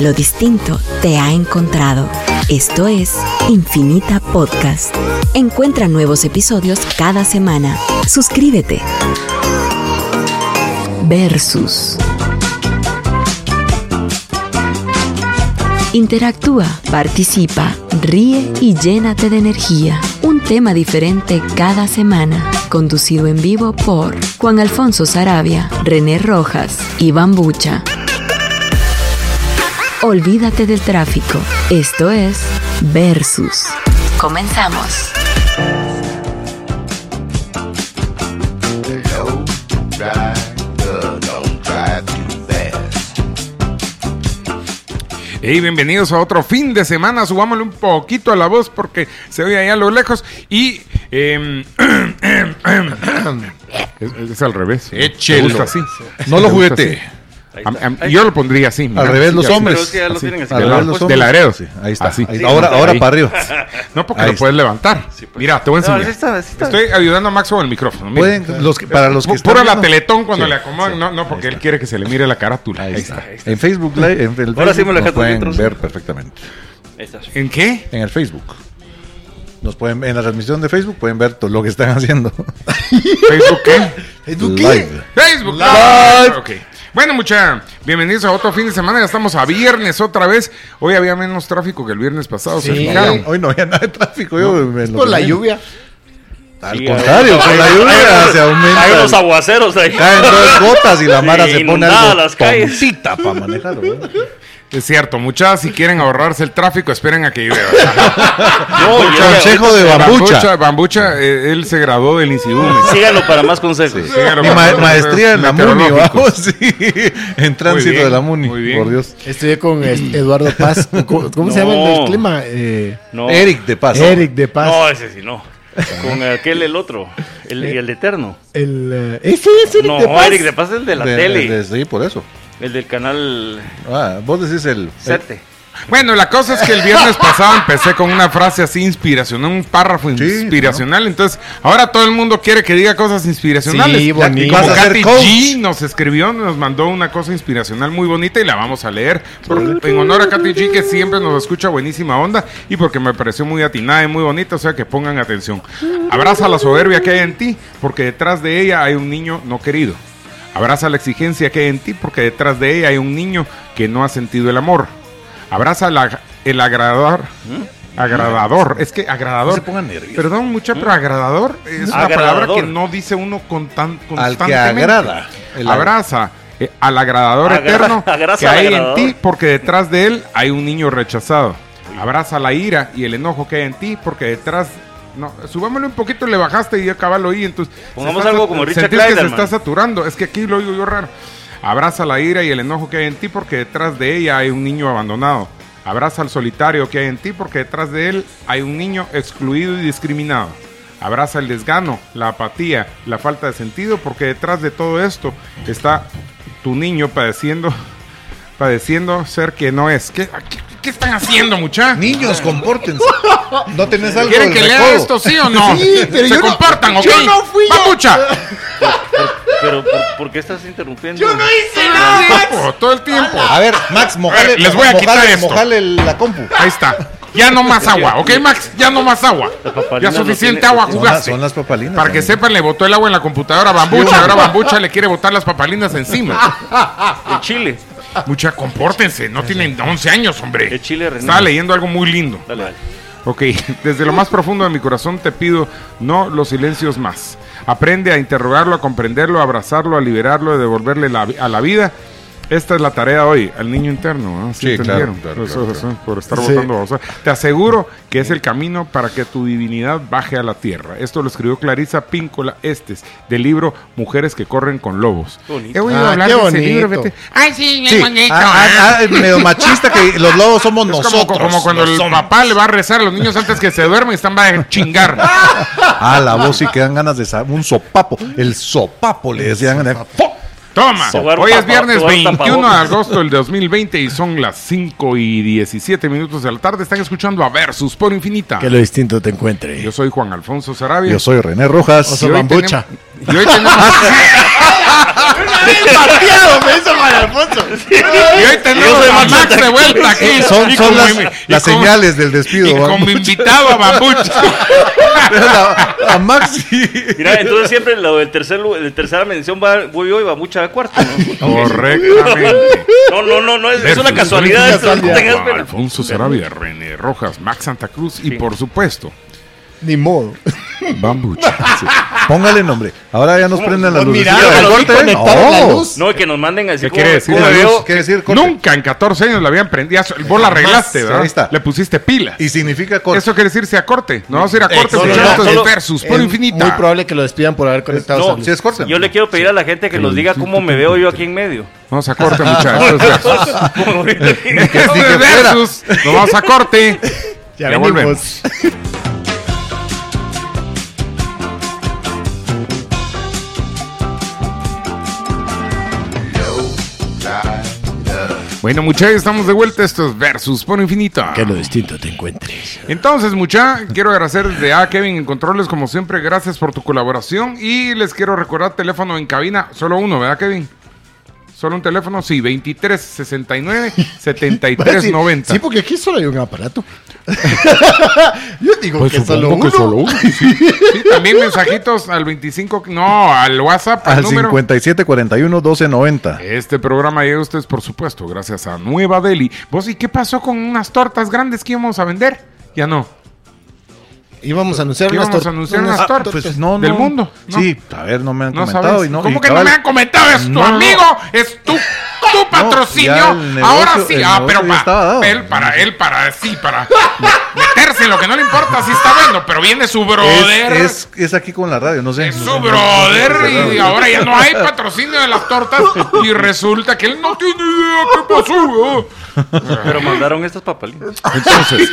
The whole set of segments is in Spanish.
Lo distinto te ha encontrado. Esto es Infinita Podcast. Encuentra nuevos episodios cada semana. Suscríbete. Versus. Interactúa, participa, ríe y llénate de energía. Un tema diferente cada semana. Conducido en vivo por Juan Alfonso Sarabia, René Rojas, Iván Bucha. Olvídate del tráfico. Esto es Versus. Comenzamos. Hey, bienvenidos a otro fin de semana. Subámosle un poquito a la voz porque se oye ahí a lo lejos. Y. em, es, es al revés. Échelo. Me gusta así. No Me lo gusta juguete. así. Am- am- yo lo pondría así. mira, Al revés así, los así. hombres. Pero es que ya lo tienen Pues, así. Al De, revés la, los de hombres. laredos. Sí, ahí está. Así. Ahí está. Ahora, ahora para arriba. No, porque Ahí pues. lo puedes levantar. Mira, te voy a No, enseñar. así está, así está. Estoy ayudando a Max con el micrófono. mira. Pueden, los, que- para los que Pu- Puro están la viendo- teletón cuando Sí, le acomodan. sí. No, no, porque él quiere que se le mire la carátula. Ahí Ahí está. está. En Facebook Live, en el Ahora sí Facebook me lo nos dejaste pueden dentro. ver perfectamente. Ahí está. ¿En qué? En el Facebook. Nos pueden, en la transmisión de Facebook pueden ver todo lo que están haciendo. ¿Facebook qué? Live. Facebook Live. Ok. Bueno, mucha, bienvenidos a otro fin de semana. Ya estamos a viernes otra vez. Hoy había menos tráfico que el viernes pasado, se Sí. fijaron. Hoy no había nada de tráfico. yo me lo Por la comí. lluvia. Al Sí, contrario, ahí- por la ahí- lluvia ahí- se aumenta. Hay el- unos aguaceros ahí. Caen dos gotas y la mara Sí, se pone inundadas algo las calles. tontita para manejarlo. ¿verdad? Es cierto, muchas, si quieren ahorrarse el tráfico, esperen a que llueva. No, y es que Consejo de Bambucha, bambucha. Bambucha, eh, él se graduó del INSIBUME. ahorita- Síganlo para más consejos. Sí, claro, Mi ma- Bambucha, maestría en la MUNI, meteorológicos. vamos, sí. En tránsito bien, de la MUNI, muy bien. por Dios. Estudié con es- Eduardo Paz. ¿Cómo, cómo se No. llama el del clima? Eh, No. Eric de Paz. Eric de Paz. No, ese sí, no. Con aquel, el otro. El, y el de Eterno. El, eh, ese es Eric no, de Paz. Eric de Paz es el de la De- tele. de- sí, por eso. El del canal Ah, vos decís el. el- 7. Bueno, la cosa es que el viernes pasado empecé con una frase así inspiracional, un párrafo inspiracional. Entonces, ahora todo el mundo quiere que diga cosas inspiracionales. Sí, bonito. Y como Vas a ser Katy coach. G nos escribió, nos mandó una cosa inspiracional muy bonita y la vamos a leer. Por- en honor a Katy G, que siempre nos escucha buenísima onda y porque me pareció muy atinada y muy bonita, o sea que pongan atención. Abraza la soberbia que hay en ti, porque detrás de ella hay un niño no querido. Abraza la exigencia que hay en ti, porque detrás de ella hay un niño que no ha sentido el amor. Abraza la- el agradador. Agradador, es que agradador. ¿Eh? No se pongan nerviosos. Perdón, mucha, pero agradador es una Agradador. palabra que no dice uno con tan, Al que constantemente. agrada. El- abraza eh, al agradador Agra- eterno abraza que al hay en agradador. ti porque detrás de él hay un niño rechazado. Abraza la ira y el enojo que hay en ti porque detrás... No, subámosle un poquito, le bajaste y acá lo oí, entonces... Pongamos se está algo sat- como Richard sentís que se Clayderman. está saturando, es que aquí lo oigo yo raro. Abraza la ira y el enojo que hay en ti porque detrás de ella hay un niño abandonado. Abraza al solitario que hay en ti porque detrás de él hay un niño excluido y discriminado. Abraza el desgano, la apatía, la falta de sentido porque detrás de todo esto está tu niño padeciendo padeciendo ser que no es. ¿Qué, qué, qué están haciendo, muchachos? Niños, compórtense. No tenés algo. ¿Quieren del que lea recodo. esto, sí o no? Sí, pero Se yo no- comportan, ¿ok? yo no fui yo. ¡Papucha! Pero, ¿por, por qué estás interrumpiendo? Todo el tiempo, Ah, todo el tiempo. A ver, Max, mojale, les voy a quitar mojale- esto. mojale el- la compu. Ahí está. Ya no más agua, ¿ok, Max? Ya no más agua. La papalina Ya no suficiente tiene- agua Son, las- jugaste. son las papalinas. Para que también. sepan, le botó el agua en la computadora a Bambucha. Ahora Bambucha le quiere botar las papalinas encima. El chile. Mucha, compórtense. No tienen 11 años, hombre. El chile, René. Estaba leyendo algo muy lindo. Dale, dale. Ok, desde lo más profundo de mi corazón te pido no los silencios más. Aprende a interrogarlo, a comprenderlo, a abrazarlo, a liberarlo, a devolverle la vi- a la vida. Esta es la tarea hoy, al niño interno. ¿no? Sí, claro, entendieron? claro, Eso- claro, eso, Por estar Sí. votando. o sea, te aseguro que es el camino para que tu divinidad baje a la tierra. Esto lo escribió Clarisa Píncola Estes, del libro Mujeres que corren con lobos. Bonito. He oído Ah, hablar qué de ese bonito. libro. fíjate. Ay, sí, bien Sí. bonito. ¿eh? Ah, ah, ah, medio machista que los lobos somos Es como- nosotros. como, cuando el papá le va a rezar a los niños antes que se duermen, están va a chingar. Ah, la voz sí que dan ganas de sa- un sopapo. El sopapo le decían. ¡Po! Toma, Te voy a dar hoy es tapa- te viernes voy a dar 21 de tapabocas. agosto del 2020 y son las 5 y 17 minutos de la tarde. Están escuchando a Versus por Infinita. Que lo distinto te encuentre. Yo soy Juan Alfonso Sarabia. Yo soy René Rojas. Oso Y hoy Bambucha. tenemos- Y hoy tenemos... Pateado me hizo Juan Alfonso. Y hoy tenemos Yo soy a Max Max de Attack. vuelta aquí. Son, Y son con las, mi- y las con- señales del Y despido. con vamos. mi invitado a Bambucho. a, a Maxi. Mira, entonces siempre lo del tercer, lu- de tercera mención va, voy yo y va mucha a cuarto. ¿no? Correctamente. No, no, no, no es, es una Versus casualidad. Luis esto, no Villalba, tengas pena. Alfonso Sarabia, René Rojas, Max Santa Cruz y por supuesto, Ni modo. Bambucha. Póngale nombre. Ahora ya nos prenden la Pues luz. mira, Sí, pero corte, sí ¿eh? conectaron la No. luz. No, que nos manden así ¿Qué como- quiere decir como la veo- Quiere decir corte. Nunca en 14 años la habían prendido. Vos la arreglaste, Jamás. ¿verdad? Ahí está. Le pusiste pila. Y significa corte. Eso quiere decir si a corte. No vamos a ir a corte, Exacto. muchachos, No, solo- de versus, por Eh, Es infinita. Muy probable que lo despidan por haber conectado. No, esa luz. sí es corte. Yo le quiero pedir a la gente que nos diga cómo me veo yo aquí en medio. Vamos a corte, muchachos. versus. Como ahorita aquí. Esto ni es que fuera. versus. Nos vamos a corte. Ya venimos. volvemos. Ah. Bueno, muchachos, estamos de vuelta. Esto es versus por infinito. Que lo distinto te encuentres. Entonces, mucha, quiero agradecer desde a Kevin en Controles, como siempre, gracias por tu colaboración y les quiero recordar teléfono en cabina, solo uno, ¿verdad, Kevin? Solo un teléfono, sí, 23 69 73 90. Sí, porque aquí solo hay un aparato. Yo digo Pues que solo uno. Sí, también mensajitos al 25, no, al WhatsApp, al, Al número. 5741-1290. Este programa llega a ustedes, por supuesto, gracias a Nueva Delhi. ¿Vos y qué pasó con unas tortas grandes que íbamos a vender? Ya no. Íbamos a anunciar unas Íbamos a tortas. anunciar unas tortas Pues no, no. del mundo. ¿no? Sí, a ver, no me han No comentado. sabes. Y no, ¿Cómo y que no cabal, me han comentado? Es tu No. amigo, es tu, tu ya patrocinio. el negocio- Ahora sí, el ah, negocio pero ya pa- estaba dado. él para él, para sí, para meterse en lo que no le importa, sí está bueno, pero viene su brother. Es, Es, es, es aquí con la radio, no sé. su brother y ahora ya no hay patrocinio de las tortas y resulta que él no tiene idea qué pasó. ¿eh? Pero mandaron estas papalinas. Entonces,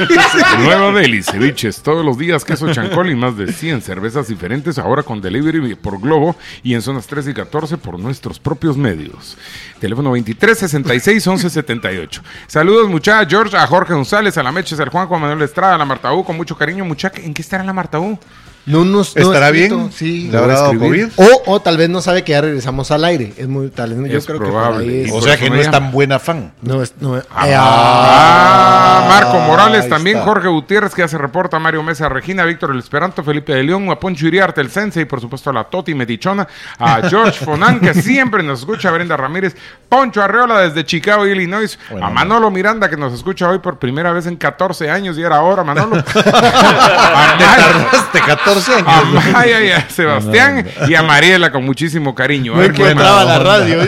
Nueva Delhi, ceviches todos los días, queso chancol y más de 100 cervezas diferentes, ahora con delivery por Globo y en zonas 3 y 14 por nuestros propios medios. Teléfono 23 66 11 78. Saludos, muchacha, a George, a Jorge González, a la Meches, al Juan, Juan Manuel Estrada, a la Marta U, con mucho cariño, muchacha. ¿En qué estará la Marta U? No nos, no ¿Estará escrito, bien? Sí. ¿Le habrá dado Escribir. COVID? O, o tal vez no sabe que ya regresamos al aire. Es muy tal vez- Yo Es creo probable. que por ahí es- O O sea sea por que que eso no no me es es llama. tan tan buena fan. No, es- no, Ah, eh, Ah, ah, Marco Morales ahí también, está. Jorge Gutiérrez, que hace reporta, a Mario Mesa, a Regina, Víctor El Esperanto, Felipe de León, a Poncho Iriarte, el Sensei, por supuesto a la Toti Metichona, a George Fonan, que siempre nos escucha, a Brenda Ramírez, Poncho Arreola desde Chicago, Illinois, a Manolo Miranda, que nos escucha hoy por primera vez en 14 años, y era ahora, Manolo. a Maya- Tardaste 14 a años. Maya y a Sebastián y a Mariela con muchísimo cariño. A No ver quién más. encontraba la radio.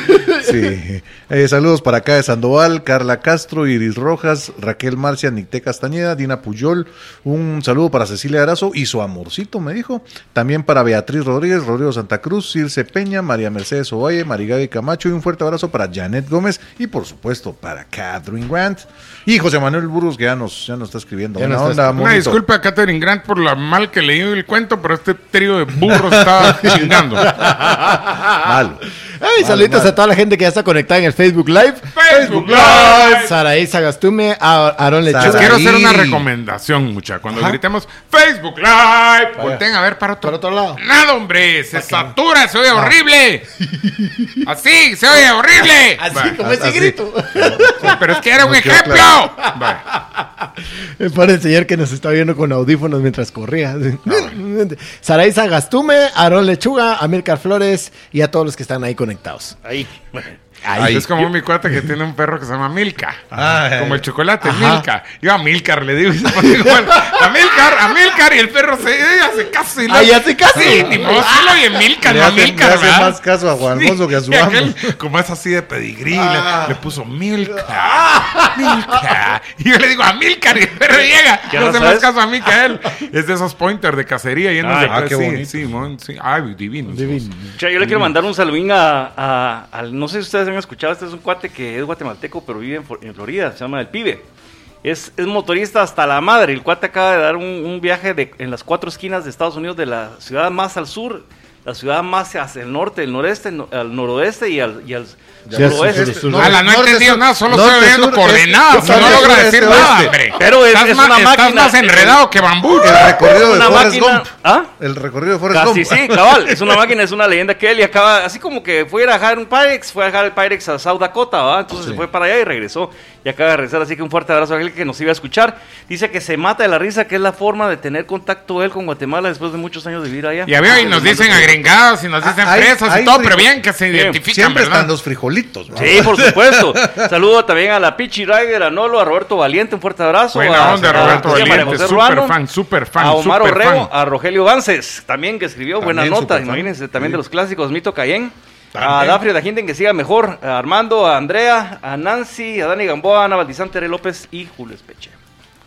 Sí. Eh, saludos para acá de Sandoval, Carla Castro, Iris Rojas, Raquel Marcia, Nicté Castañeda, Dina Puyol. Un saludo para Cecilia Arazo y su amorcito, me dijo. También para Beatriz Rodríguez, Rodrigo Santa Cruz, Circe Peña, María Mercedes Ovalle, Marigabe Camacho. Y un fuerte abrazo para Janet Gómez y, por supuesto, para Catherine Grant. Y José Manuel Burgos, que ya nos, ya nos está escribiendo. Ya Buena nos onda, está Una monito. disculpa a Catherine Grant por la mal que leí el cuento, pero este trío de burros estaba chingando. Malo. Ay, saluditos mal. a toda la gente que ya está conectada en el Facebook Live. Facebook Live. Saraí Sagastume, a- Aarón Les Lechuga. Saraí. quiero hacer una recomendación, mucha. Cuando gritemos Facebook Live, volteen a ver para otro, Para otro lado. Nada, hombre, se satura, se oye Ah. horrible. Así, se oye horrible. Así Va. como ese así. grito. Pero es que era un quedó ejemplo. claro. Va. Para el señor que nos está viendo con audífonos mientras corría. Ah, Saraí Sagastume, Aarón Lechuga, Amílcar Flores y a todos los que están ahí conectados. Ahí. Es como mi cuate que tiene un perro que se llama Milka. Ah, como el chocolate, Ajá. Milka. Yo a Milcar le digo, y se pone igual. a Milcar, a Milcar, y el perro se ella hace caso. Y lo- Ah, ya hace caso. Sí, ni modo, sí lo oye Milcar, Le no a hace- le Milcar, hace ¿verdad? más caso a Juan Sí, Alfonso que a su y amo. Ah. aquel, como es así de pedigrí, le- le, puso Milcar, Milcar. Y yo le digo a Milcar, y el perro llega. No ¿Ya lo hace más sabes? caso a mí que a él. Es de esos pointers de cacería llenos Ay, de ah, pre- qué sí, bonito. sí, mon, sí. Ay, divino. Divino. Che, yo le quiero mandar un saludín a, a- al- No sé si ustedes han escuchado, este es un cuate que es guatemalteco, pero vive en, Flor- en Florida, se llama El Pibe. Es, es motorista hasta la madre. El cuate acaba de dar un, un viaje de, en las cuatro esquinas de Estados Unidos, de la ciudad más al sur, la ciudad más hacia el norte, el noreste, no- al noroeste y al, y al Ya, suroeste. sur, sur, sur. Ala, no he Norte, entendido sur, nada, solo norte, estoy viendo sur, coordenadas este, y no este, logra oeste, decir oeste. nada, hombre. Pero es- estás, es ma- una estás máquina. más enredado que bambú. El recorrido de Una Forrest máquina- Gump. ¿Ah? El recorrido de Forrest Casi Gump. sí, cabal, es una máquina, es una leyenda que él y acaba, así como que fue a ir a dejar un Pyrex, fue a dejar el Pyrex a South Dakota, ¿va? entonces se fue para allá y regresó y acaba de regresar, así que un fuerte abrazo a aquel que nos iba a escuchar. Dice que se mata de la risa, que es la forma de tener contacto él con Guatemala después de muchos años de vivir allá. Pues, Y a ver, y nos dicen agringados y nos Ah, dicen hay- fresas hay y todo, frigo- pero bien que se Sí, identifican, Siempre ¿verdad? están los frijolitos. ¿no? Sí, por supuesto. Saludo también a la Pichi Rider, a Nolo, a Roberto Valiente, un fuerte abrazo. Buena a, onda, a- Roberto a María Valiente, José súper Ruano, fan, súper fan, A Omar súper Orrego, fan. a Rogelio Vances, también que escribió También buena nota, súper fan. imagínense, también Sí. de los clásicos, Mito Cayén. A También. Dafrio Dajinden, que siga mejor. A Armando, a Andrea, a Nancy, a Dani Gamboa, a Ana Valdizán, Tere López y Julio Espeche.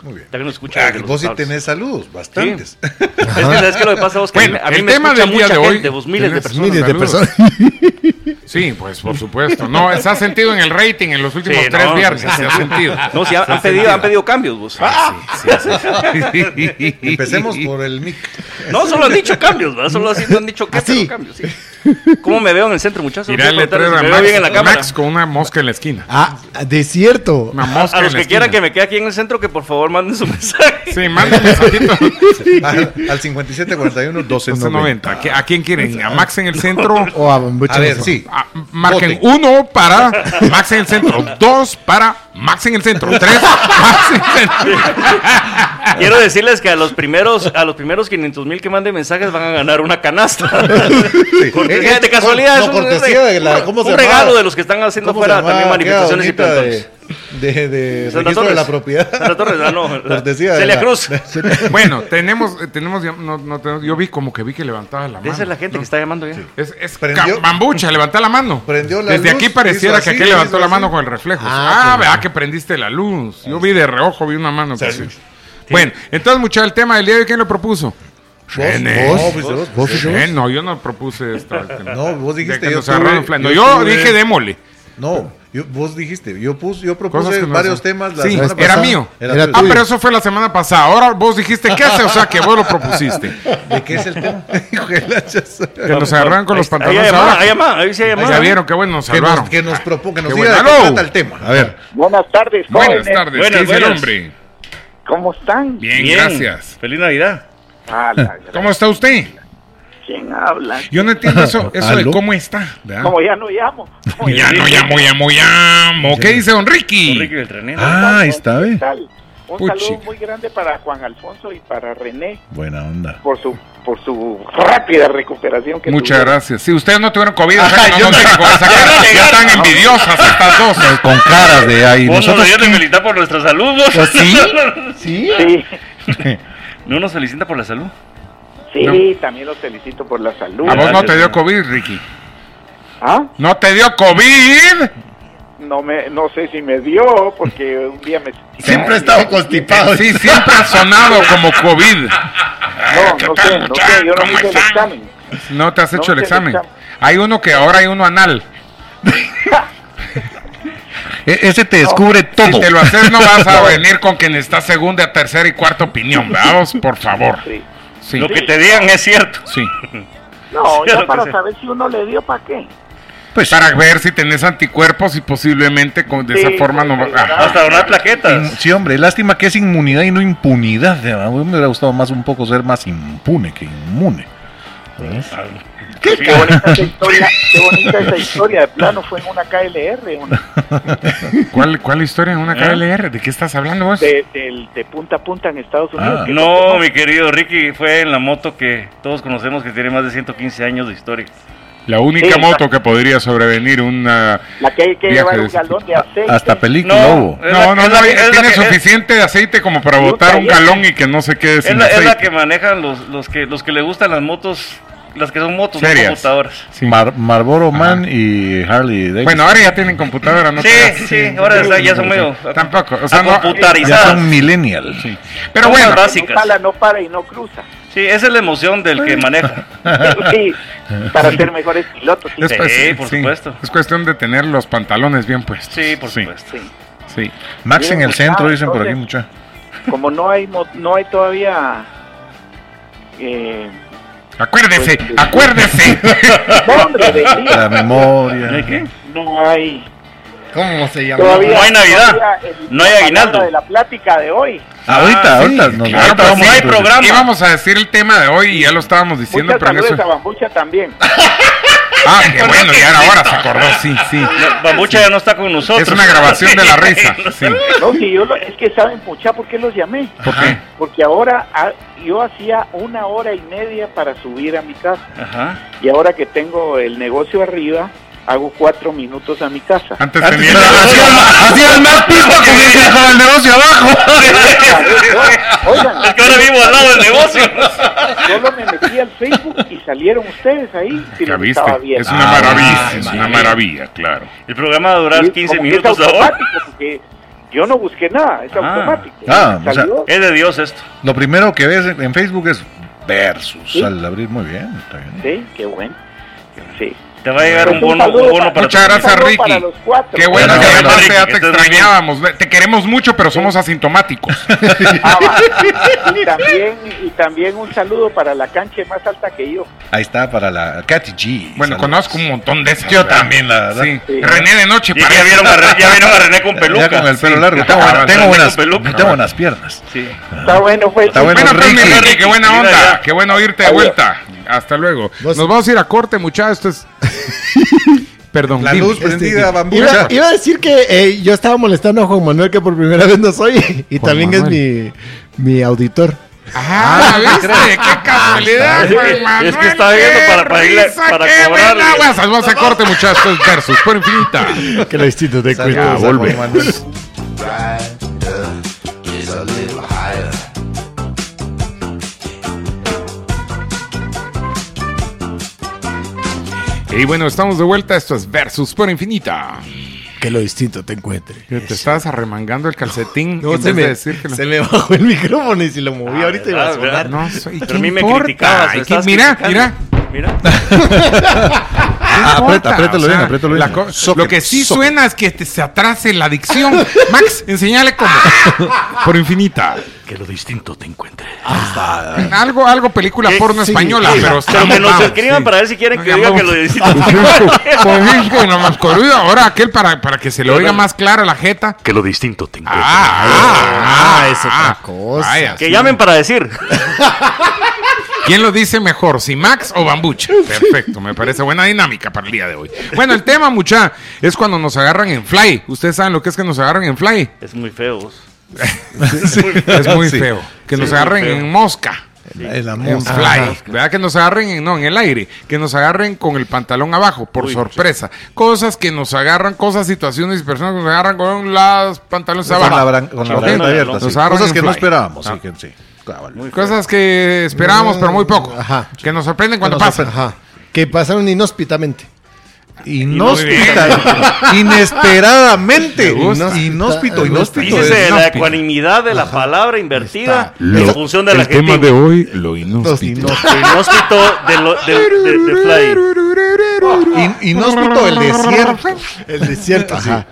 Muy bien. También nos escucha. Ah, desde los vos sí estados. tenés saludos, bastantes. Es que sabes que lo que pasa vos, que Bueno, a mí el me tema escucha del día mucha de hoy, gente, vos, miles de tenés personas. Miles de Saludos. personas. Sí, pues por supuesto. No, se ha sentido en el rating en los últimos Sí, tres no, pues, viernes. sí, Se ha sentido. No, sí, han, Se ha han pedido, sentido. Ah, han pedido cambios, vos. Empecemos por el mic. No, solo han dicho cambios, ¿verdad? Solo así han dicho Ah, que Así. pero cambios, sí. ¿Cómo me veo en el centro, muchachos? Tirá el Voy a preguntar letrero a si me veo bien en la Max, cámara. Max con una mosca en la esquina. Ah, de cierto. Una A- mosca a en los la que quieran que esquina. me quede aquí en el centro, que por favor manden su mensaje. Sí, manden mensajito Al, al 5741 1290. 1290. ¿A quién quieren? ¿A Max en el centro? Oh, O a, A ver, sí. Ah, marquen Voten. uno para Max en el centro, dos para Max en el centro, tres Max en el centro. Quiero decirles que a los primeros, a los primeros 500 mil que manden mensajes van a ganar una canasta. Sí. Cortesía, Eh, eh, de casualidad, no, es un, cortesía de la- ¿cómo un se regalo llamaba? de los que están haciendo ¿Cómo se fuera también llamaba aquella manifestaciones y bonita plantones. De, de, de Sandra registro de Torres. la propiedad. Sandra Torres, ah, no, la- Cortesía de Celia la- Cruz. Bueno, tenemos, eh, tenemos, ya- no, no tenemos- yo vi como que vi que levantaba la mano. Esa es la gente que está llamando ya. Es, es Prendió- ca- bambucha, levanta la mano. Prendió la Desde luz, aquí pareciera hizo que así, aquel levantó hizo la así. mano con el reflejo. Ah, Ah, ¿verdad que prendiste la luz? Yo vi de reojo, vi una mano. que Sí. sí. Bueno, entonces, muchachos, el tema del día de hoy, ¿quién lo propuso? René. ¿Vos? No, pues, vos, ¿Vos? vos. Eh, no, yo no propuse esto. No, vos dijiste, Ya que yo nos agarraron tuve- flan- No, yo yo tuve- dije démosle. No, yo- vos dijiste, yo pus, yo Cosas propuse que no varios son. temas la Sí, semana era pasada. mío. Era tuyo. Ah, tuyo. pero eso fue la semana pasada. Ahora vos dijiste qué hace, o sea que vos lo propusiste. ¿De qué es el tema? Hijo de la chaza. Que nos agarraron con los Ahí pantalones llamada, ahí ahora. llamada, ahí sí hay llamada. Ya vieron, qué bueno, nos Que salvaron. nos, que nos propo- que nos Qué diga de bueno. qué ¡Aló! trata el tema. A ver, Buenas tardes, Buenas jóvenes. tardes, Buenas, ¿qué dice el buenas. hombre? ¿Cómo están? Bien, Bien. gracias. Feliz Navidad. Ah, la gran- ¿Cómo está usted? ¿Quién habla? Yo no entiendo eso, eso de ¿Aló? cómo está. ¿verdad? Como ya no llamo. Como Ya no llamo, llamo, llamo. ¿Qué dice don Enrique Ricky? Beltranena. Ah, ahí está, ¿Qué ve. tal? Un Puchica. saludo muy grande para Juan Alfonso y para René Buena onda. por su por su rápida recuperación que Muchas tuvieron. gracias. Si ustedes no tuvieron COVID, o sea que no nos digan con esa cara. Ya están envidiosas estas dos. Con caras de ahí. Vos nos Nosotros deberías de felicitar por nuestra salud, vos. ¿Ah, ¿Sí? Sí. Sí, No nos felicita por la salud. sí, también los felicito por la salud. A vos no te dio COVID, Ricky. ¿Ah? ¿No te dio COVID? No me no sé si me dio porque un día me sentí siempre he mal. estado constipado. Sí, siempre ha sonado como COVID. No, no Ah, sé, no sé, yo no me hice el examen. No te has hecho el No hice el examen. examen. Hay uno que ahora hay uno anal. E- ese te descubre todo. Si te lo haces, no vas a venir con quien está segunda, tercera y cuarta opinión. Vamos, por favor. Sí. Sí. Lo que te digan es cierto. Sí. No, Sí, lo ya que para sea. saber si uno le dio para qué. Pues para ver si tenés anticuerpos y posiblemente con, de Sí, esa forma no va- Ah, claro. Ajá. Hasta donar plaquetas. Sí, hombre, lástima que es inmunidad y no impunidad. ¿verdad? A mí me hubiera gustado más un poco ser más impune que inmune. Qué bonita esa historia, qué bonita esa historia. De plano fue en una KLR, una ¿Cuál, ¿Cuál historia en una ¿Eh? KLR? ¿De qué estás hablando vos? de, del- de punta a punta en Estados Unidos. Ah, que No, no- mi querido Ricky, fue en la moto que todos conocemos que tiene más de 115 años de historia. La única Sí, moto que podría sobrevenir una... La que hay que Viaje llevar de un ese galón de A- aceite. Hasta película hubo. es No, la- no, es no, la que- ya es la tiene que- suficiente de aceite como para Puta, botar un ya. galón y que no se quede Es sin la, es la aceite. que manejan los, los que los que le gustan las motos, las que son motos, no Serias. computadoras. Sí. Mar- Marlboro Ajá. Man y Harley Davidson. Bueno, ahora ya tienen computadora, ¿no? Sí, te- sí, ahora ya- ya son medio- Tampoco, o sea, a no- ya computarizadas. son millennial. Pero Cosas bueno, No básicas. para, no para y no cruza. Sí, esa es la emoción del que maneja. Sí, para ser mejores pilotos. sí. es, pues, Sí, por supuesto. es cuestión de tener los pantalones bien puestos. Sí, por supuesto. Sí. Sí. Max en el centro, dicen por aquí, Entonces- mucha. Como no hay mo- no hay todavía eh, Acuérdese, Pues, acuérdese. No, hombre, de mí, La memoria. no hay. ¿Cómo se llama? Todavía No hay Navidad, no la hay palabra aguinaldo. De la plática de hoy. Ahorita, Ah, ahorita. sí, nos- claro, ahorita pues vamos sí. a- hay programa. Y vamos a decir el tema de hoy y ya lo estábamos diciendo, Muchas pero en saludos eso- a Bambucha también. Ah, qué bueno, ya era hora, se acordó, sí, sí. Bambucha ya no está con nosotros. Es una grabación de la risa, sí. No, si yo lo- es que saben, mucha, ¿por qué los llamé? ¿Por qué? Porque ahora ah, yo hacía una hora y media para subir a mi casa. Ajá. Y ahora que tengo el negocio arriba, hago cuatro minutos a mi casa. Antes Ah, Antes tenía... era- hacía- hacía el más pisto con el que dejaba el negocio abajo. Oigan, Es que ahora vivo al lado del negocio. solo me metí al Facebook y salieron ustedes ahí. Si Ah, Ya los viste, estaba viendo. es una Ah, maravilla, sí, es sí. una maravilla, claro. El programa va a durar Sí, 15 como que minutos es ahora. automático, porque yo no busqué nada, es Ah, automático. ah, o sea, Salió. eh, Es de Dios esto. Lo primero que ves en en Facebook es versus Sí. al abrir muy bien, está bien. Sí, qué bueno. Sí. Pues Te va a llegar un Un bono, saludo un bono para- para Muchas tu- gracias, saludo Ricky. para los cuatro. Qué bueno Bueno, que bueno, llamaste, ya Ricky, te que estés extrañábamos. Te queremos mucho, pero somos asintomáticos. Ah, va. y, también, y también un saludo para la cancha más alta que yo. Ahí está para la Katy G. Bueno, Saludos. conozco un montón de esas. Yo ¿verdad? también, la verdad. Sí. Sí. René de noche, Ya, ya parece. vieron a René, ya vieron a René con Ya- peluca. Ya con el pelo Sí. largo. Ya Tengo, con- buenas- tengo con buenas, peluca. tengo buenas piernas. Sí. Está bueno, pues. Está bueno, Bueno, pues, mi Ricky. Ricky, qué buena Mira, onda. ya. Qué bueno oírte de vuelta. Hasta luego. Vos- Nos vamos a ir a corte, muchachos. Esto es. Perdón. La dime. luz prendida, Iba, bambucha. iba a decir que eh, yo estaba molestando a Juan Manuel que por primera vez no soy y Juan también es mi, mi auditor. Ah, ¿viste? ¡Qué casualidad, Juan Manuel! Es que estaba viendo para- para irle- risa, para qué cobrarle. buena onda. Vamos a corte, muchachos. Esto es Versus por Infinita. Que lo instituto de Saludos cuidado. a Juan Manuel. rider is a little higher. Y bueno, estamos de vuelta. Esto es Versus por Infinita. Que lo distinto te encuentre. Que Te estabas arremangando el calcetín en vez de decir que lo- se me bajó el micrófono y si lo moví ahorita iba a ¿verdad? sonar. No, ¿verdad? soy- ¿y Pero qué a mí me importa? criticabas. ¿Y me qué- estabas mira, mira. criticando. Ah, Mira. No importa, aprieta- apriétalo bien, apriétalo bien. la co- Soque, lo que sí soque. suena es que te- se atrase la adicción. Max, enseñale cómo. Por infinita. Que lo distinto te encuentre. Algo, algo película Eh, porno sí, española, sí. pero Ah. Pero estamos que nos vamos, escriban sí. para ver si quieren que Oiga, diga que lo vamos. distinto te Con encuentre. el- con la mascarilla, ahora aquel para, para que se le oiga más clara la jeta. Que lo distinto te Ah, ah, Ah, es otra ah. cosa. Vaya, Que llamen para decir. ¿Quién lo dice mejor, si Max o Bambucha? Perfecto, me parece buena dinámica para el día de hoy. Bueno, el tema, mucha, es cuando nos agarran en fly. Ustedes saben lo que es que nos agarran en fly. Es muy feo. vos. Es muy Sí. feo. Que Sí, nos es muy agarren feo. en mosca. El En amor. fly, ¿verdad? Que nos agarren en, no, en el aire, que nos agarren con el pantalón abajo, por Uy, sorpresa. Cosas que nos agarran, cosas, situaciones y personas que nos agarran con los pantalones Con la, abajo. bran- con la Chingón, bragueta no, abierta. no, sí. nos agarran Cosas en que no fly. Ah. esperábamos. sí, que sí. Cabal. Muy feo. Cosas que esperábamos, pero muy poco. Ajá. Que nos sorprenden cuando Que nos pasan. sorpre- ajá. Que pasaron inhóspitamente. Inhóspita. Inesperadamente. Me gusta. Inhóspito, inhóspito. Dícese de es- la ecuanimidad de la palabra invertida en función de la el tema de hoy, lo Los inhóspito. inhóspitos. inhóspito de, lo, de, de, de Fly. In- Inhóspito del desierto. El desierto, ajá.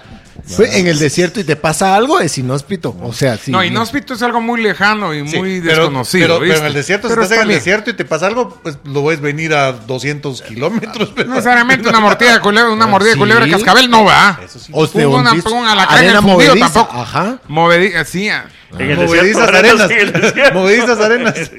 Fue en el desierto y te pasa algo, es inhóspito. O sea, sí. No, inhóspito es algo muy lejano y Sí, muy pero- desconocido. Pero, pero en ¿viste? el desierto, si Pero estás en está el bien. desierto y te pasa algo, pues lo ves venir a 200 kilómetros. pero- No necesariamente una mordida de culebra, una mordida de Sí. culebra cascabel no va. Ah, Eso sí. O te Pongo una- hundís- pongo una alacrán en arena el fundido movediza, tampoco. Ajá. Movedi- sí, ah. En el desierto. Movedizas ahora arenas. sí, el desierto. Movedizas arenas.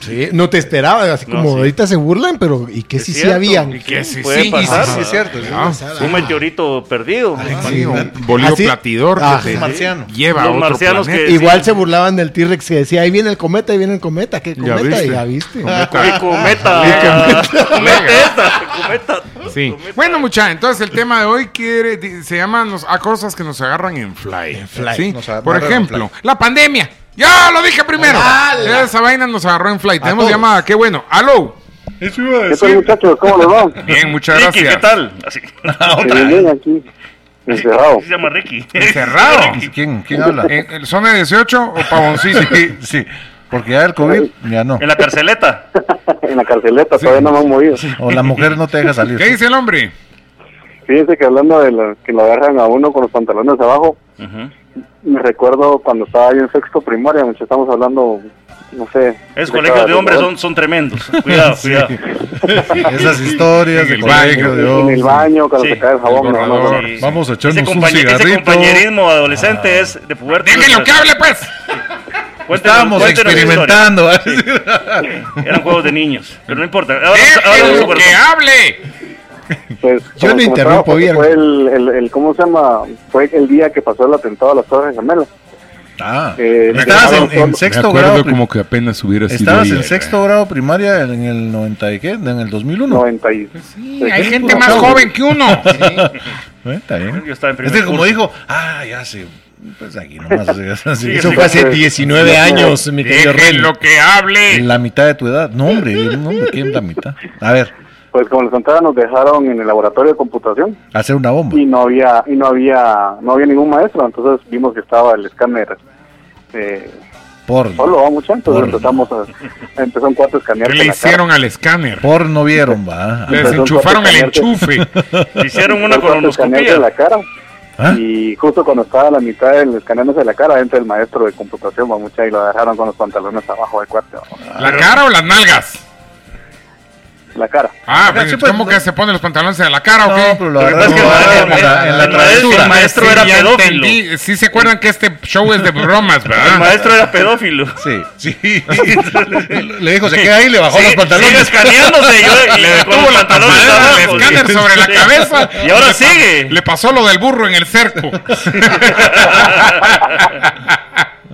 Sí, no te esperaba, así No, como sí. ahorita se burlan, pero ¿y qué si sí cierto. habían? Y que sí, Puede sí, pasar, sí, Sí, es cierto. sí. Ah, Un meteorito perdido. sí, un bolido Así- platidor Ajá. que te ah, Marciano. lleva a Los otro marcianos planeta. que- Igual se burlaban del T-Rex que decía, ahí viene el cometa, ahí viene el cometa, ¿qué Ya cometa? Ya viste. viste. Ya viste. Y Ah, cometa. Cometa esta. Cometa. Sí. cometa. Bueno, mucha, entonces el tema de hoy quiere, di- se llama nos- a cosas que nos agarran en fly. Sí. nos agarran Por en ejemplo, fly. la pandemia. Ya lo dije primero. ¡Hala! Esa vaina nos agarró en fly. Tenemos todos. llamada, qué bueno. ¡Aló! Eso iba a ¿Qué tal, decir. muchachos? ¿Cómo les va? Bien, muchas Ricky, gracias. ¿qué tal? Así. Ah, Que vienen aquí, encerrado. Se llama Ricky. Encerrado. ¿Quién, quién habla? ¿En el zona 18 o pavoncito? Sí, Eh, sí. Porque ya el COVID, ya no. En la carceleta. En la carceleta, todavía no me han movido. O la mujer no te deja salir. ¿Qué dice el hombre? Fíjense que hablando de la, que lo agarran a uno con los pantalones abajo, Ujú. me recuerdo cuando estaba yo en sexto primaria, mucho estamos hablando, no sé. Esos década colegios de hombres noventa. son, son tremendos. Cuidado, cuidado. Esas historias En de el colegio, baño. Dios. En el baño, cuando Sí, se cae el jabón, el no, no, no. borrador. Sí. Vamos a echarnos ese un compañe- Ese cigarrito. compañerismo adolescente es de puberto. Déjenlo que hable, pues. Estábamos experimentando. Eran juegos de niños, pero no importa. Ahora, ahora vamos Déjenlo por- que hable. Pues, Yo como no interrumpo, comentaba, bien. Fue el, el, el- ¿cómo se llama? Fue el día que pasó el atentado a las Torres Gemelas. Ah, Eh, estabas en, dejaron en solo- sexto grado. prim- que apenas hubiera Estabas en sexto grado primaria en el 90 y qué, en el 2001. 90 y... Sí, hay gente más joven que uno. Eh, está bien. Yo estaba en primer Es que como curso. dijo, ah, ya sé. Pues aquí nomás. así, Sí, eso sí, fue hace 19 años, mi querido Ren. Déjenlo que hable. la mitad de tu edad. No, hombre, no, hombre, ¿quién la mitad? A ver, Pues como les contaba, nos dejaron en el laboratorio de computación hacer una bomba. y no había y no había no había ningún maestro, entonces vimos que estaba el escáner eh, Porno. solo, ¿va, mucha? Entonces Por- empezamos a, empezó un cuarto a escanear ¿Qué le hicieron al escáner? Porno vieron, va. Les Empezó un enchufaron el cuate enchufe. Hicieron una de colonoscopía. la cara ¿Ah? y justo cuando estaba a la mitad del escaneándose la cara entra el maestro de computación, va, mucha? y lo dejaron con los pantalones abajo del cuarto, ¿La cara o las nalgas? la cara. Ah, Oiga, pues, sí, pues, ¿cómo no. que se pone los pantalones a la cara No, o qué? pero lo Lo que pasa agarraron es que el en maestro- la- en la el maestro- travesura. el maestro era ya pedófilo. entendí. Sí se acuerdan que este show es de bromas, Ah. El ¿verdad? maestro era pedófilo. Sí, sí. le dijo, se queda ahí, le bajó Sí, los Sigue pantalones. escaneándose. Yo, Le detuvo la tapadera del escáner sobre la cabeza. Y ahora Le pa- sigue. Le pasó lo del burro en el cerco.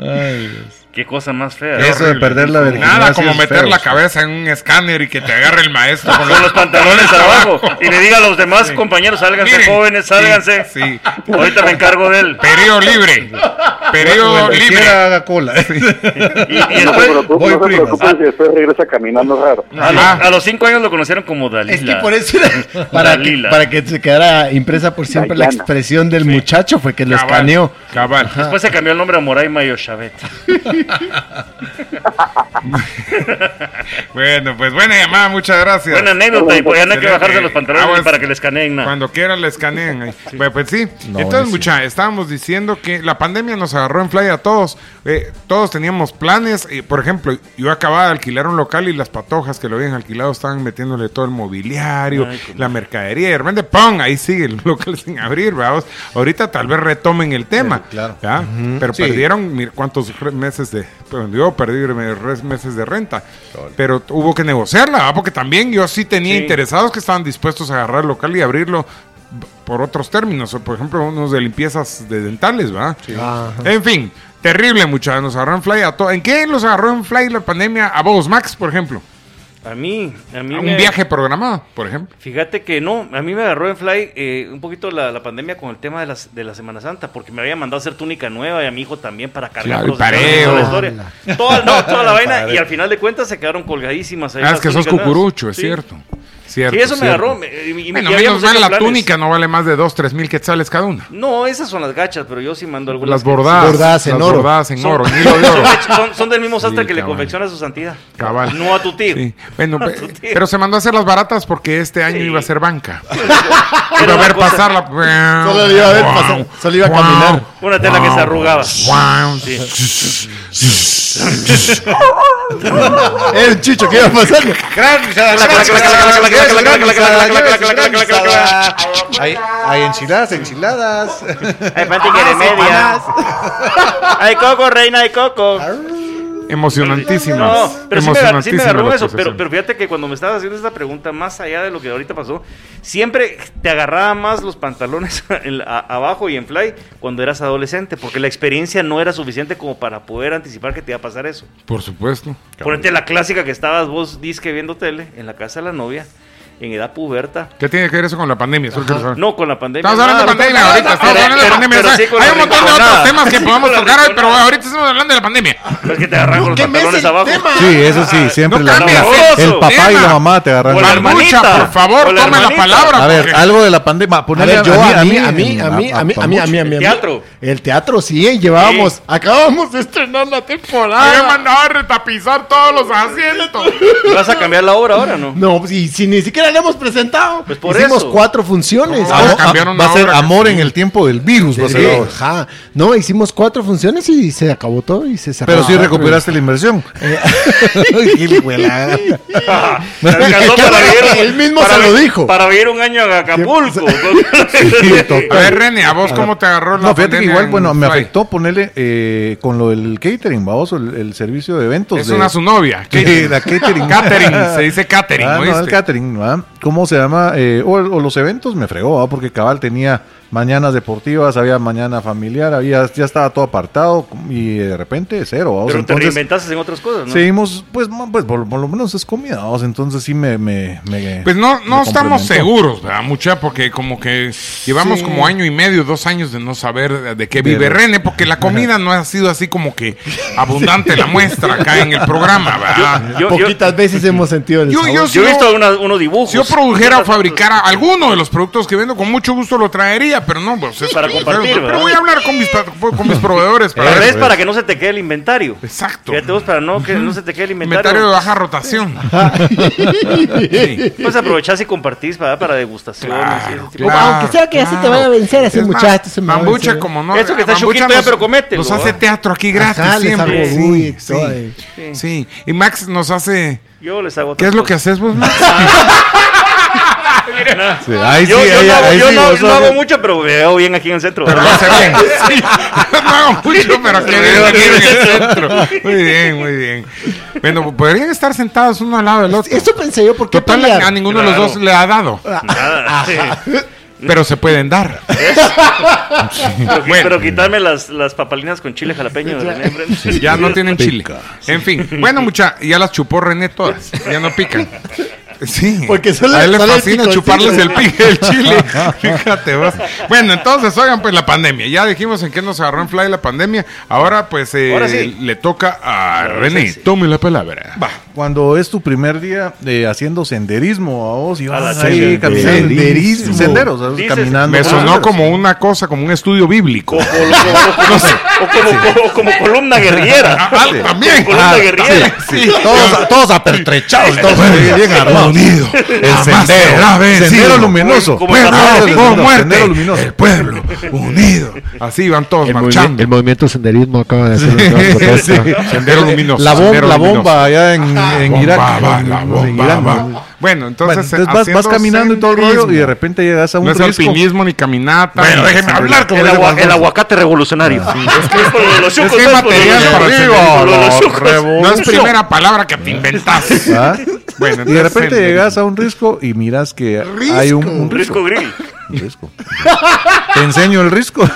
Ay, Dios. Qué cosa más fea. Eso de perder la virginidad. Nada sí como es meter feo. la cabeza en un escáner y que te agarre el maestro con Con los pantalones abajo. Y le diga a los demás compañeros, sálganse Miren, jóvenes, sálganse. sí, sí. Ahorita me encargo de él. Periodo libre. Periodo Cuando libre. quiera haga cola. Y, y No se después, Ah. preocupen, voy no se primas. preocupen si después regresa caminando raro. a, los, Ajá. a los cinco años lo conocieron como Dalila. Es que por eso era- para, que, Dalila. para que se quedara impresa por siempre la Dayana. expresión del muchacho fue que lo Cabal, escaneó. Cabal. Después se cambió el nombre a Moray Mayoshabet. Bueno, pues buena llamada, muchas gracias. Buena anécdota, y pues ya no hay que Excelente. bajarse los pantalones Ah, bueno, para que les caneen nada. Cuando quieran la escaneen. ahí. Bueno, pues sí. No, Entonces, buenísimo. mucha, estábamos diciendo que la pandemia nos agarró en play a todos. Eh, todos teníamos planes. eh, por ejemplo, yo acababa de alquilar un local y las patojas que lo habían alquilado estaban metiéndole todo el mobiliario, la mercadería. Y de repente, ¡pum! Ahí sigue el local sin abrir, vamos. Ahorita tal vez retomen el tema. Sí, claro. ¿ya? Pero Sí. perdieron, mira, cuántos re- meses de. perdón, Yo perdí re- res- meses de renta. Pero hubo que negociarla, ¿va? porque también yo sí tenía Sí. interesados que estaban dispuestos a agarrar el local y abrirlo b- por otros términos, o por ejemplo, unos de limpiezas de dentales, ¿va? En fin, terrible, muchachos. Nos agarró en fly a todos. ¿En qué los agarró en fly la pandemia? A vos, Max, por ejemplo. A mí, a mí A me- un viaje programado, por ejemplo. Fíjate que no, a mí me agarró en fly eh, un poquito la, la pandemia con el tema de, las, de la Semana Santa, porque me había mandado a hacer túnica nueva y a mi hijo también para cargar Claro, los el pareo. detalles de la historia. Toda, no, toda la vaina, y al final de cuentas se quedaron colgadísimas. ahí Ah, es las que sos túnicas nuevas. cucurucho, es Sí. cierto. Cierto, Sí, eso me cierto. agarró. me- y- y- y Bueno, menos habíamos mal hecho la planes. túnica no vale más de 2, 3 mil quetzales cada una. No, esas son las gachas, pero yo sí mando algunas. Las que- bordadas. Bordadas en las oro. Bordadas en Son- oro, en hilo de oro. Son, son del mismo sastre que le cabal. confecciona a su santidad. Cabal. No a tu tío. Sí. Bueno, No a pe- tu tío. pero se mandó a hacer las baratas porque este año Sí. iba a ser banca. iba Pero a una ver cosa- pasar la. Solo le iba a ver pasar, solo iba a caminar. Una tela que se arrugaba. Guau. El chicho que iba pasando. Hay, hay enchiladas, enchiladas. Ay, Pati quiere medias. Ay, Coco, reina de Coco. Emocionantísimas. No, pero sí me, agar- sí me Emocionantísimas agarró las eso. Pero, cosas. pero fíjate que cuando me estabas haciendo esta pregunta, más allá de lo que ahorita pasó, siempre te agarraba más los pantalones en la- a- abajo y en fly cuando eras adolescente, porque la experiencia no era suficiente como para poder anticipar que te iba a pasar eso. Por supuesto. Ponerte la clásica que estabas vos disque viendo tele en la casa de la novia, en edad puberta. ¿Qué tiene que ver eso con la pandemia? Solo quiero saber. No, con la pandemia. Ah. Estamos hablando de pandemia nada, ahorita, estamos pero- hablando de pero- pandemia. pero o sea, sí con la hay un montón de otros rinconada. temas que Sí, podemos con la tocar hoy, pero rinconada. ahorita estamos hablando de la pandemia. Es que te agarran con los pantalones abajo. Sí, eso sí, siempre Ah, No la cambies el el papá y tema. la mamá te agarran. Con la la mano. hermanita. Mucha, por favor, Con la tome la hermanita. palabra. A ver, porque- algo de la pandemia. A ver, yo a mí, a mí, a en- mí, a mí, a mí, a mí, a mí. El teatro. El teatro, sí, llevábamos, Sí. acabábamos de estrenar la Me he temporada. mandado a retapizar todos los asientos. ¿Vas a cambiar la obra ahora o no? No, y si ni siquiera tenemos presentado. Pues por hicimos eso. Ah, cuatro funciones. Ah, No, ahora cambiaron va a la ser obra que amor sí. en el tiempo del virus. va a Sí. ser ahora. Ajá. No, hicimos cuatro funciones y se acabó todo y se cerró. Pero sí Ah, recuperaste la inversión. Qué huelada. Se alcanzó para vivir- Él mismo para se lo vi- dijo. Para vivir un año a Acapulco. A ver, René, ¿a vos cómo te agarró la No, fíjate que pandemia igual, en bueno, me Fly? afectó ponerle eh, con lo del catering, vamos, el, el servicio de eventos. Es de- una su novia. Sí, la catering. Catering, se dice catering, Ah, no, ¿oíste? el catering, ¿verdad? ¿Cómo se llama? Eh, o, o los eventos me fregó, ¿verdad? Porque Cabal tenía mañanas deportivas, había mañana familiar, había ya estaba todo apartado y de repente cero, ¿verdad? Pero te Entonces, reinventaste en otras cosas, ¿no? Seguimos, pues, mo- pues por, por lo menos es comida, ¿vamos? entonces sí me... me, me- Pues no, me no estamos complementó. seguros, ¿verdad? Mucha, porque como que llevamos Sí. como año y medio, dos años de no saber de qué vive Pero- René, porque la comida no ha sido así como que abundante la muestra acá en el programa, ¿verdad? Yo, yo, Poquitas veces hemos sentido el Yo- sabor. yo yo he visto unas- unos dibujos. Si yo produjera o fabricara alguno de los productos que vendo, con mucho gusto lo traería, pero no, pues es Para pero- compartir, Pero, ¿verdad? voy a hablar con mis, pa- con mis proveedores La para verdad ver. es para que no se te quede el inventario. Exacto. Fíjate vos, para no que no se te quede el Inventario ah, de inventario. baja rotación. Ah. Pues aprovechás y compartís para, para degustaciones. Ah, y ese tipo de- Como aunque sea que ya se te vaya a vencer, así, Es más, muchacho, se me va a Bambucha, vencer. como no. Eso que está Bambucha chiquito ya, nos- pero comételo, Nos hace ¿ah? teatro aquí gratis Ajá, les hago siempre. bullying y Sí, todo, sí, eh. sí. Y Max nos hace. Yo les hago ¿Qué es lo que otras haces vos, Max? Sí, ahí cosas. Yo, sí, yo ahí- no, hago- ahí yo sí, no- vos no sos- hago mucho, pero veo bien aquí en el centro. Pero lo hace bien. Sí. No hago mucho, pero aquí veo aquí en el centro. Muy bien, muy bien. Bueno, podrían estar sentados uno al lado del otro. Eso pensé yo, ¿por qué Total, pelear? a ninguno de Claro. los dos le ha dado. Nada, sí. Pero se pueden dar. Pero, qui- Bueno. pero quitarme las, las papalinas con chile jalapeño. de René Brent. Ya no tienen chile. En fin. Bueno, mucha, ya las chupó René todas. Ya no pican. Sí. Porque solo- a él le solo el fascina piconcillo. chuparles el pique del chile. Fíjate vos. Bueno, entonces, oigan, pues la pandemia. Ya dijimos en qué nos agarró en Fly la pandemia. Ahora, pues, eh, Ahora sí. le toca a Ahora René. sí. Tome la palabra. Cuando es tu primer día eh, haciendo senderismo, a vos y A la vas ahí senderismo. caminando. Senderismo. Senderos, vas Dices, caminando. Me por sonó senderos. como una cosa, como un estudio bíblico. O como- o como- o como- o como columna guerrillera. Ah, ah, también. Columna Ah, guerrillera. sí, sí. Todos, todos apertrechados, todos bien, bien armados. El Jamás será sendero, vencido. sendero luminoso. Como Bueno, Catarro, ahora Sendero sí, por luminoso, luminoso, muerte, sendero luminoso. el pueblo unido. Así van todos El, movimiento- marchando. el movimiento senderismo acaba de hacer una Sí, protesta. Sendero luminoso. La, bom- sendero la luminoso. bomba allá en, en Bomba Irak. va, la En bomba Irán. va. Bueno, Bueno, entonces, entonces vas, vas haciendo caminando y todo el rollo y de senderismo. repente llegas a un No es risco. alpinismo ni caminata. Bueno, ni- déjeme hablar, como El, dice agua- Juan el José. aguacate revolucionario. Es que es por lo de los Es chucos, que hay pues, por lo de material los- para el por senderismo. lo de los chucos. No es primera palabra que te inventás. ¿Ah? Bueno, y de entonces, repente senderismo. llegas a un risco y miras que hay un, un Un risco risco. grill. Un risco. Te enseño el risco.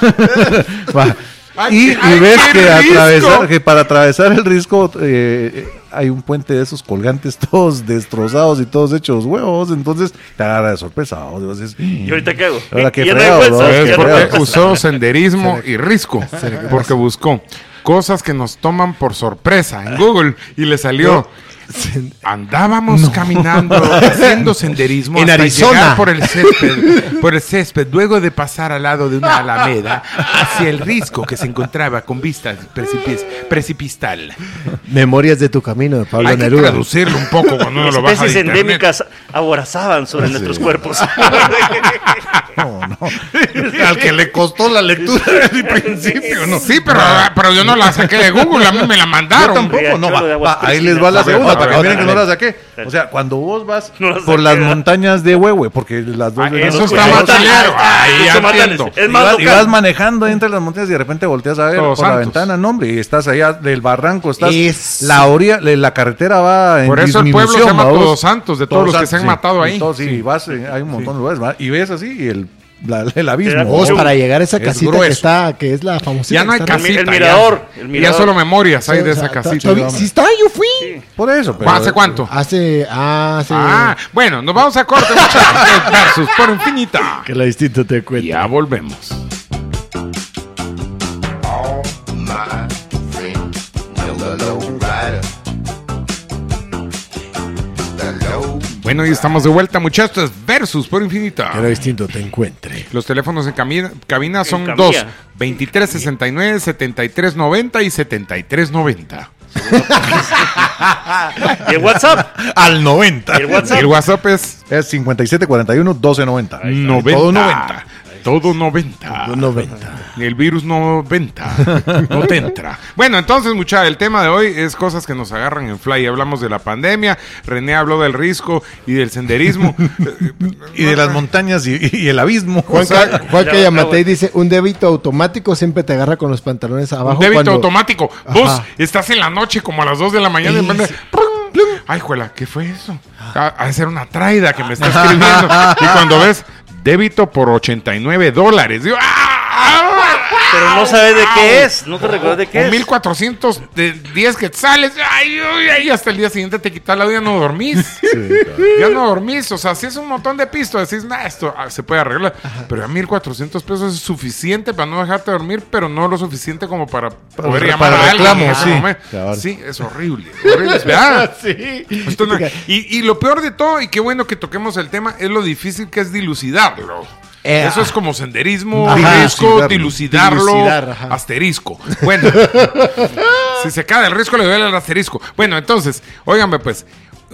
Va. Ay, Y, qué- ay, y ves qué que, risco. atravesar, que para atravesar el risco eh, hay un puente de esos colgantes todos destrozados y todos hechos huevos. Entonces te agarra de sorpresa. ¿no? Y vos dices, ¿Y ahorita qué hago? Ahora qué Y ya no fregado, hay ¿no? fuerzas, Es ya no hay fregado. porque fuerzas. usó senderismo y risco. Porque buscó cosas que nos toman por sorpresa en Google y le salió. Andábamos caminando, haciendo senderismo En hasta Arizona. llegar por el césped, por el césped, luego de pasar al lado de una alameda hacia el risco que se encontraba con vistas precipis- precipital. Memorias de tu camino, de Pablo Hay que Neruda. traducirlo un poco cuando uno lo baja Especies de internet. endémicas aborazaban sobre nuestros cuerpos. al que le costó la lectura desde el principio, ¿no? Sí, pero, pero yo no la saqué de Google, a mí me la Yo mandaron. tampoco, no, va, Riachuelo va, de aguas ahí cristalinas. les va A la ver, segunda a para ver, que miren que dale. no la saqué. O sea, cuando vos vas No la por saqué, las ¿verdad? montañas de Huehue, porque las dos Ah, veces eso nos está cruzamos, más chilero. Ahí Ahí se matan. entiendo. Es y más vas, y vas local. manejando entre las montañas y de repente volteas a ver Todos por la santos. ventana, no, hombre, y estás allá del barranco, estás Es- la orilla, la la carretera va en Por eso el pueblo se disminución, llama ¿va vos? Todos Santos, de todos los que se han sí. matado Y ahí. todos, sí, Sí. vas, eh, hay un montón de lugares, ¿va? y ves así y el, la- el abismo. da ¿va? Vos, Yo- para llegar a esa es casita que grueso. está, que es la famosa. Ya no hay mi- casita. el mirador, Ya, el mirador. Ya solo memorias hay de esa casita. Si está, yo fui. Por eso, pero- ah, ¿Hace cuánto? Hace, hace. Ah, bueno, nos vamos a corte, muchachos. Versus por infinita. que la distinto te cuenta. Ya volvemos. All my friends know the low rider. The low Bueno, y estamos de vuelta, muchachos. Versus por infinita. Que lo distinto te encuentre. Los teléfonos en cami- cabina son camilla. dos: 2369, 7390 y 7390. ¿Y el WhatsApp? Al 90. ¿Y el WhatsApp? El WhatsApp es Es 5741-1290. 90. Todo 90. Todo 90. 90. El virus no venta, no te entra. Bueno, entonces, mucha, el tema de hoy es cosas que nos agarran en fly. Hablamos de la pandemia, René habló del risco y del senderismo. Y de las montañas y, y el abismo. Juan, O sea, Ca- Juan ya, Callamatei ya, dice, un débito automático siempre te agarra con los pantalones abajo. Un débito cuando- automático. Vos Ajá. estás en la noche como a las 2 de la mañana y Sí, manda- sí. ¡Plum! Ay, juela, ¿qué fue eso? A, a ser una traida que me está escribiendo. y cuando ves, débito por 89 dólares. Digo, ¡ah! Pero no sabes de qué es. No te recuerdas de qué Con es. 1410 quetzales. Ay, uy, ay, hasta el día siguiente te quitas la vida, no dormís. Ya no dormís. O sea, si es un montón de pisto, decís, nah, esto ah, se puede arreglar. Pero a 1400 pesos es suficiente para no dejarte dormir, pero no lo suficiente como para poder para llamar a reclamo, alguien. en ese sí. momento. Cabal. Sí, es horrible. horrible, ¿verdad? Esto no- y, y lo peor de todo, y qué bueno que toquemos el tema, es lo difícil que es dilucidarlo. Eh, Eso es como senderismo, Ajá. riesgo, dilucidarlo, Dilucidarlo. Dilucidar, ajá. asterisco. Bueno, si se cae el riesgo, le duele el asterisco. Bueno, entonces, óiganme pues,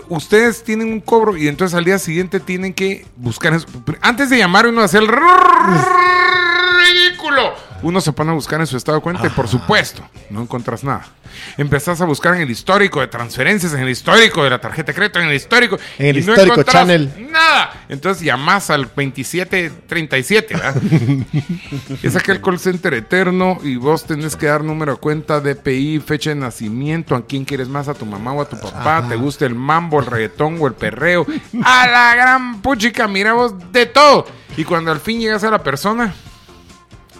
ustedes tienen un cobro y entonces al día siguiente tienen que buscar... en su- Antes de llamar uno hace el ridículo. Uno se pone a buscar en su estado de cuenta y por supuesto, no encontras nada. Empezás a buscar en el histórico de transferencias, en el histórico de la tarjeta de crédito, en el histórico. En el y no histórico encontrás channel. Nada. Entonces llamás al 2737, ¿verdad? Es aquel call center eterno y vos tenés que dar número de cuenta, DPI, fecha de nacimiento, a quién quieres más, a tu mamá o a tu papá, te gusta el mambo, el reggaetón o el perreo. A la gran puchica, mira vos de todo. Y cuando al fin llegas a la persona,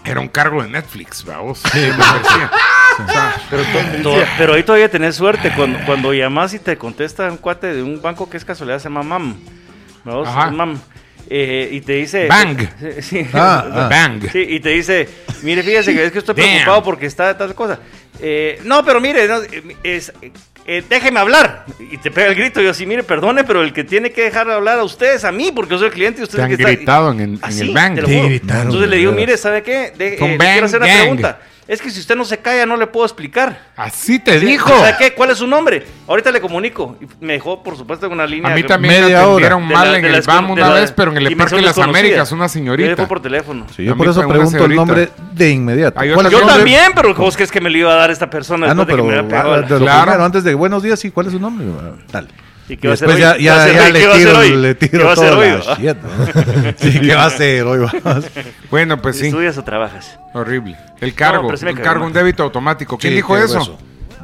era un cargo de Netflix, ¿va vos. Sí, me parecía. O sea, Pero, to- to- pero ahí todavía tenés suerte. Cuando, cuando llamas y te contesta un cuate de un banco que es casualidad, se llama MAM. ¿no? Ajá. MAM. Eh, y te dice. Bang. Sí. Ah, bang. Sí, y te dice, mire, fíjese que es que estoy Damn. preocupado porque está tal cosa. Eh, no, pero mire, no, eh, es, eh, déjeme hablar. Y te pega el grito. Yo sí, mire, perdone, pero el que tiene que dejar hablar a ustedes, a mí, porque yo soy el cliente y usted Te es el han que está- gritado en, en Así, el bank. te lo juro. Sí, gritaron, Entonces le digo, de veras. mire, ¿sabe qué? De- Con eh, le bang, quiero hacer una gang. pregunta. Es que si usted no se calla, no le puedo explicar. Así te Sí, dijo. ¿sabe qué? ¿Cuál es su nombre? Ahorita le comunico. Y me dejó, por supuesto, una línea. A mí que- también me Media atendieron de mal la- en de el las- BAM de una la- vez, pero en el dimensión Parque de las desconocida. Américas, una Me señorita. dejó por teléfono. Sí, yo A por mí eso pregunta pregunto el señorita. nombre de inmediato. Hay ¿Cuál otra es Yo su Entonces- nombre? también, pero ¿cómo es que es que me le iba a dar esta persona? Ah, no, después pero de que me había pegado ah, la- de lo Claro. primero, antes de buenos días, sí, ¿cuál es su nombre? Ah, Tal. ¿Y qué va a hacer Después ya, hoy? ya- ¿Qué va a hacer ya hoy? ¿Qué le va a hacer tiro, hoy? le ¿Qué tiro va a hacer toda hoy? la shit, ¿no? Sí, ¿qué va a hacer hoy? vas? Bueno, pues sí, ¿Estudias o trabajas? horrible. El cargo, pero sí me el cagó, cargo, ¿no? un débito automático. ¿Quién Sí, dijo qué eso?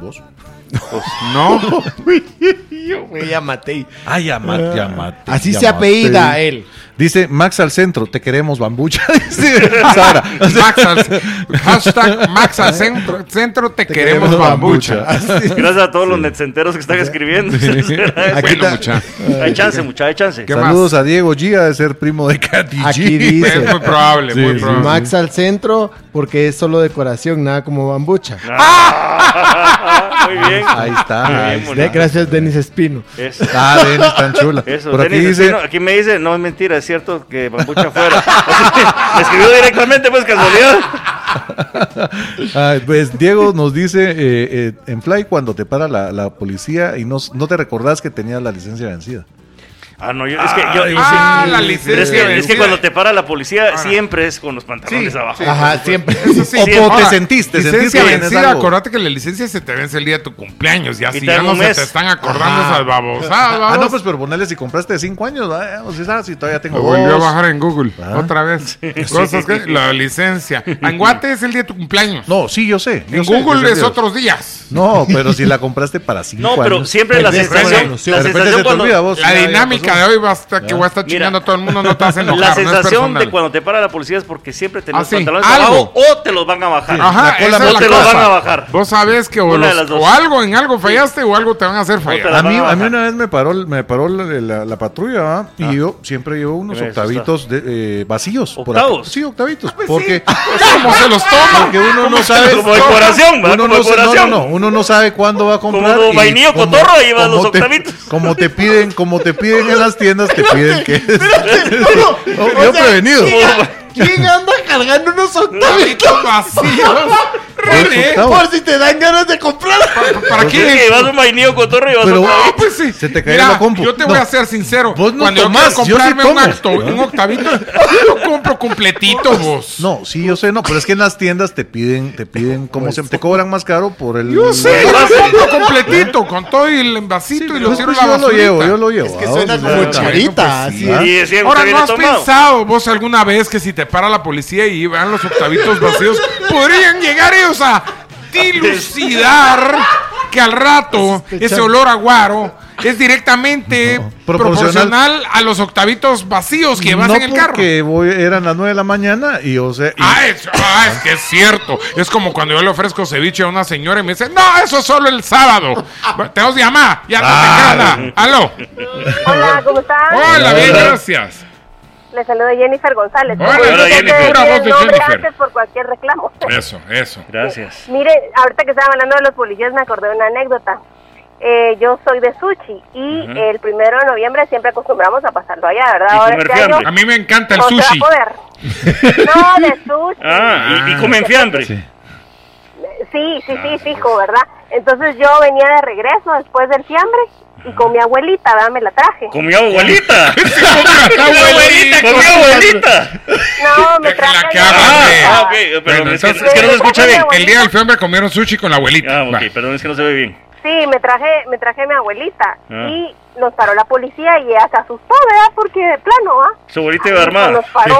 grueso. ¿Vos? No, Callamatei. Ah, llamate, llamate. Así se apellida él. Dice Max al centro, te queremos bambucha. Dice Sara. Max al- hashtag Max al centro, centro te, queremos, bambucha. Gracias a todos los netcenteros que están escribiendo. Aquí Bueno, bueno, está- mucha. Hay chance, muchacha, hay chance. Ah, ¿Qué Saludos a Diego Gia de ser primo de Katy G. Aquí dice- Es muy probable, muy sí. probable. Max al centro porque es solo decoración, nada como bambucha. ah, Muy bien. Ahí está. Muy bien, ahí está. bonito. De- Este, Gracias, Denis Espino. Eso. Ah, Denis, tan chula. Eso, Por aquí Denis dice, Espino, aquí me dice, no es mentira, es cierto que Bambucha fuera. me escribió directamente, pues casualidad. ah, pues Diego nos dice, eh, eh, en Fly cuando te para la, la policía y no, no te recordás que tenías la licencia vencida. Ah, no, yo, es que yo. ah, sí. la Pero es, licencia que, es que vencida. cuando te para la policía, Ah. siempre es con los pantalones abajo. Ajá, siempre. Eso sí. O Sí, po- Ahora, te sentiste, sentiste licencia que tienes vencida, algo. acordate que la licencia se te vence el día de tu cumpleaños. Ya Y si te ya dan no un se mes. te están acordando esas babosadas, Ah, no, vamos. pues pero ponerle si compraste de 5 años, ah, pues, ah, si todavía tengo Lo volvió a dos. bajar en Google. Ah. Otra vez. Cosas que, la licencia. Anguate es el día de tu cumpleaños. No, sí, yo sé. yo en sé, yo Google sé, es yo sé. otros días. No, pero si la compraste para 5 No, años. pero siempre la Perdés sensación. toda La noción. De repente se sensación te cuando. olvida, vos. La Ya, ya dinámica pasó. de hoy va a estar que va a estar Mira, chingando a todo el mundo, no te hace enojar, la no es sensación personal. de cuando te para la policía es porque siempre tenés Ah, sí, pantalones algo. abajo o te los van a bajar. Ajá, la cola esa es no la te lo cosa. van a bajar. Vos sabés que o, Una de los- las dos. o algo en algo fallaste o algo te van a hacer te fallar. la- A mí, van a a mí bajar. Ah. una vez me paró, la- me paró la, la- la patrulla ¿va? y yo siempre llevo unos Me octavitos de, eh, vacíos. por ¿Octavos? acá. sí, Ah, octavitos. pues porque, ¿Cómo se los toma? porque uno no sabe. Como decoración, ¿verdad? uno Como no, se- no, no, decoración. no, uno no sabe cuándo va a comprar. Como vainillo cotorro, llevas como los te- octavitos. como te piden, como te piden en las tiendas, te piden que. Yo prevenido. ¿Quién anda cargando unos octavos? Tabitos vacíos. carne, ¿eh? Por si te dan ganas de comprar. ¿Para qué? vas un vainillo cotorro y vas Pero- otra vez. No, pues sí. Se te cayó Mira, la compu. Yo te No. voy a ser sincero. Vos no Cuando tomás, yo yo quiero sí comprarme un, tomo. acto- un octavito, yo lo compro completito, vos. No, sí, yo sé, no, pero es que en las tiendas te piden, te piden, como se te cobran más caro por el. Pues Yo sé, yo Sí, lo compro completito, con todo y el envasito y lo pues cierro en la yo lo basurita. llevo, yo lo llevo. Es que ¿ah? suena Sí, como claro. charita. Pues así sí, es. Y es Ahora, siempre ¿no viene has tomado. pensado vos alguna vez que si te para la policía y van los octavitos vacíos, podrían llegar ellos a dilucidar que al rato ese olor a guaro es directamente proporcional. Proporcional. a los octavitos vacíos que llevas no en el carro? porque voy, eran las 9 de la mañana y o sea. y- Ah es, ah, es que es cierto. Es como cuando yo le ofrezco ceviche a una señora y me dice, no, eso es solo el sábado. Bueno, Te vamos a llamar, ya no te queda. Aló. Hola, ¿cómo están? Hola, bien, gracias. Les saluda Jennifer González. Pues, Hola, Como hola, siempre, Jennifer. piden Bravo, que nombre Jennifer. antes por cualquier reclamo. Eso, eso. Gracias. Mire, ahorita que estaban hablando de los policías, me acordé de una anécdota. Eh, yo soy de Suchi y el primero de noviembre siempre acostumbramos a pasarlo allá, ¿verdad? ¿Y Ahora comer este año A mí me encanta el no se va a sushi. poder. No, de Suchi. Ah, y, y comen fiambre. Sí, sí, Ah, sí, fijo, ¿verdad? Entonces yo venía de regreso después del fiambre y con mi abuelita, ¿verdad? Me la traje. Comió abuelita. Contrata, Comió abuelita, güey. comió abuelita. No, me La traje. que allá. habla de- Ah, ah, ok, pero Bueno, es, que, entonces- es que no se escucha bien. El día del fiambre comieron sushi con la abuelita. Ah, Va. ok, perdón, es que no se ve bien. Sí, me traje, me traje a mi abuelita Ah. y nos paró la policía y ella se asustó, ¿verdad? Porque de plano, ¿ah? Su abuelita iba armada. Nos paró.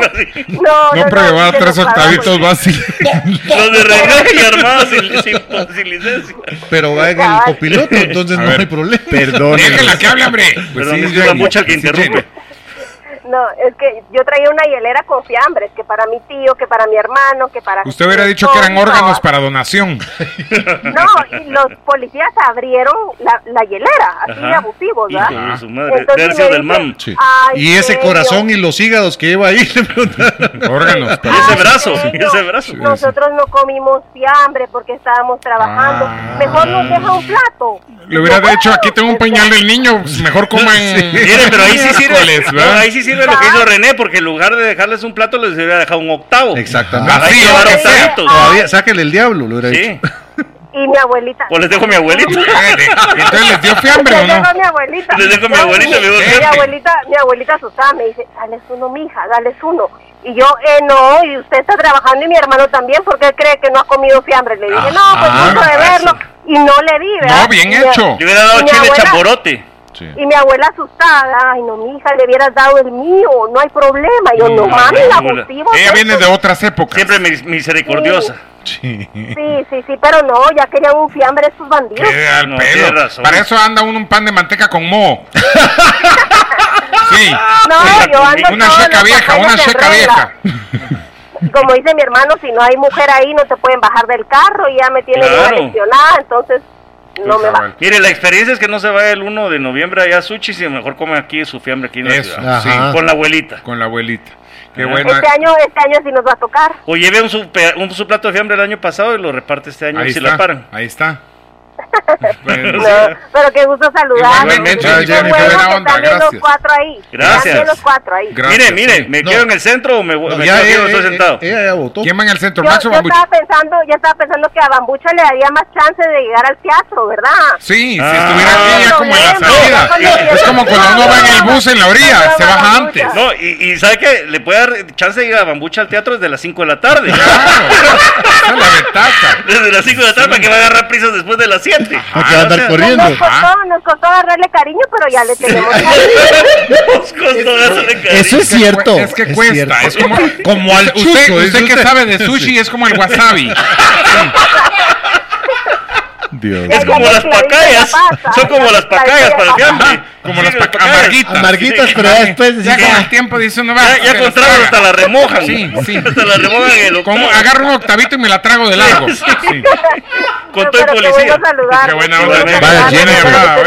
No, No, pero llevaba se nos paró tres la octavitos policía. vacíos. Los de regreso y armados sin, sin- sin licencia. Pero va en el copiloto, entonces A no ver. hay problema. Perdón. Déjenla que hable, hombre. Pues Perdón, es que Jenny, es la mucha el que sí, interrumpe. Jenny. No, es que yo traía una hielera con fiambres, que para mi tío, que para mi hermano, que para... Usted hubiera dicho que eran órganos para donación. No, y los policías abrieron la, la hielera, así Ajá. abusivos, Hijo ¿verdad? de su madre. Entonces Tercio me del dice, mam. Sí. "Ay, y ese señor". corazón y los hígados que lleva ahí. le preguntaron. Órganos. Y ese Ay, brazo, en y ese brazo. Nosotros no comimos fiambre porque estábamos trabajando. Ah. Mejor nos deja un plato. Le hubiera Yo, dicho, "Ah". aquí tengo un pañal del niño, pues mejor coman. Mire, pero ahí sí sirve. miércoles, no, ¿verdad? ahí sí sirve lo que hizo René, porque en lugar de dejarles un plato, les hubiera dejado un octavo. Exactamente. Ahí Vacío, llevaron que sea. tantos. Todavía, sáquele el diablo, lo hubiera Sí. dicho. Y mi abuelita. Pues les dejo a mi abuelita. Espérate, Entonces les dio fiambre o Les no? dejo a mi abuelita. Les dejo a mi No, abuelita, mi, me voy a mi hacer. abuelita, mi abuelita asustada me dice, dales uno, mija, dales uno. Y yo, eh, no, y usted está trabajando y mi hermano también, ¿por qué cree que no ha comido fiambre? Le dije, no, pues Ah, gusto de verlo. Y no le di, ¿verdad? No, bien Y mi- hecho. Yo hubiera dado Mi chile abuela- chamborote. Y mi abuela asustada, ay no, mija, le hubieras dado el mío, no hay problema. Y yo, no Mm, mames, abuela. abusivo. Ella ¿no? viene de otras épocas. Siempre mis- misericordiosa. Uh. Sí, sí, sí, pero no, ya querían un fiambre esos bandidos. Qué al No, pelo. tiene razón. Para eso anda uno un pan de manteca con moho. sí. No, yo ando Una todos checa los vieja, papeles una en checa regla. vieja. Como dice mi hermano, si no hay mujer ahí, no te pueden bajar del carro y ya me tienen bien Claro. aleccionada, entonces no me va. cabal. Mire, la experiencia es que no se vaya el 1 de noviembre allá a Sushi, si mejor come aquí su fiambre aquí en la Eso, ciudad. sí. Ajá. Con la abuelita. Con la abuelita. Qué Ah. buena. Este año, este año sí nos va a tocar. O lleve un, su, pe- un su plato de fiambre el año pasado y lo reparte este año eh, Ahí si la paran. está. Ahí está. Bueno, No, pero qué gusto saludar. Igualmente, Qué Jenny, qué bueno buena que onda, están bien gracias. los cuatro ahí. Gracias. Están bien los cuatro ahí. Gra- Gracias, mire, mire, sí. ¿me No. quedo en el centro o me, voy- No, me ya, quedo aquí eh, donde estoy eh, sentado? ella ya votó. ¿Quién va en el centro? Yo, ¿Macho o yo Bambucha? estaba pensando, yo estaba pensando que a Bambucha le daría más chance de llegar al teatro, ¿verdad? Sí, si Ah. estuviera aquí ya como en la salida. Es como cuando uno va en el bus en la orilla, se baja antes. No, y, y ¿sabe qué? Le puede dar chance de ir a Bambucha al teatro desde las 5 de la tarde. Claro. Esa es la ventaja. desde las 5 de la tarde para que va a agarrar prisas después de las 7. Hay que andar corriendo. Nos costó, nos costó agarrarle cariño, pero ya le tenemos cariño. Eso es cierto. Es que es cuesta, cierto. es como, como al Chuzo, usted, usted dice que usted. sabe de sushi es como el wasabi. Dios. Es Es como las pacayas. Son como las pacayas para el fiambre. Ajá, como las Sí, paca- amarguitas. Amarguitas, pero ya después. Ya con dices, el tiempo dice uno va. Ya, ya encontraron, hasta la remojan. Sí, sí. Hasta la remojan en el octavo. Como agarro un octavito y me la trago de largo. Con todo el policía. Qué buena onda, Vaya, llena de pues, brava,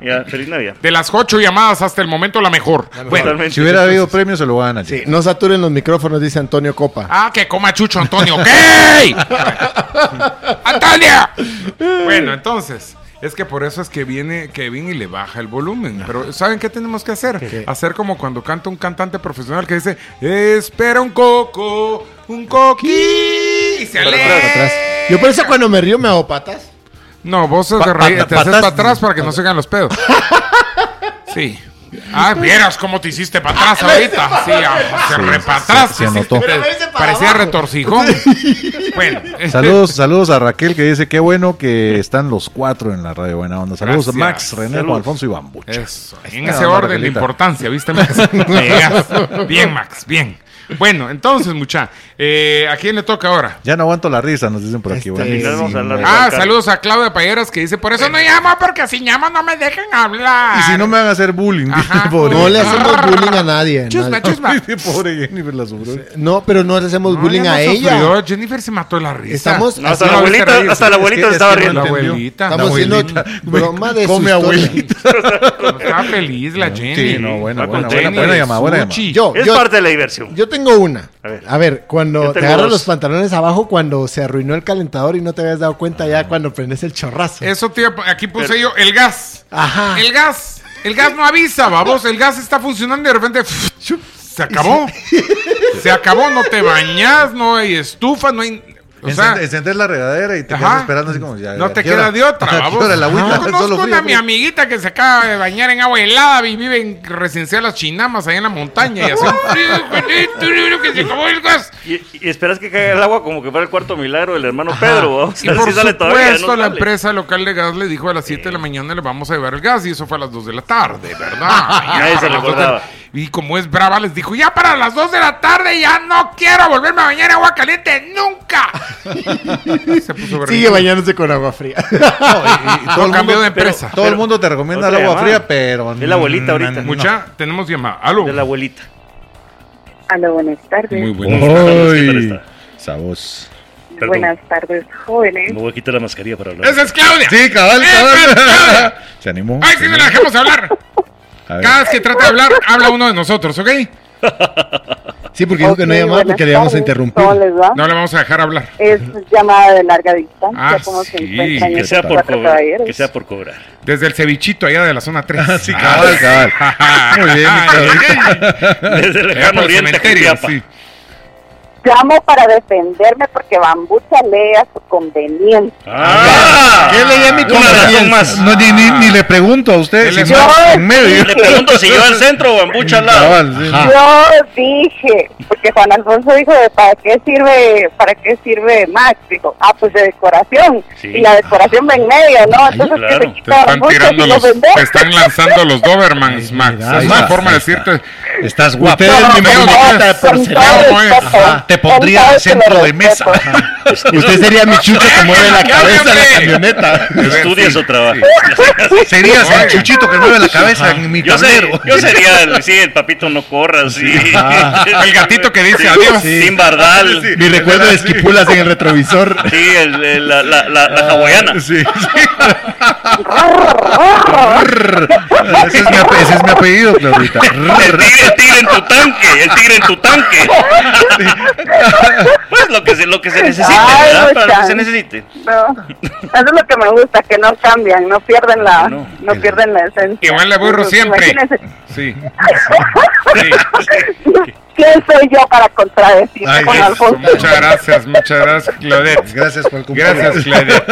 Ya, feliz Navidad. De las ocho llamadas hasta el momento la mejor. Bueno, Totalmente. Si hubiera habido premio, se lo ganan. Sí, "Ah, no saturen los micrófonos, dice Antonio Copa. Ah, que coma Chucho Antonio. ¿Qué? ¡Antonia! Bueno, entonces. Es que por eso es que viene Kevin y le baja el volumen. Pero ¿saben qué tenemos que hacer? Hacer como cuando canta un cantante profesional que dice, espera un coco, un coquí, y se Para alegra. atrás, para atrás. Yo por eso cuando me río me hago patas. No, vos te, Pa- reí- pata- te haces patas. para atrás para que no se hagan los pedos. Sí. Ah, vieras cómo te hiciste para atrás Ah, me hice ahorita. para Sí, atrás. ah, se Sí, repatraste. se- se anotó. hiciste- Pero me Este, Parecía retorcijón. Bueno, este- Saludos, saludos a Raquel que dice qué bueno que están los cuatro en la radio buena onda. Saludos Gracias. a Max, René, Saludos. Juan Alfonso y Bambucha. Eso, Ahí en está, ese la orden de Raquelita. importancia, ¿viste, Max? Me llegas. bien, Max, bien. Bueno, entonces, mucha, eh, ¿a quién le toca ahora? Ya no aguanto la risa, nos dicen por aquí. Este, buenísimo. ah, saludos a Claudia Payeras que dice, por eso no llamo, porque si llamo no me dejan hablar. Y si no me van a hacer bullying, pobre. No le hacemos bullying a nadie. Chusma, nadie. chusma. Pobre Jennifer la sufrió. No, pero no le hacemos No, bullying ya no a ella. sufrió, Jennifer se mató de la risa. Estamos- No, hasta la abuelita- viste reír. hasta la abuelita Es que- se estaba es que riendo. La abuelita. Estamos La haciendo abuelita. broma de su Come historia. abuelita. Estaba feliz la Jenny. Sí, no, buena, Va con buena, buena, Jenny, buena llamada, buena llamada. Suchi. Yo, Es yo, parte de la diversión. yo tengo una. A ver. A ver, Yo cuando te tengo agarras dos. los pantalones abajo, cuando se arruinó el calentador y no te habías dado cuenta ya cuando prendes el chorrazo. Eso, tío, aquí puse yo el gas. Ajá. El gas. El gas no avisa, vamos. El gas está funcionando y de repente pf, se acabó. Se acabó, no te bañas, no hay estufa, no hay. O sea, Encend- Encender la regadera y te Ajá. quedas esperando así como ya. no ¿a te qué queda hora? de ¿A otra, qué vamos. hora la agüita? Yo Solo conozco frío, pues. una mi frío. amiguita que se acaba de bañar en agua helada y vive en residencia las chinamas allá en la montaña y hace un frío, jolito, que se acabó el gas. Y, y esperas que caiga el agua como que fuera el cuarto milagro del hermano Pedro. ¿va? O Y sea, por sí sale supuesto, todavía, no la sale. empresa local de gas le dijo a las 7 de la mañana le vamos a llevar el gas y eso fue a las 2 de la tarde, ¿verdad? Ya Nadie para las se dos de la- recordaba. Y como es brava, les dijo, ya para las 2 de la tarde ya no quiero volverme a bañar en agua caliente nunca. se puso Sigue berrinchudo. bañándose con agua fría. No, y- y todo No el cambió mundo- de empresa. Todo el mundo te recomienda el Otra agua llamada. fría, pero. mm, Es la abuelita ahorita. no, no. Mucha, tenemos llamada. Aló. De la abuelita. Aló, buenas tardes. Muy buena. ¡Ay! Esa voz. Perdón. buenas tardes, jóvenes. Me voy a quitar la mascarilla para hablar. Esa es Claudia. Sí, cabal, Esa es Claudia. cabal. Se animó. Ay, si no la dejamos hablar. A ver. Cada vez que trata de hablar, habla uno de nosotros, ¿ok? Sí, porque dijo que no Ok, llamaba buenas porque le íbamos a tardes. interrumpir. ¿Cómo les va? No le vamos a dejar hablar. Es llamada de larga distancia. Ah, ¿Cómo se sí, encuentran Que este estos sea, por cuatro cobrar, caballeros? que sea por cobrar. Desde el cevichito allá de la zona Ah. 3. Ah, sí, cabal, cabal. Muy bien, mi Desde el lejano oriente, Jutiapa. Llamo para defenderme porque Bambucha lee a su conveniencia. ¡Ah! ¿Quién leía mi Una razón más. No, ni, ni, ni le pregunto a usted. Él si es no, más- en medio. Le pregunto si yo al centro o en Bucha al lado. Cabal, sí, Ah. no. Yo dije, porque Juan Alfonso dijo, de, ¿para qué sirve para qué sirve Max? Dijo, ah, pues de decoración. Sí. Y la decoración va en medio, ¿no? Entonces, claro. ¿qué se Te quita están Bambucha tirando si los. lo Te vendemos? están lanzando los Dobermans, Max. mira, Es ahí una está, forma de ahí decirte. Estás guapo. Ustedes No, me no, ven no, ahorita, con porcelana, todo ¿cómo es? respeto, Ajá, Ah, te con pondría todo al lo centro de mesa. respeto. Usted sería mi chucho que mueve la cabeza en la camioneta. Estudias o trabajas. Serías el chuchito que mueve la cabeza en mi Yo, ser- tablero. yo sería el, sí, el papito no corra, sí. El gatito que dice adiós. Sin bardal. Sí, Mi recuerdo de esquipulas en el retrovisor. el- el- la, la, la, la hawaiana. Sí, sí. Ah. Ese es mi, ape- ese es mi apellido, Claudita. El tigre, el tigre en tu tanque, el tigre en tu tanque. Pues lo que se, lo que se necesite, Ay, ¿verdad? Para lo que Bucha. se necesite. No, eso es lo que me gusta, que no cambian, no pierden la, No, no, pierden la esencia. Igual la burro Entonces, siempre. imagínense, Sí. ¿Quién soy yo para contradecir Ay, con eso, Alfonso? Muchas gracias, muchas gracias, Claudette. Gracias por el cumpleaños. Gracias, Claudette.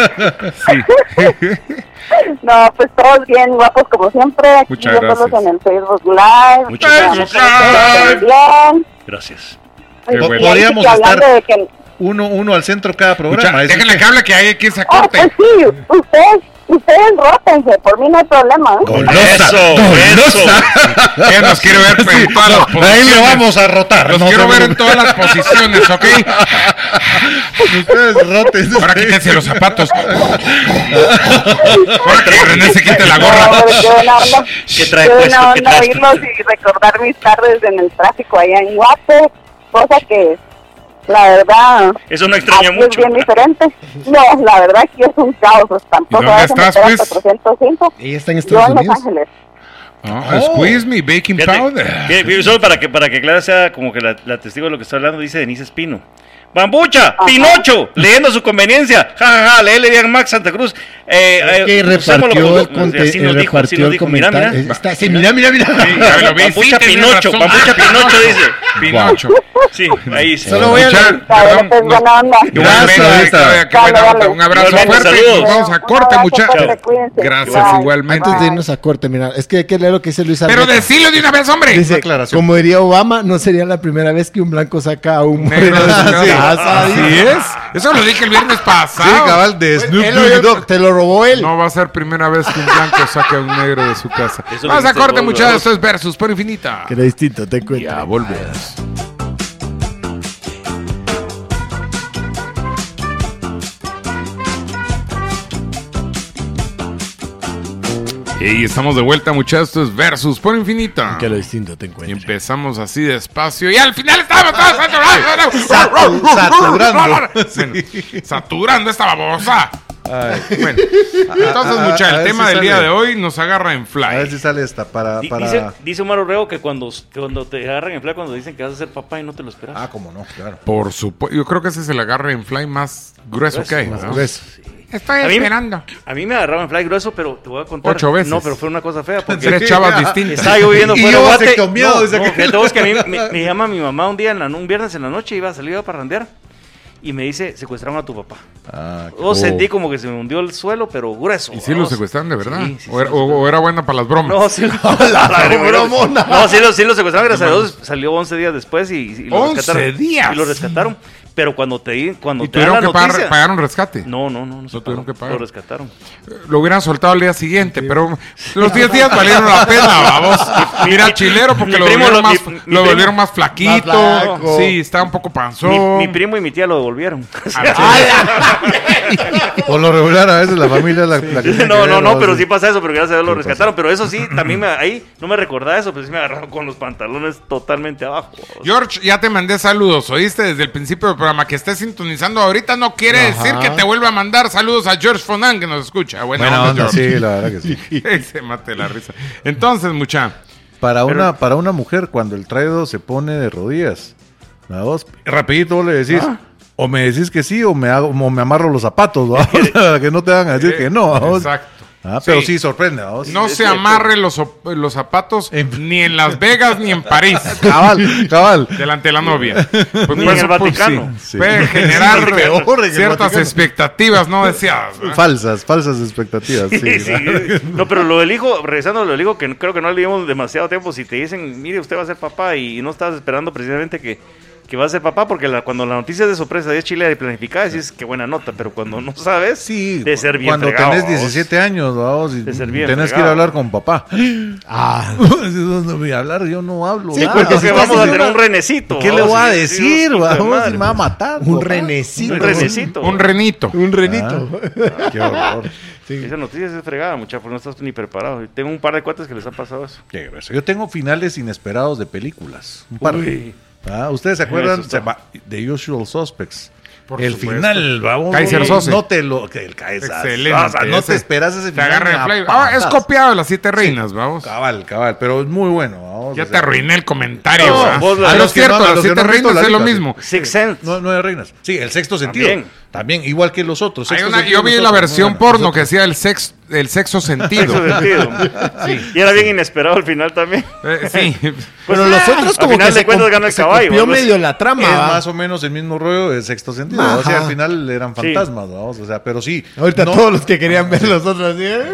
No, pues todos bien guapos como siempre, aquí Muchas viéndolos gracias. en el Facebook Live. Muchas Ya, gracias. todos Bien. Gracias. Qué Y bueno. ahí Podríamos que hablando estar- de que... Uno, uno al centro cada Mucha- programa. Eso- Déjenla que hable que hay que se Oh, pues corte. sí, ustedes, ustedes rótense, por mí no hay problema. ¿eh? Golosa, Eso, golosa. Ella nos quiere ver en todas las No, ahí le posiciones. vamos a rotar. Los no quiero se ver en preocupe. todas las posiciones, ¿ok? Ustedes roten. Ahora quítense los zapatos. Ahora que René se quite la No, gorra. qué buena onda. ¿Qué trae Qué buena puesto? ¿Qué onda traes oírlos y recordar mis tardes en el tráfico allá en Guate, cosa que la verdad Eso no extraña aquí mucho. es bien diferente. No, la verdad aquí es un caos, pues, tampoco ¿Y dónde a veces me estás, quedan pues? 405. Ella está en Yo Estados en Los Unidos. Eh, Ángeles. Ah, Squeeze me, baking Fíjate, powder. que- que- solo para que, para que Clara sea como que la, la testigo de lo que está hablando, dice Denise Espino. Bambucha, Pinocho, leyendo a su conveniencia. Ja, ja, ja, léele bien Max Santa Cruz. Eh, eh, que usémoslo como- repartió el, así conte- nos dijo, así eh, repartió nos el dijo, mira, comentario. mira. Está- sí, mira, mira, mira. Bambucha Pinocho, Bambucha Pinocho dice. Pinocho. Sí, ahí sí. Solo voy a leer- es buena onda. Gracias, Claudia, qué buena onda. Un abrazo Igualmente, fuerte. saludos. Nos vamos a corte, muchachos. Gracias, igualmente. Antes de irnos a corte, mira, es que qué leer lo que dice Luis Pero Alberto. decilo de una vez, hombre. Dice, aclaración. como diría Obama, no sería la primera vez que un blanco saca a un Negro moreno de su desnudo. casa. Así ¿eh? dice. es. Eso lo dije el viernes pasado. Sí, cabal, de Snoop Doggy Dogg. Te lo robó él. No va a ser primera vez que un blanco saque a un negro de su casa. Eso Vamos a dijiste corte, vos, muchachos. ¿verdad? Esto es Versus por Infinita. Que era distinto, te cuento. Ah, Ya volvemos. Y estamos de vuelta, muchachos. Esto es Versus por Infinita. Que lo distinto te encuentro. Y empezamos así despacio. Y al final estábamos todos Satu- saturando. Bueno, saturando esta babosa. Bueno, entonces, A- a- muchachos, a el ver tema si del día sale. de hoy nos agarra en fly. A ver si sale esta para. Di- para... Dice, dice Omar Orrego que cuando, que cuando te agarran en flaco, cuando dicen que vas a ser papá y no te lo esperas. Ah, como no, claro. Por supuesto, yo creo que ese es el agarre en fly más grueso que hay. Más ¿no? grueso. Estoy A mí- esperando. A mí me agarraban fly grueso, pero te voy a contar. Ocho veces. No, pero fue una cosa fea. Porque Tres chavas distintas. Estaba yo viviendo Y fuera yo de Guate. vasectomiado, No, dice no, aquel. fíjate vos que a mí me, me llama mi mamá un día, en la, un viernes en la noche, iba a salir a parrandear. Y me dice, secuestraron a tu papá. Yo oh. sentí como que se me hundió el suelo, pero grueso. Y sí lo vamos. secuestraron de verdad. Sí, sí, o, era, o- o era buena para las bromas. No, sí, la, bromona. No, sí, lo, sí lo secuestraron, gracias a Dios. Salió 11 días después y, y lo 11 rescataron. días. Y lo rescataron. Pero cuando te, di- cuando y te dan tuvieron la que pagar, noticia... pagaron rescate. No, no, no. No, se tuvieron pagó, que pagar. Lo rescataron. Lo hubieran soltado al día siguiente, pero los 10 días valieron la pena, vamos. Mira, chilero, porque mi lo primo volvieron, lo- más, mi- mi lo primo- volvieron más flaquito. Más flaco. sí, estaba un poco panzón. Mi, mi primo y mi tía lo devolvieron. Por lo regular, a veces la familia es la, la que tiene no, que no, ver, no, pero Así. sí pasa eso, pero gracias a Dios lo rescataron. Pero eso sí, también me, ahí no me recordaba eso, pero sí me agarraron con los pantalones totalmente abajo. George, ya te mandé saludos, oíste desde el principio del programa que estés sintonizando ahorita no quiere Ajá. decir que te vuelva a mandar saludos a George Fonan que nos escucha. Buena, Buena onda, onda, George. sí, la verdad que sí. Se mate la risa. Entonces, mucha. Para, Pero- una, para una mujer, cuando el traído se pone de rodillas, ¿verdad vos? rapidito vos le decís, Ah. o me decís que sí, o me, hago, o me amarro los zapatos, ¿verdad? Para que no te van a decir que no. ¿verdad vos? eh, Exacto. Ah, pero Sí. sí, sorprende. ¿verdad vos? No se amarre los, op- los zapatos ni en Las Vegas ni en París. Cabal, cabal. Delante de la novia. Ah. Pues, Ni pues, en el pues, Vaticano. sí. Puede generar Sí, peor en el ciertas Vaticano. expectativas no deseadas. ¿verdad? Falsas, falsas expectativas. Sí, Sí, sí. No, pero lo del hijo, regresando a lo del hijo, que creo que no le dimos demasiado tiempo. Si te dicen, mire, usted va a ser papá y no estás esperando precisamente que, que va a ser papá, porque la- cuando la noticia es de sorpresa y es chile y planificada, dices, qué buena nota, pero cuando no sabes, de ser bien Cuando fregado, tenés ¿vos? 17 años, vamos, y De tenés ser bien que ir fregado. a hablar con papá. Ah, no voy a hablar, yo no hablo. Sí, nada. porque es que Estás vamos a en tener una- un renecito. ¿Qué le vamos, voy a sí, sí, decir? hijo de vamos? madre. Si me va a matar. Un papá. renecito. Un renecito. Un renito. Un Ah. renito. Qué horror. Esa noticia es fregada, muchachos, no estás ni preparado. Tengo un par de cuates que les ha pasado eso. Qué grueso. Yo tengo finales inesperados de películas. Un par. Uy. Ah, ¿Ustedes se Me acuerdan asustó. se va- de Usual Suspects? Por el supuesto. final, vamos. Kaiser no- Sose. No te lo. que El Kaiser. Excelente. O sea, no ese. te esperas ese Te final. agarra ni el a play. Ah, es patadas. copiado de las siete reinas, vamos. Cabal, cabal, pero es muy bueno. vamos, Ya o te sea, arruiné el comentario. No, ¿verdad? vos la- Ah, a no los es que cierto, no- a las los que siete no han visto reinas la es lo lista, sí. mismo. Six Sense. No, no hay reinas. Sí, el sexto sentido. También. También, igual que los otros. Hay Sexto una, Sentido yo y vi los la otros, versión muy porno buena. que hacía el, sex, el sexo sentido. Sexo sentido. Y era bien inesperado al final también. Eh, sí. Pues, Pero los ah, otros al como final que de se, cuentas com- gana el se caballo, copió ¿no? medio la trama. Es ¿va? más o menos el mismo rollo de sexto sentido. Ajá. O sea, al final eran Sí. fantasmas, vamos, o sea, pero sí. Ahorita no- todos los que querían ver los otros así. ¿eh?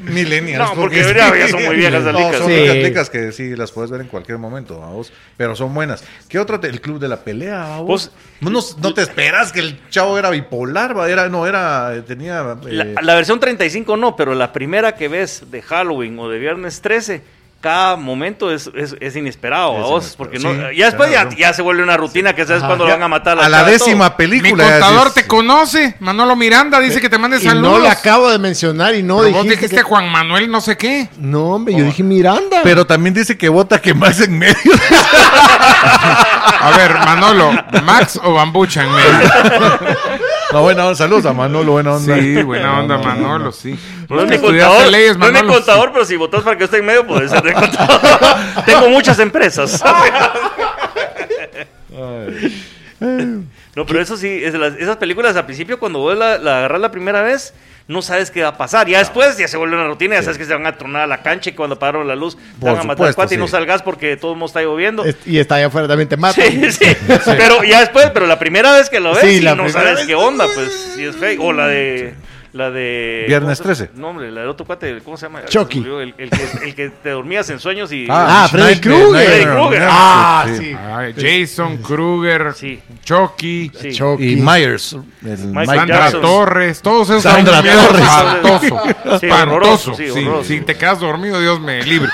Millennials. No, porque ya- ya son muy viejas las No, licas. son Sí. unas licas que sí las puedes ver en cualquier momento, vamos. Pero son buenas. ¿Qué otra? te- El club de la pelea, Pues, vamos. No, nos- no te esperas que el chavo era bipolar, va, era, no, era, tenía. eh, La, la versión 35 no, pero la primera que ves de Halloween o de Viernes 13, cada momento es, es, es inesperado, Es ¿a vos? inesperado, porque sí, no, ya después claro, ya, no. ya se vuelve una rutina que sabes Ajá. cuando lo van a matar. a la chava, décima todo. Mi película. Eh, ya contador decís, te conoce. Manolo Miranda dice que te mande Y no saludos. le acabo de mencionar y no Pero dijiste. vos dijiste que- Juan Manuel no sé qué. No, hombre, yo dije Miranda. Pero también dice que vota que más en medio. A ver, Manolo, Max o Bambucha en medio. No, buena onda, saludos a Manolo, buena onda. Sí, buena onda, Manolo, sí. No Vos es que mi estudiaste contador, leyes, no es mi Manolo. contador, pero si votas para que yo esté en medio, puede ser de contador. Tengo muchas empresas. No, pero eso sí, es de las- esas películas al principio cuando vos la, la agarras la primera vez, no sabes qué va a pasar. Ya después ya se vuelve una rutina, ya sabes que se van a tronar a la cancha y cuando apagaron la luz te Por van a matar supuesto, cuate y sí. no salgas porque de todos modos está lloviendo. Es- Y está allá afuera también te mata. Sí, sí. Pero ya después, pero la primera vez que lo ves, Sí, sí, la no primera sabes vez. qué onda, pues sí es fake. O la de. La de. Viernes ¿cómo se- 13. No, hombre, la de otro cuate, ¿cómo se llama? Chucky. El, el que, el que te dormías en sueños y. Ah, Ah, Freddy Nightmare, Krueger. Freddy Nightmare on Krueger. Elm Ah, Street, sí. Ay, Jason Kruger, ah, Chucky, Chucky. Y Myers, el Mike Sandra Jackson. Torres, todos esos Sandra son miedos Torres. espantoso, Sí, horroroso, espantoso. sí, Sí, horroroso. si te quedas dormido, Dios me libre.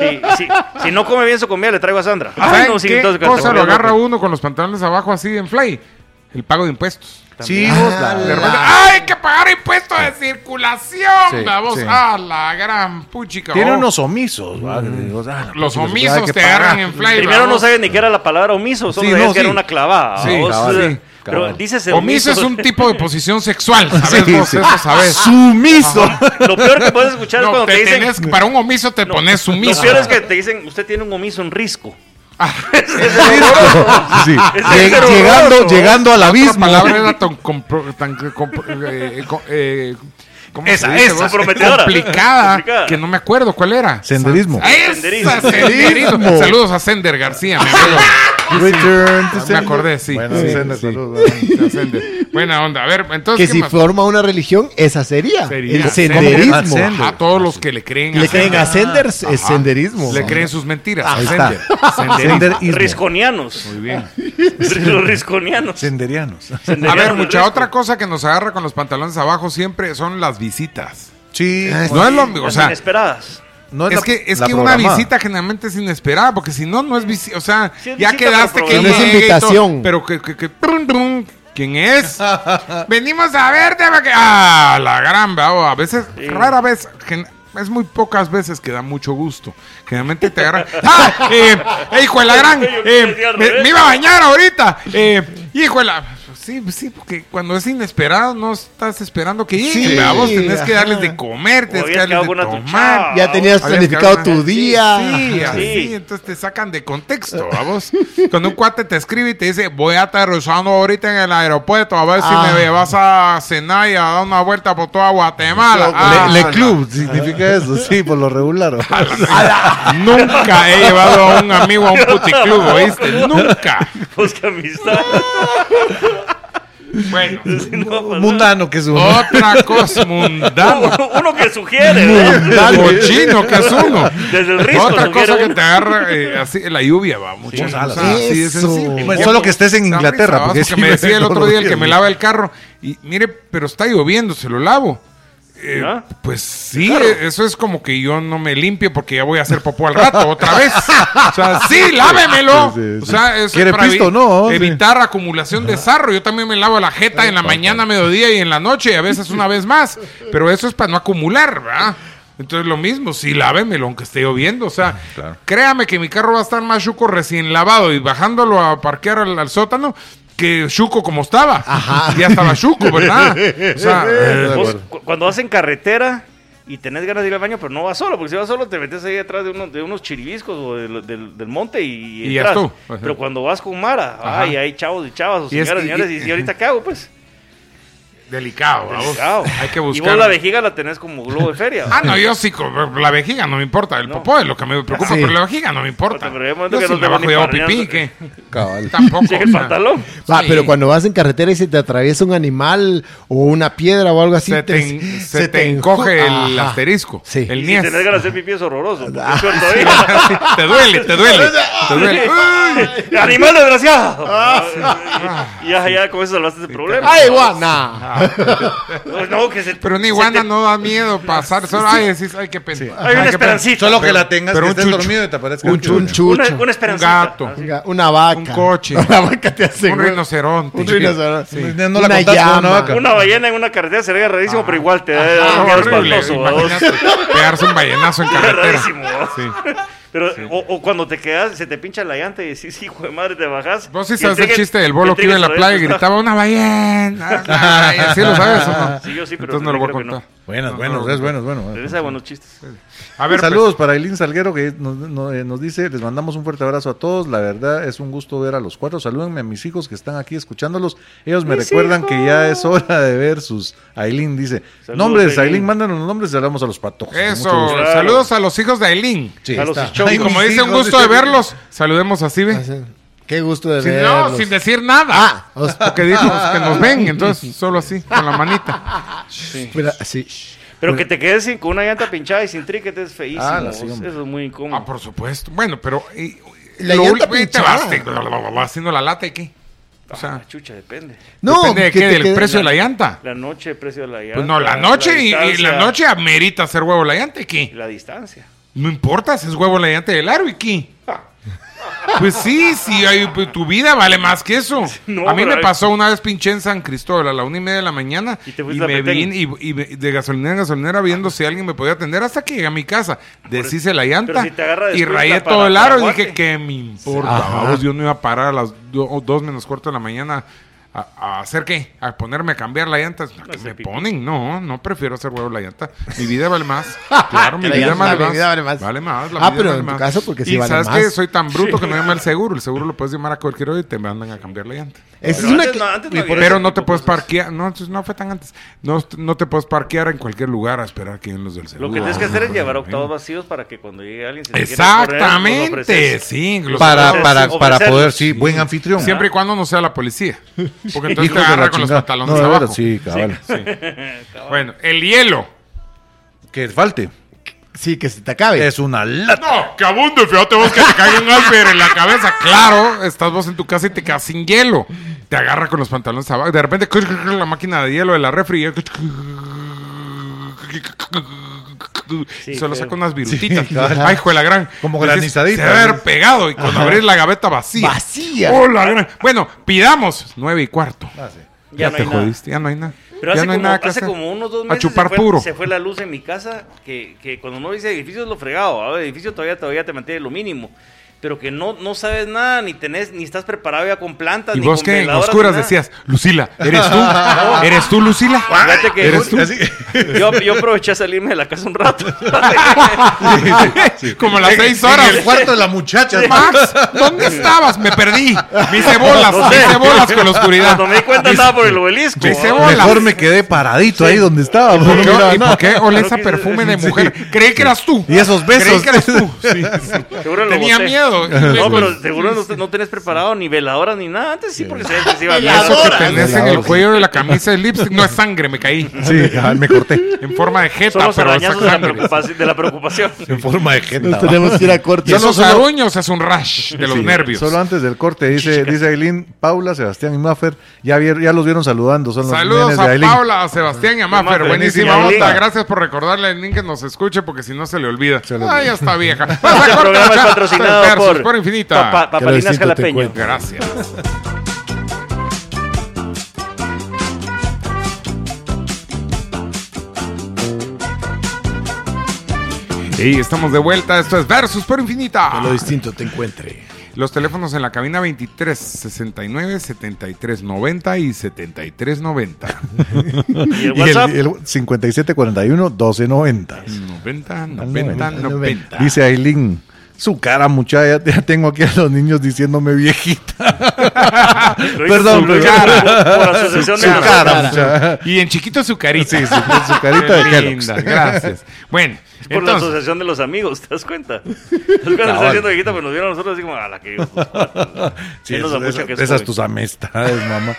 Sí, sí. Si no come bien su comida, le traigo a Sandra. Ah, ¿Saben no, qué entonces, cosa lo Sandra, agarra uno con los pantalones abajo así en fly? El pago de impuestos. Ah, Sí, vos, la- Le remata- ¡Ah, hay que pagar impuestos de circulación! Sí, vamos sí. a la gran puchica. Tiene oh. unos omisos. ¿va? Digo, ah, la Los puta, omisos hay que te pagar. agarran en fly. Primero no vamos. sabes ni qué era la palabra omiso, solo Sí, sabías no, que era sí. una clavada. Sí, vos, cabal, eh, sí, Pero cabal. dices Omiso es un tipo de posición sexual, ¿sabes? Sí, Ah, vos? sí. Eso sabes. Sumiso. Lo peor que puedes escuchar es No, cuando te, te dicen. tenés- para un omiso te pones sumiso. Lo peor es que te dicen, usted tiene un omiso en risco. Sí. Es Lleg- horroroso. llegando, llegando al La abismo. ¿eh? palabra era tan, compro- tan compro- eh, co- eh, ¿cómo se Esa, dice, esa, vos? prometedora. Complicada, Complicada. que no me acuerdo cuál era. Senderismo. Ah, esa, Senderismo. senderismo. Senderismo. Saludos a Sender García, mi amigo. Return to Ah, Me sender. acordé, sí. Bueno, Sí, Sender, sí. saludos. A Sender. Buena onda. A ver, entonces. que ¿qué si más? forma una religión, esa sería. Sería El Sender. senderismo. Ajá, A todos los que le creen Le creen a Sender, es Ajá. senderismo. Le creen sus mentiras. a Ahí Sender. está. Senderismo. Senderismo. Ah, Risconianos. Muy bien. Los risconianos. Senderianos. A ver, Senderianos mucha risco. otra cosa que nos agarra con los pantalones abajo siempre son las visitas. Sí. No Ah, es lo mismo, o Las sea, inesperadas. No es la- que, es la que una programada. visita generalmente es inesperada, porque si no, no es visita. O sea, Sí, es ya visita, pero quedaste que programada. No es llegue y todo, invitación. pero que, que, que- trum, trum, ¿Quién es? Venimos a verte porque. ¡Ah! La gran babo. A veces, Sí. rara vez. gen- Es muy pocas veces que da mucho gusto. Generalmente te agarran. ¡Ah! Eh, eh, hijo de la gran! Yo eh, decía al me, revés. me iba a bañar ahorita. Eh, hijo de la. Sí, sí, porque cuando es inesperado no estás esperando que llegue. Sí, ¿verdad? vos tenés que ajá. darles de comer, tenés habías que darles quedado de con una tomar. tuchada. Ya tenías Habías planificado quedado- tu Sí, día. Sí, así, Sí. entonces te sacan de contexto, a vos. Cuando un cuate te escribe y te dice, voy aterrizando ahorita en el aeropuerto, a ver Ah. si me vas a cenar y a dar una vuelta por toda Guatemala. Ah, Le, le la- club significa eso, pues, sí, por lo regular. Nunca he llevado a un amigo a un puticlub, ¿oíste? Nunca. Busca Pues amistad. Bueno, Si no va a pasar. Mundano que es uno. otra cosa mundana. Uno- Uno que sugiere. ¿verdad? Cochino que es uno. Desde el risco Otra sugiere cosa que uno. te agarra eh, así, la lluvia, va. Pues, Muchas Sí. cosas así de Eso. sencillo. Pues solo que estés en Está Inglaterra, risa, porque ¿vas? sí me me decía el todos otro los día el que días. me lava el carro. Y mire, pero está lloviendo, se lo lavo. Eh, ¿Ya? pues sí, eso es como que yo no me limpio porque ya voy a hacer popó al rato otra vez. O sea, sí, lámemelo. Sí, sí, sí. O sea, eso ¿Quiere evi- pisto o no? Sí. evitar acumulación de sarro. Yo también me lavo la jeta en la mañana, mediodía y en la noche, y a veces una vez más. Pero eso es para no acumular, ¿verdad? Entonces lo mismo, sí, lávemelo aunque esté lloviendo. O Ah, sea, Claro. créame que mi carro va a estar más chuco recién lavado y bajándolo a parquear al, al sótano que chuco como estaba. Ya estaba chuco, ¿verdad? O sea, eh, Vos, Pues, cu- cuando vas en carretera y tenés ganas de ir al baño, pero no vas solo, porque si vas solo te metes ahí detrás de, uno- de unos chiribiscos o de lo- del, del monte y, Y ya entras. estuvo. Ajá. Pero cuando vas con Mara, Ajá. ay, hay chavos y chavas, o Y es señoras y que- señores, y, y ahorita qué hago, pues. delicado, vamos. Delicado. Hay que Y buscar. vos la vejiga la tenés como globo de feria. Ah, no, yo sí, con- la vejiga no me importa. El popó es lo que me preocupa, Sí. pero la vejiga no me importa. Pero hay Yo momentos que sí no me te bajo van y ni hago para pipí, nada. ¿qué? Cabal. Tampoco. Llega el o sea, pantalón. Ah, Va, sí. pero cuando vas en carretera y se te atraviesa un animal o una piedra o algo así, se te, en- se te encoge el Ajá. asterisco. Sí. El Y si niés. tenés ganas de hacer pipí es horroroso. porque es peor todavía. Sí, te duele, te duele. Te duele. ¡Animal desgraciado! Ah, ya, ya, con eso salvaste ese problema. Pues ¡Ay, guana! No, que se- Pero una se iguana te- no da miedo pasar. Solo, ay, decís, ay, qué pena. Ay, Hay una qué esperanci- Solo que Pero- la tengas, pero que un estés chucho. dormido y te aparezca Un chu- un chucho. Una, Ah, una pena. Un esperanza. gato, Una- Una vaca. un coche, Una vaca te hace. un güey. rinoceronte. Un rinoceronte. Sí. No la Una contaste con una llama. vaca. Una ballena en una carretera sería rarísimo, pero igual te da Ah, un miedo horrible. espantoso, ¿va? Imagínate pegarse un ballenazo en Sería carretera. rarísimo. ¿va? Sí. Pero, o, o cuando te quedas, se te pincha la llanta y decís, hijo de madre, te bajas. Vos sí y sabes el trigger- chiste del bolo el que iba en la trigger playa y está- gritaba una ballena. una ballena". ¿Sí lo sabes o no? Sí, yo sí, pero Entonces no lo voy a creo que no. contar. Buenas, No, buenos, no, es buenos, bueno. bueno. Regresa de buenos chistes. A ver, Saludos para Eileen Salguero que nos, no- eh, nos dice, les mandamos un fuerte abrazo a todos, la verdad es un gusto ver a los cuatro, salúdenme a mis hijos que están aquí escuchándolos, ellos me ¡Mis recuerdan que ya hijos! es hora de ver sus, Aileen dice, Saludos, nombres, Aileen. Aileen, mándanos los nombres y hablamos a los patojos. pues, Eso, Con mucho gusto. saludos a los hijos de Aileen. Sí, A los está. y hichos. como Mis dice, un hijos, gusto de dice. verlos. Saludemos así, ve. Qué gusto de Sin- verlos. No, sin decir nada. Ah, porque dijo pues, que nos ven, entonces solo así, con la manita. Mira, sí. Pero que te quedes sin, con una llanta pinchada y sin triquete es feísimo. Pues Ah, la vos. sí, eso hombre. es muy incómodo. Ah, por supuesto. Bueno, pero. eh, La lo llanta ul- eh, te pinchada. vas te- bla, bla, bla, bla, haciendo la lata y qué. O sea, Ah, Chucha, depende. No, Depende de que qué, te del quede- precio de la llanta. La noche, el precio de la llanta. pues no, la noche y- y, distancia, la noche amerita hacer huevo la llanta y qué. La distancia. No importa si es huevo la llanta del aro y qué. Pues sí, sí, hay- pues, tu vida vale más que eso. No, a mí pero me hay- pasó una vez pinché en San Cristóbal a la una y media de la mañana y, a me Petén. vine y, y me- de gasolinera en gasolinera viendo si alguien me podía atender hasta que llegué a mi casa. Deshice la pero llanta si te agarra y descuenta rayé para- todo el aro y para dije, ¿qué me importa? Ajá. babos? yo no iba a parar a las do- o dos menos cuarto de la mañana. A, a hacer qué? A ponerme a cambiar la llanta. ¿A qué me ponen? No, no prefiero hacer huevo la llanta. Mi vida vale más. Claro, mi La vida, llanta, vale, la más. vida vale más. Vale más, la Ah, vida pero vale en tu más. caso, porque sí Y vale sabes más. que soy tan bruto que no Sí. llama el seguro. El seguro lo puedes llamar a cualquier hora y te mandan a cambiar la llanta. Esa Pero es una antes que- no, antes no y había por pero eso- no te puedes parquear. No, entonces no fue tan antes. No, no te puedes parquear en cualquier lugar a esperar que lleguen los del seguro. Lo que tienes que Ah, hacer es no, llevar no, octavos no. vacíos para que cuando llegue alguien se te quiera correr, vos lo Exactamente, ofreces. sí. los- Para- para- para poder, sí, buen anfitrión. Siempre y cuando no sea la policía. Porque entonces Hijos te de agarra la con los chingada. pantalones No, de veras, abajo. sí, cabal. Bueno, el hielo. Que falte. Sí, que se te acabe. Es una lata. No, que abunde, fíjate vos que te caiga un alfiler en la cabeza. Claro, estás vos en tu casa y te quedas sin hielo. Te agarra con los pantalones abajo. De repente, la máquina de hielo de la refri. Sí, solo feo. saca unas virutitas. Sí, claro. Ay, hijo de la gran. Como Decís, granizadita. Se debe haber pegado y cuando Ajá. abrís la gaveta vacía. Vacía. Oh, la gran- Bueno, pidamos nueve y cuarto. Ya Ya, no te hay nada. jodiste, ya no hay nada. Pero ya hace, no hay como, nada que hace hacer. como unos dos A meses chupar se, fue, puro. se fue la luz en mi casa, que, que cuando uno dice edificios lo fregado, ¿va? el edificio todavía, todavía te mantiene lo mínimo, pero que no, no sabes nada, ni tenés, ni estás preparado ya con plantas, Y ni vos con que en veladoras, ni oscuras nada. decías, Lucila, ¿eres tú? No. ¿Eres tú, Lucila? Fíjate que ¿Eres tú? Yo, yo aproveché a salirme de la casa un rato. Como las En- seis en horas. el cuarto de la muchacha. Max, ¿dónde estabas? Me perdí. Me hice bolas, No me sé. hice bolas con la oscuridad. Cuando me di cuenta estaba por el obelisco. Me hice bolas. Mejor me quedé paradito ahí donde estaba. ¿Por porque qué, mira, ¿Y no. por qué olés a perfume de mujer? Creí que eras tú. Y esos Creí besos. que eras tú. Sí, sí. Seguro lo Tenía boté. miedo. No, pero seguro no, te- no tenés preparado ni veladoras ni nada. Antes sí, porque sabías que se iba a Eso que hablar. tenés en el cuello de la camisa de lipstick no es sangre, me caí. Sí, cabal, me corté. En forma de jeta, Son los pero saco arañazos de la, sangre. preocupación, de la preocupación. En forma de gente. Nos tenemos que ir a corte. Y esos Solo- solo- aruños es un rash de los Sí, nervios. Solo antes del corte, dice, dice Aileen, Paula, Sebastián y Maffer, ya, vier- ya los vieron saludando. Son los Saludos nenes de a Aileen. Paula, a Sebastián y a Maffer. Maffer, Buenísima buenísima onda. onda. Gracias por recordarle a Aileen que nos escuche porque si no se le olvida. le Ah, olvida. ya está vieja. Este programa es patrocinado Versus por por Infinita. Papa- Papalinas Gracias. Jalapeño. Gracias. Y estamos de vuelta. Esto es Versus por Infinita. Que lo distinto te encuentre. Los teléfonos en la cabina 23 69 73 90 y 73 90. Y el Y el, WhatsApp. 5741-1290. 90 90 90. Dice Aileen, su cara muchacha, ya tengo aquí a los niños diciéndome viejita. Lo hizo Perdón, su perdón. cara, por asociación su de cara. cara, muchacha. Y en chiquito su carita. Sí, su- su carita de Qué Kellogg's. linda, Gracias. Bueno, Es por la entonces, asociación de los amigos, ¿te das cuenta? Los cuando Cabal. está haciendo viejita, pues nos vieron a nosotros así como, a la que yo. Sí, Sí, nos esas- amucha esas- que es esas joven. tus amistades, mamá.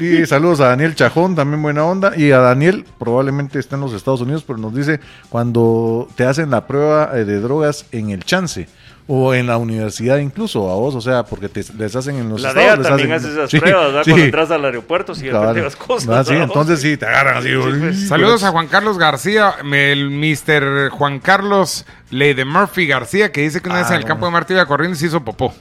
Y saludos a Daniel Chajón, también buena onda. Y a Daniel, probablemente está en los Estados Unidos, pero nos dice cuando te hacen la prueba eh, de drogas en el chance o en la universidad incluso a vos, o sea, porque te, les hacen en los La DEA estados. les también hacen- hace esas Sí, pruebas, ¿verdad? sí. Cuando entras al aeropuerto, si Cabal. te las cosas. Ah, sí, ¿verdad? entonces sí, te agarran así. pues, saludos a Juan Carlos García, el Mr. Juan Carlos Lady Murphy García, que dice que una vez en el campo de Marte iba corriendo y se hizo popó.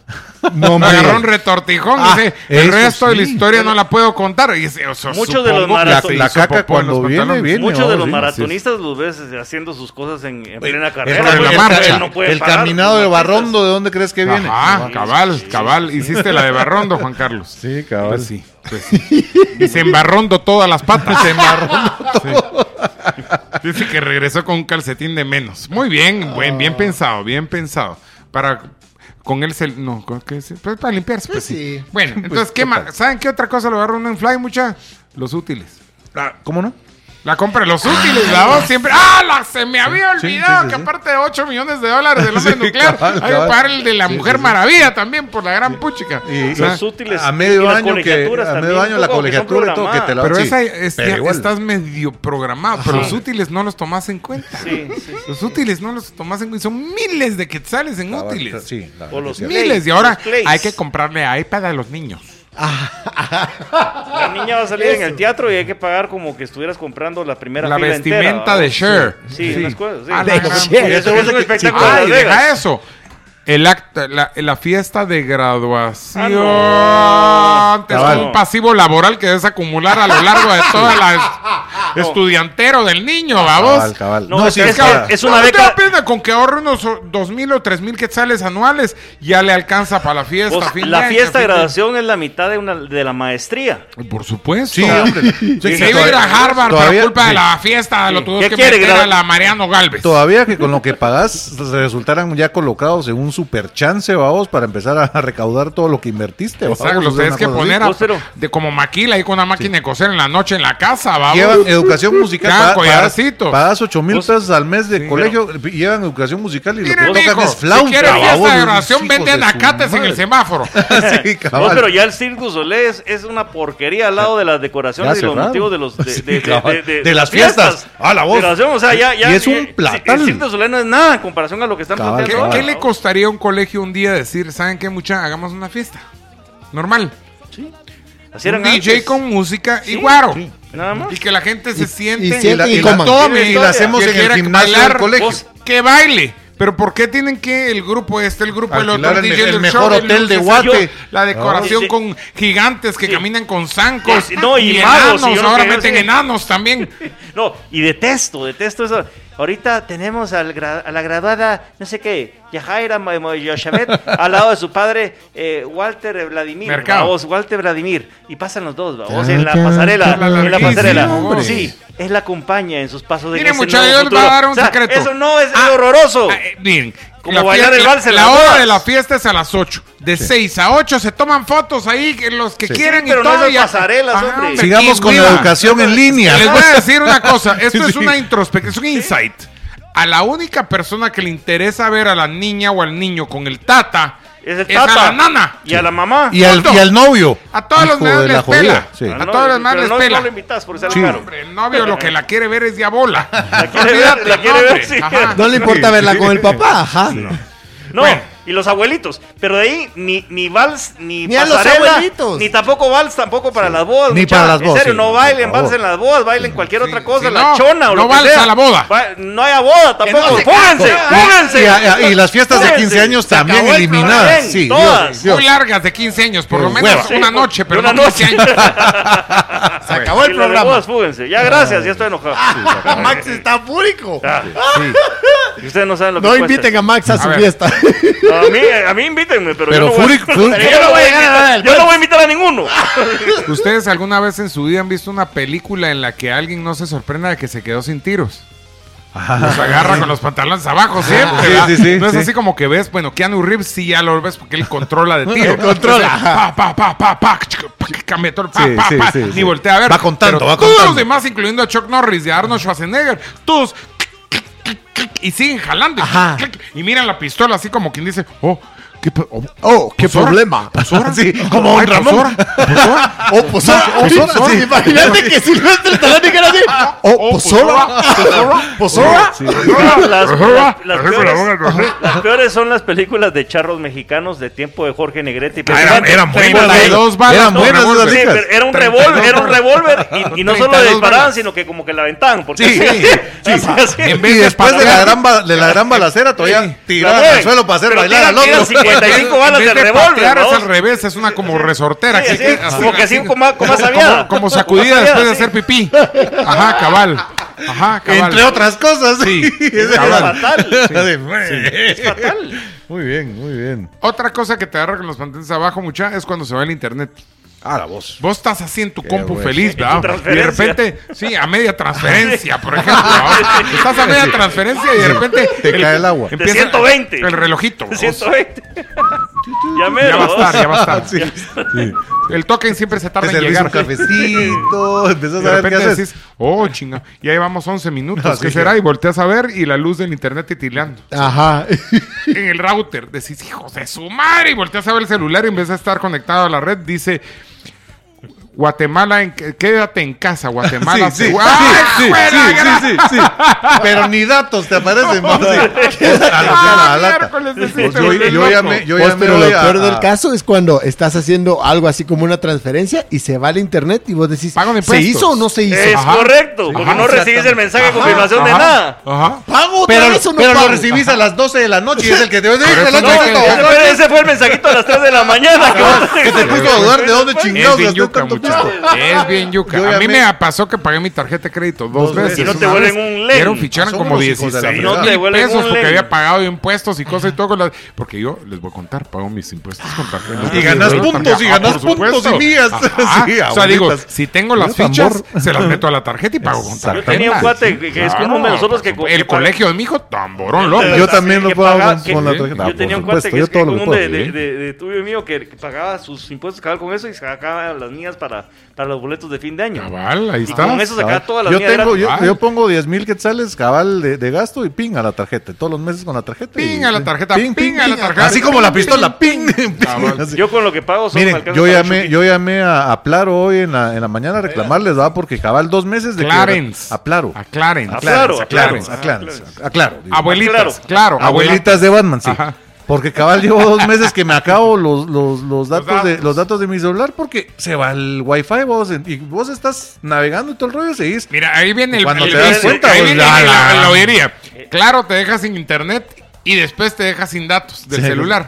Ah, No, hombre. agarró un retortijón Ah, y dice, el eso resto de la sí. historia no la puedo contar. Y dice, o sea, Muchos de los supongo que marato- se La- la hizo caca popó en los cuando viene, pantalones. viene. Muchos de vamos, los sí, maratonistas los ves haciendo sus cosas en, en plena El, carrera. pues, él no puede el parar, caminado de pues, no piensas. Barrondo, ¿de dónde crees que viene? Ajá, cabal, cabal. Hiciste la de Barrondo, Juan Carlos. Sí, cabal. Pues sí, pues sí. Y se embarrondo todas las patas. Se embarrondo Sí. Dice que regresó con un calcetín de menos. Muy bien, buen, bien pensado, bien pensado. Para con él se no, ¿con qué se- pues, para limpiarse, pues, sí. Bueno, entonces ¿qué más? ¿Saben qué otra cosa lo agarra uno en Fly, mucha? Los útiles. Ah, ¿Cómo no? La compra de los útiles, la voz siempre. ¡Ah! la- se me había Sí, sí, olvidado sí, que sí. aparte de 8 millones de dólares del hombre Sí, nuclear, cabal, hay que cabal. pagar el de la Sí, Mujer sí, sí. Maravilla también por la gran puchica. Y- O sea, y- A medio año, que, a medio año la colegiatura y todo, que te la Pero sí, esa es- pero ya igual. estás medio programado, pero Ajá. los útiles no los tomas en cuenta. Los útiles no los tomas en cuenta. Son miles de quetzales en Cabal, útiles. sí, la verdad O que los sí. miles. plays, Y ahora los plays. hay que comprarle iPad a los niños. La niña va a salir en Eso. el teatro y hay que pagar como que estuvieras comprando la primera La fila vestimenta entera, de ¿no? Cher. Sí, Sí. unas cosas, sí. Ah, De la gran- Cher. Y Eso es un espectáculo de Ay, Las Vegas. deja eso. El acta, la, la fiesta de graduación. Te es Ah, Cabal. un pasivo laboral que debes acumular a lo largo de toda la es- estudiantero del niño, vamos. Cabal, cabal. No, No, sí, es, es que es una una beca- pena con que ahorre unos o- dos mil o tres mil quetzales anuales, ya le alcanza para la fiesta. Pues, Vos, fin de Pues, la año, fiesta de fin de- graduación es la mitad de, una, de la maestría. Por supuesto. Sí, hombre. Sí, Se sí, iba a ir a todavía- Harvard todavía- por culpa de sí. la fiesta, lo tuvo ¿Qué que quiere, meter a grado- la Mariano Galvez. Todavía que con lo que pagás resultaran ya colocados en un super chance, vamos, para empezar a recaudar todo lo que invertiste. vamos, Exacto, lo o sea, tenés una que cosa poner así. a- de como maquila ahí con una máquina de coser en la noche en la casa, vamos. Llevan educación musical. Cada pa- pagas, collarcito. pagas 8 mil pesos al mes de colegio, llevan educación musical y lo que tocan es flauta. si quieren babos, fiesta de los graduación, hijos de venden su acates en madre. el semáforo. Sí, cabal. Vos, pero ya el Cirque du Soleil es, es una porquería al lado de las decoraciones Ya y los cerraron. motivos de los de, Sí, de- de- cabal. de- de- De de las fiestas. A la voz. De graduación, o sea, ya, ya- Y es un eh, sí, platal. El Cirque du Soleil no es nada en comparación a lo que están Cabal, ¿Qué, planteando. qué ahora, le ¿no? costaría a un colegio un día decir, ¿saben qué, mucha? Hagamos una fiesta. Normal. Así eran un DJ antes. con música y guaro. Nada más. Y que la gente se siente y siente y la coman. tome, Y la hacemos que en el quiera gimnasio del bailar, colegio. vos, Que baile. Pero ¿por qué tienen que el grupo este, el grupo el otro Alquilar el DJ me- el del mejor show, hotel el de qué sé Guate. yo, La decoración Ah. con gigantes que caminan con zancos Y- no, y magos, enanos, y yo no ahora creo, meten sí. Pues, enanos también. No, y detesto, detesto eso. Ahorita tenemos al gra- a la graduada, no sé qué, Yajaira Mo- Mo- Yoshabet, al lado de su padre, eh, Walter Vladimir. Mercado. Ah, babos, Walter Vladimir. Y pasan los dos, babos, Ta, en la ta, pasarela. ta, en la larguísimo, pasarela. hombre. Sí, él la acompaña en sus pasos de Mire, ese muchachos, yo nuevo les voy a futuro. dar un O sea, secreto. Eso no es Ah, horroroso. ah, eh, miren, Como bailar el vals en la las hora bodas. de la fiesta es a las 8. De 6 a 8 se toman fotos ahí, que los que Sí. quieran Sí, y pero no todo. esas y- pasarelas, Ajá, hombre. hombre, Oh. Sigamos y con la mira, educación en línea. Les voy a decir una cosa, esto es Sí. una introspección, es un insight. A la única persona que le interesa ver a la niña o al niño con el tata Es el a tata. la nana. Y a la mamá. Y al, y al novio. A todos los Hijo demás de les la jodida, pela. sí. Ah, A todos los demás pero les no, pela. No lo invitas por ser Sí. caro. Hombre, El novio lo que la quiere ver es diabola. La quiere ver, la quiere ver, sí. No le importa verla con el papá, ajá. No, y los abuelitos. Pero de ahí ni, ni vals, ni, Ni a los pasarela, abuelitos. ni tampoco vals tampoco para las bodas. Ni muchacha. para las En bodas, serio, sí, no por bailen favor. vals en las bodas, bailen cualquier otra cosa, sí, la no, chona no o lo que vals sea. a la boda. Va- no hay a boda tampoco. pónganse, pónganse. Y, a- y las fiestas de Pónganse. 15 años Se también acabó el eliminadas. programa, Sí, todas. Dios, Muy Dios. largas de 15 años, por Pero lo menos hueva. una noche, pero una no 15 noche. años. Se acabó el Y las de programa. bodas, fúguense. Ya, gracias, ya estoy enojado. Max está fúrico. Ah, Sí. y ustedes no saben lo que No cuesta. inviten a Max a su ver. fiesta. No, a mí, a mí invítenme, pero, Pero yo, no voy, Furic- Furic- pero yo no voy a invitar, yo no voy a invitar a ninguno. ¿Ustedes alguna vez en su vida han visto una película en la que alguien no se sorprenda de que se quedó sin tiros? Los agarra con los pantalones abajo siempre. sí, ¿verdad? sí, sí, no es sí. así como que ves, bueno, Keanu Reeves sí ya lo ves porque él controla de tiro. Él controla, O sea, pa, pa, pa, pa, pa, chica, pa, que cambia todo el pa, Sí, pa, sí, pa, sí, ni sí. voltea a ver. Va contando, Pero va Todos los contando. demás, incluyendo a Chuck Norris y a Arnold Schwarzenegger, todos y siguen jalando. Ajá. Y miran la pistola así como quien dice, oh, qué, pe- oh, Oh, qué pues ahora, problema. pues ahora, Sí, como ay, Don pues Ramón. ahora, pues ahora. Oh, pues ahora. Pues oh, ahora, pues ahora. sí. Imagínate que Silvestre Stallone dijera así. Oh, pues ahora. Pues ahora. Pues ahora. Sí. las, las- las Ajá, peores, ajá, ajá. las peores son las películas de charros mexicanos de tiempo de Jorge Negrete. y Ah, Pedro eran- Infante. eran Treinta buenas, y dos dos balas, Eran dos buenas esas revólveres. Sí, ricas. pero era un 32 revólver, era un balas. revólver y, y no solo 32 disparaban, balas. sino que como que la aventaban. Porque Sí, así, sí, así, así. En vez Y de después de la patear. gran, ba- de la gran balacera, todavía tiraron mueven. al suelo para hacer Pero bailar al tiran- tiran otro. 55 En balas vez de de revólver. patear, ¿no? es al revés, es una como resortera. Sí, que- así, como que así, como más- como más como, sabiada. como Como sacudida más después de sabiada, hacer pipí. Ajá, cabal. Ajá, cabal. Entre otras cosas. Sí, Es cabal. fatal. Es fatal. Muy bien, muy bien. Otra cosa que te agarra con los pantalones abajo, mucha, es cuando se va el internet. Ah, la voz. Vos estás así en tu compu güey. feliz, En tu ¿verdad? Y de transferencia. repente, sí, a media transferencia, por ejemplo. ¿verdad? Estás a media Sí. transferencia y de Sí. repente. Te cae el agua. De 120. El relojito. De vos. 120. ya me Ya va a estar, ya va a estar. Sí. Sí. El token siempre se tarda Te en servís llegar. un cafecito, empezás a De ver repente qué haces. decís, oh, chinga, ya llevamos 11 minutos, No, ¿qué sí, será? sí. Y volteas a ver y la luz del internet titilando. Ajá. en el router. Decís, hijos de su madre. Y volteas a ver el celular y en vez de estar conectado a la red, dice. Guatemala, en, quédate en casa, Guatemala. Sí, sí, se- sí, ¡Ay, sí, fue la Ah, sí, gran- sí, sí, sí. Pero ni datos te aparecen. vamos, sí. A lo que a la lata. Miércoles, Pues decís, yo- el yo loco. llamé- yo Pues, llamé pero lo hoy a- peor del a- caso es cuando estás haciendo algo así como una transferencia y se va al internet y vos decís, ¿se impuestos. hizo o no se hizo? Es correcto, porque no recibes el mensaje de confirmación de nada. Ajá. ¿Pago otra Pero, vez o no pero lo pago? recibís a las 12 de la noche y es el que te va a No, decir, ese fue- ese fue el mensajito a las 3 de la mañana. que vos- que te puso a dudar de dónde Es chingados bien gastó yuca, tanto muchacho. pisto. Es bien yuca. Yo A mí llamé- me pasó que pagué mi tarjeta de crédito dos, Dos veces. veces. Y no te Una vuelven vez un len. Dieron fichar Son como unos hijos 16 de la mil fregada. No te vuelven pesos un porque len. había pagado impuestos y cosas y todo. Con la... Porque yo les voy a contar, pago mis impuestos con tarjeta. Y ganás puntos, y Ajá, ganás por supuesto. puntos y millas. Ajá. Sí, o sea, digo, abuelitas. si tengo las Dios, fichas, amor. se las meto a la tarjeta y pago con Yo tarjeta. tenía un cuate que, que es Claro, común de nosotros que... por supuesto. El colegio de mi hijo, tamborón loco. Yo también lo que puedo pagaba- hacer que- con la sí. tarjeta. Ah, Yo tenía un Por cuate que es supuesto, yo todo lo que común puedo. de, de, de, de tuyo y mío que que pagaba sus impuestos cabal con eso y sacaba las mías para, para los boletos de fin de Ah, año. Cabal, ahí y está. con eso sacaba Cabal. todas las yo mías. tengo, yo, gratis. yo pongo 10 mil quetzales cabal de, de gasto y ping a la tarjeta. Todos los meses con la tarjeta. y- Ping a la tarjeta, ping a la tarjeta. Así como la pistola, ping. Ah, ping, Cabal. así. Yo con lo que pago solo me Miren, alcanza yo para llamé, un yo llamé a, a Plaro hoy en la, en la mañana a reclamarles, ¿verdad? Porque cabal dos meses de que- Clarence. a Plaro. A Clarence. A Claro, Clarence, a Clarence, claro. a Clarence, a Claro. digo. Abuelitas, Claro. claro. Abuelitas de Batman, sí. Ajá. Porque cabal llevo dos meses que me acabo los, los, los datos, De, datos. los datos de mi celular porque se va el wifi vos y vos estás navegando y todo el rollo seguís. Mira, ahí viene el. Cuando el- te das el- cuenta, ahí pues, viene ya el- la, la- la oyería. Claro, te dejas sin internet y después te dejas sin datos del Sí. celular.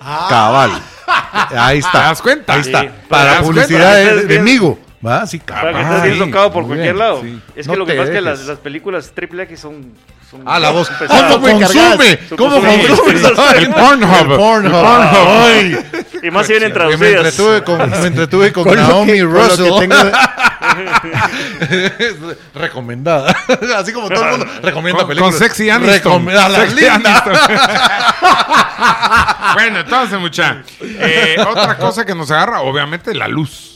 Ah. Cabal. Ahí está. ¿Te das cuenta? Ahí está. Sí. ¿Te Para das publicidad cuenta? de, Estás de bien- Migo. ¿Va? Sí, Para cabal. que estés bien Sí, socado por Ah, muy cualquier bien, lado. sí. Es No que lo que te pasa es que dejes. las, las películas triple X son... son Ah, la voz. son ¿Cómo pesadas. consume? Son ¿Cómo consumidas. consume? El Pornhub. El Pornhub. Ay, Y más si vienen que me traducidas. entretuve con, me entretuve con, Con lo Naomi que- con lo que Russell. tengo- Recomendada. Así como todo el mundo recomienda Con, con películas. Sexy Aniston. Recomendada. La Sexy linda. Aniston. bueno, entonces, mucha. eh, otra cosa que nos agarra, obviamente, la luz.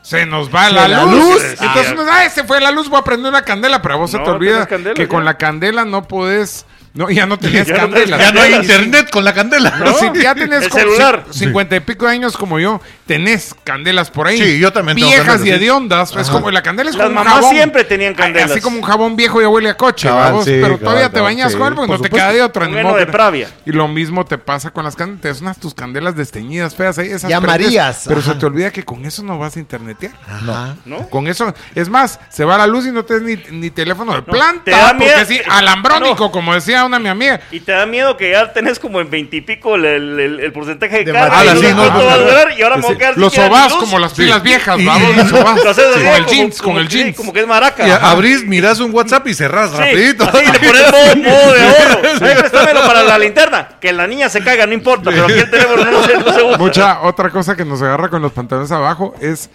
Se nos va la, la luz. luz. Entonces uno dice, "Ay, se fue la luz, voy a prender una candela, pero a vos No, se te olvida tenés candela, que ya. con la candela no podés. No, ya no tenías Ya no tenés candela. Ya no hay Sí. internet con la candela. Pero si ya tenés El como celular. cin- 50 y pico de años como yo, tenés candelas por ahí. Sí, yo también tengo Viejas candelas, y sí. hediondas. Es como la candela es Las como un mamás jabón. siempre tenían candelas. Así como un jabón viejo ya huele a coche, Cabal, babos, sí, pero cabal, todavía te cabal, bañas sí, con él porque por no te supuesto. queda de otra. Un ni heno modo de que- pravia. Y lo mismo te pasa con las candelas. Te unas tus candelas desteñidas, feas ahí. Esas Ya prendes, amarillas, Pero se ajá. te olvida que con eso no vas a internetear. ¿Ah? Ajá. ¿No? Con eso, es más, se va la luz y no tenés ni, ni teléfono de planta. te da porque miedo. sí, alambrónico, como decía una mi amiga. Y te da miedo que ya tenés como en veintipico el, el, el- el porcentaje de, De carga. madera. y Ah, sí, no, no, ¿cuánto no, va a no. durar? Y ahora me Sí. voy a quedar sin Los quedar sobás luz. como las pilas viejas, Y- vamos, los sobás. Lo haces así, Con el como- jeans, como con el que- jeans. Como que es maraca. Y Ajá. abrís, mirás un WhatsApp y cerrás Sí, rapidito. así, le pones modo, modo de oro. Ay, préstamelo para la linterna. Que la niña se caiga, no importa. Pero aquí el teléfono no se, no se usa. Mucha otra cosa que nos agarra con los pantalones abajo es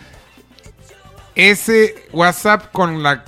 ese WhatsApp con la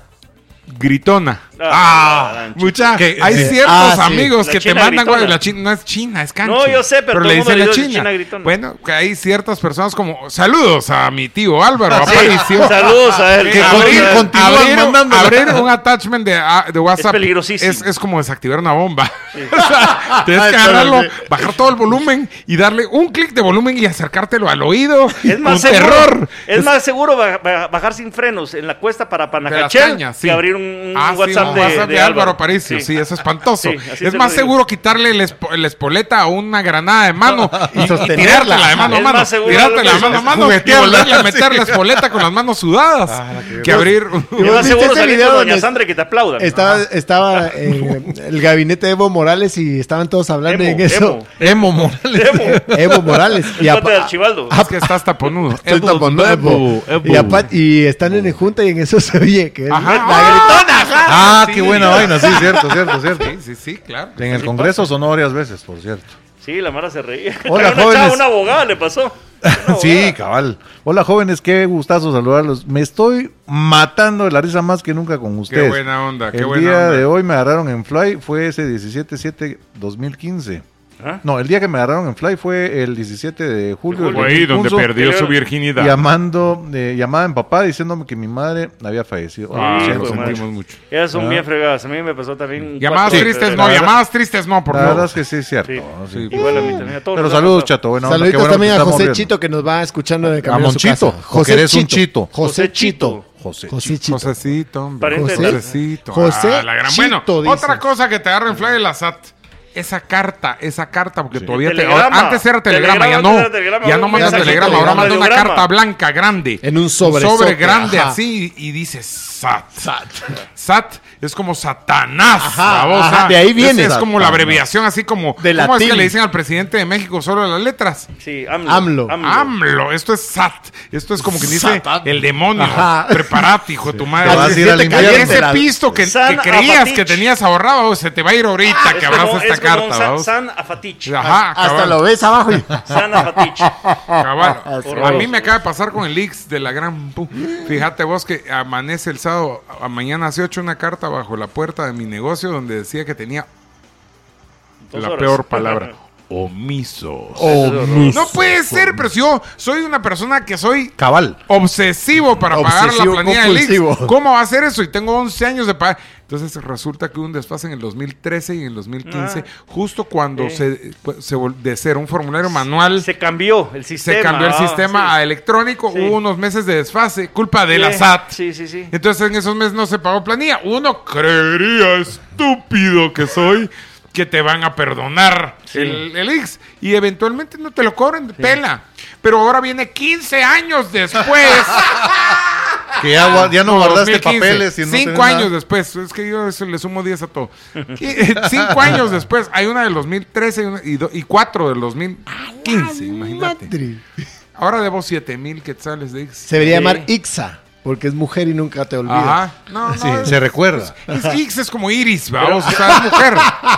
gritona. Ah, la Ah, gran mucha. Que- hay sí. ciertos Ah, sí. amigos La que te china mandan, gritona. güey, la china no es china, es cancha. No, yo sé, pero le todo el mundo dicen le la dice china. china gritona. Bueno, que hay ciertas personas como saludos a mi tío Álvaro Ah, Sí, Aparicio. Saludos a él. Que Saludos abrir, a él. con- continúan abrir- mandándola. abrir un attachment de, ah, de WhatsApp Es peligrosísimo. Es, es como desactivar una bomba. O sea, tienes que agarrarlo, bajar todo el volumen y darle un clic de volumen y acercártelo al oído. Es más un seguro, terror. Es, más seguro ba- ba- bajar sin frenos en la cuesta para De las Panajachel cañas, sí. que abrir un, un Ah, sí, WhatsApp, de, WhatsApp de Álvaro Aparicio, sí, eso es espantoso. Sí, así es se más lo digo. seguro quitarle el espo- la espoleta a una granada de mano y, Y y sostenerla. tirártela de mano a Es mano, más seguro tirártela lo que de mano a es. mano y Juguetearla, volverle a sí. meter la espoleta con las manos sudadas Ah, que abrir un- Yo más ¿Vos viste este seguro ese salir video con Doña donde Sandra y que te aplaudan. Estaba, estaba eh, el gabinete de Evo Morales y estaban todos hablando Emo, en eso. emo. Emo Morales. Demo. Evo Morales. El apa- cuate de Archibaldo. Ah, Es que estás taponudo. Estoy Evo, tapando, Evo, Evo. Evo. Y, apa- y están en junta y en eso se oye que es Ajá. la gritona. Ah, Sí. qué buena vaina. Sí, cierto, cierto, cierto. Sí, sí, sí, claro. En el Congreso sonó varias veces, por cierto. Sí, la Mara se reía. Hola, una chava, jóvenes. una abogada le pasó. sí, cabal. Hola jóvenes, qué gustazo saludarlos. Me estoy matando de la risa más que nunca con ustedes. buena onda, Ah, qué Este el buena día onda. de hoy me agarraron en Fly, fue ese 17-7-2015. No, el día que me agarraron en Fly fue el 17 de julio. Fue ahí donde perdió su virginidad. Llamando, eh, llamada en papá diciéndome que mi madre había fallecido. Ah, Ay, hijo de madre. Ellas son Ah. bien fregadas. A mí me pasó también. un Llamadas 4 de tristes, febrero. no, llamadas tristes, no, por La favor. verdad es que sí es cierto. Sí. ¿no? Sí. Igual a mí también. a todos Pero nos ha saludos, pasado. chato. Bueno, Saluditos bueno que también a estamos José viendo. Chito que nos va escuchando de A camino a su Monchito. casa. José eres un chito. José Chito. José José Chito. Josecito, hombre. Pariente de tal. Josecito. José Ah, la gran- Chito, Bueno, dices. otra cosa que te agarra en fly de la SAT. Esa carta, esa carta, porque todavía te- Telegrama. antes era telegrama, Telegrama, ya antes no, era telegrama, ya no un manda mensajito, telegrama, ahora manda una radiograma. carta blanca grande, En un sobre sote, grande ajá. así y dice SAT. SAT. es como Satanás, Ajá, la voz, ajá, ah, de ahí es- viene. Es, como la Satanás. abreviación, así como De ¿cómo es que latín. le dicen al presidente de México solo las letras? Sí, AMLO. AMLO. AMLO, esto es SAT, esto es como que dice Satán. el demonio, Ajá. preparate hijo de tu madre. Te vas a ir al Y infierno. ese pisto que, San que creías Apatich. que tenías ahorrado se te va a ir ahorita Ah, Es Ah, que abras como- esta es como un carta, San- vamos. San Afatich. Ajá, Hasta cabal. lo ves abajo. y- San Afatich. Ah, Cabal. Horroroso. A mí me acaba de pasar con el Ix de la gran. pu- Fíjate vos que amanece el sábado, a- mañana hace ocho, una carta bajo la puerta de mi negocio donde decía que tenía Dos la horas. peor palabra: omiso. Oh, mis- No puede ser, pero si yo soy una persona que soy Cabal. obsesivo para pagar la Obsesivo planilla del Ix. compulsivo. ¿Cómo va a hacer eso? Y tengo 11 años de pagar. Entonces resulta que hubo un desfase en el 2013 y en el 2015, justo cuando Ah, sí. se, cu- se vol- de ser un formulario manual Se cambió el sistema. se cambió el ah, sistema sí. a electrónico, Sí. hubo unos meses de desfase, culpa de la Sí, SAT. Sí, sí, sí. Entonces en esos meses no se pagó planilla. Uno creería, estúpido que soy, que te van a perdonar Sí. el, el IX. Y eventualmente no te lo cobren, pela. Pero ahora viene 15 años después. Que ya, gua- ya no guardaste 2015. papeles. Y no tenés cinco nada. años después. Es que yo eso le sumo 10 a todo. Y, eh, cinco años después. Hay una del 2013 y, una- y, do- y cuatro del 2015. Imagínate. Madre. Ahora debo 7 mil quetzales de Ix. Se debería Sí. llamar Ixa, porque es mujer y nunca te olvida. Ajá. No, no. Sí, es- se recuerda. es, Ix es como Iris, vamos. O sea, es mujer.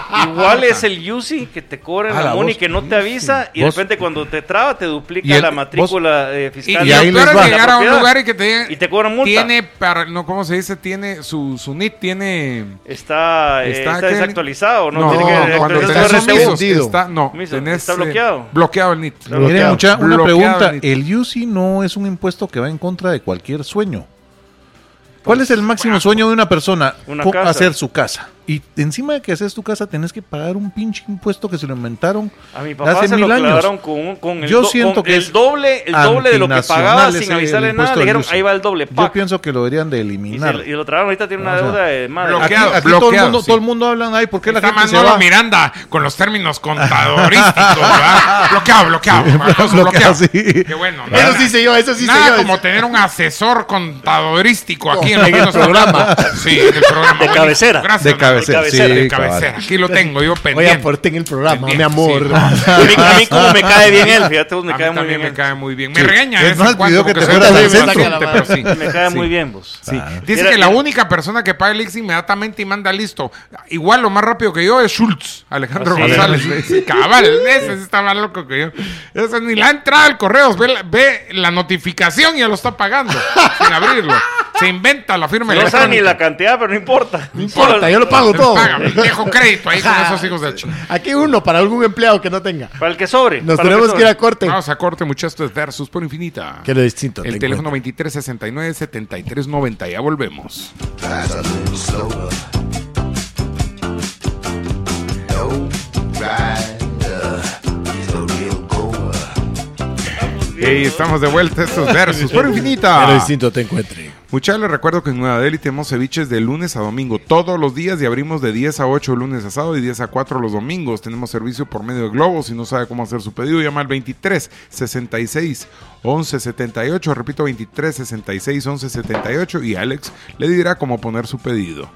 Ah, Igual es el Yusi que te cobra Ah, la la Moni voz que no te avisa y de Vos- repente cuando te traba te duplica Y el- la matrícula eh, Y, fiscal. y Y ahí lo les peor es va. llegar a un propiedad. lugar y que te digan. Y te cobran multa. Tiene para. No, ¿Cómo se dice? Tiene. Su, su NIT tiene. Está, eh, Está está aquel- desactualizado, ¿no? No, Tiene que- cuando actualizar tenés su RTU. omisos, vendido. está, no, Omiso, tenés, está eh, bloqueado. bloqueado el NIT. Miren, mucha- una Bloqueado, pregunta. Anita. El UCI no es un impuesto que va en contra de cualquier sueño. ¿Cuál es el máximo sueño de una persona? Pues, Una Co- casa. Hacer su casa. Y encima de que haces tu casa, tenés que pagar un pinche impuesto que se lo inventaron A mi papá hace se mil lo años. clavaron con, un- con el, Yo do- siento con que el es doble, el doble de lo que antinacional pagaba sin ese- avisarle eh, el nada. impuesto Le dijeron, del ahí va el doble, Yo pack. pienso que lo deberían de Y, eliminar. se- y lo trabaron, ahorita tiene una O sea, deuda de madre. Aquí, aquí bloqueado. todo, el bloqueado, mundo, sí. todo el mundo hablan, ay, ¿por qué la Está gente se Manolo va? Miranda con los términos contadorísticos, ¿verdad? bloqueado, bloqueado. Marcos, bloqueado, bloqueado. sí. Qué bueno. ¿no? Eso sí sé yo, eso sí sé Nada yo. como tener un asesor contadorístico aquí en el programa. Sí, en el programa. Buenísimo. cabecera. Gracias, De Manolo. cabecera, De sí, cabecera, de cabal. cabecera. Aquí lo tengo, yo Oye, pendiente. aporte en el programa, mi Pendiente, amor. Ah, sí. A mí, a mí como me cae bien él, fíjate vos, me a cae mí muy también bien. me él. cae muy bien. Me Sí. regaña de Es vez en más, cuando pidió que porque te soy fueras al muy centro. inocente, pero sí. Me cae Sí. muy bien vos. Sí. Dice Mira, que la mira. única persona que paga el IX inmediatamente y manda listo. Igual o más rápido que yo es Schultz, Alejandro Ah, sí. González. Sí, Cabal, ese sí está más loco que yo. Ese ni la entrada al correo, ve, la- ve la notificación y ya lo está pagando sin abrirlo. Se inventa la firma No sabe ni electrónica. la cantidad, pero no importa. No importa, yo lo pago Pero todo. paga, Dejo crédito ahí con Ajá. esos hijos de chingada. Aquí uno para algún empleado que no tenga. Para el que sobre. Nos para el tenemos que ir sobre. a corte. Vamos a corte, muchachos, es versus por infinita. Que lo distinto. El te teléfono 2369-7390. Ya volvemos. Drives a little slower. No rider, he's a real goer. Y estamos de vuelta. Estos versus por encuentro. Que lo infinita. distinto te encuentre. Muchachos, les recuerdo que en Nueva Delhi tenemos ceviches de lunes a domingo todos los días y abrimos de 10 a 8 el lunes a sábado y 10 a 4 los domingos. Tenemos servicio por medio de Globo. Si no sabe cómo hacer su pedido, llama al 23 66 11 78. Repito, 23 66 11 78 y Alex le dirá cómo poner su pedido.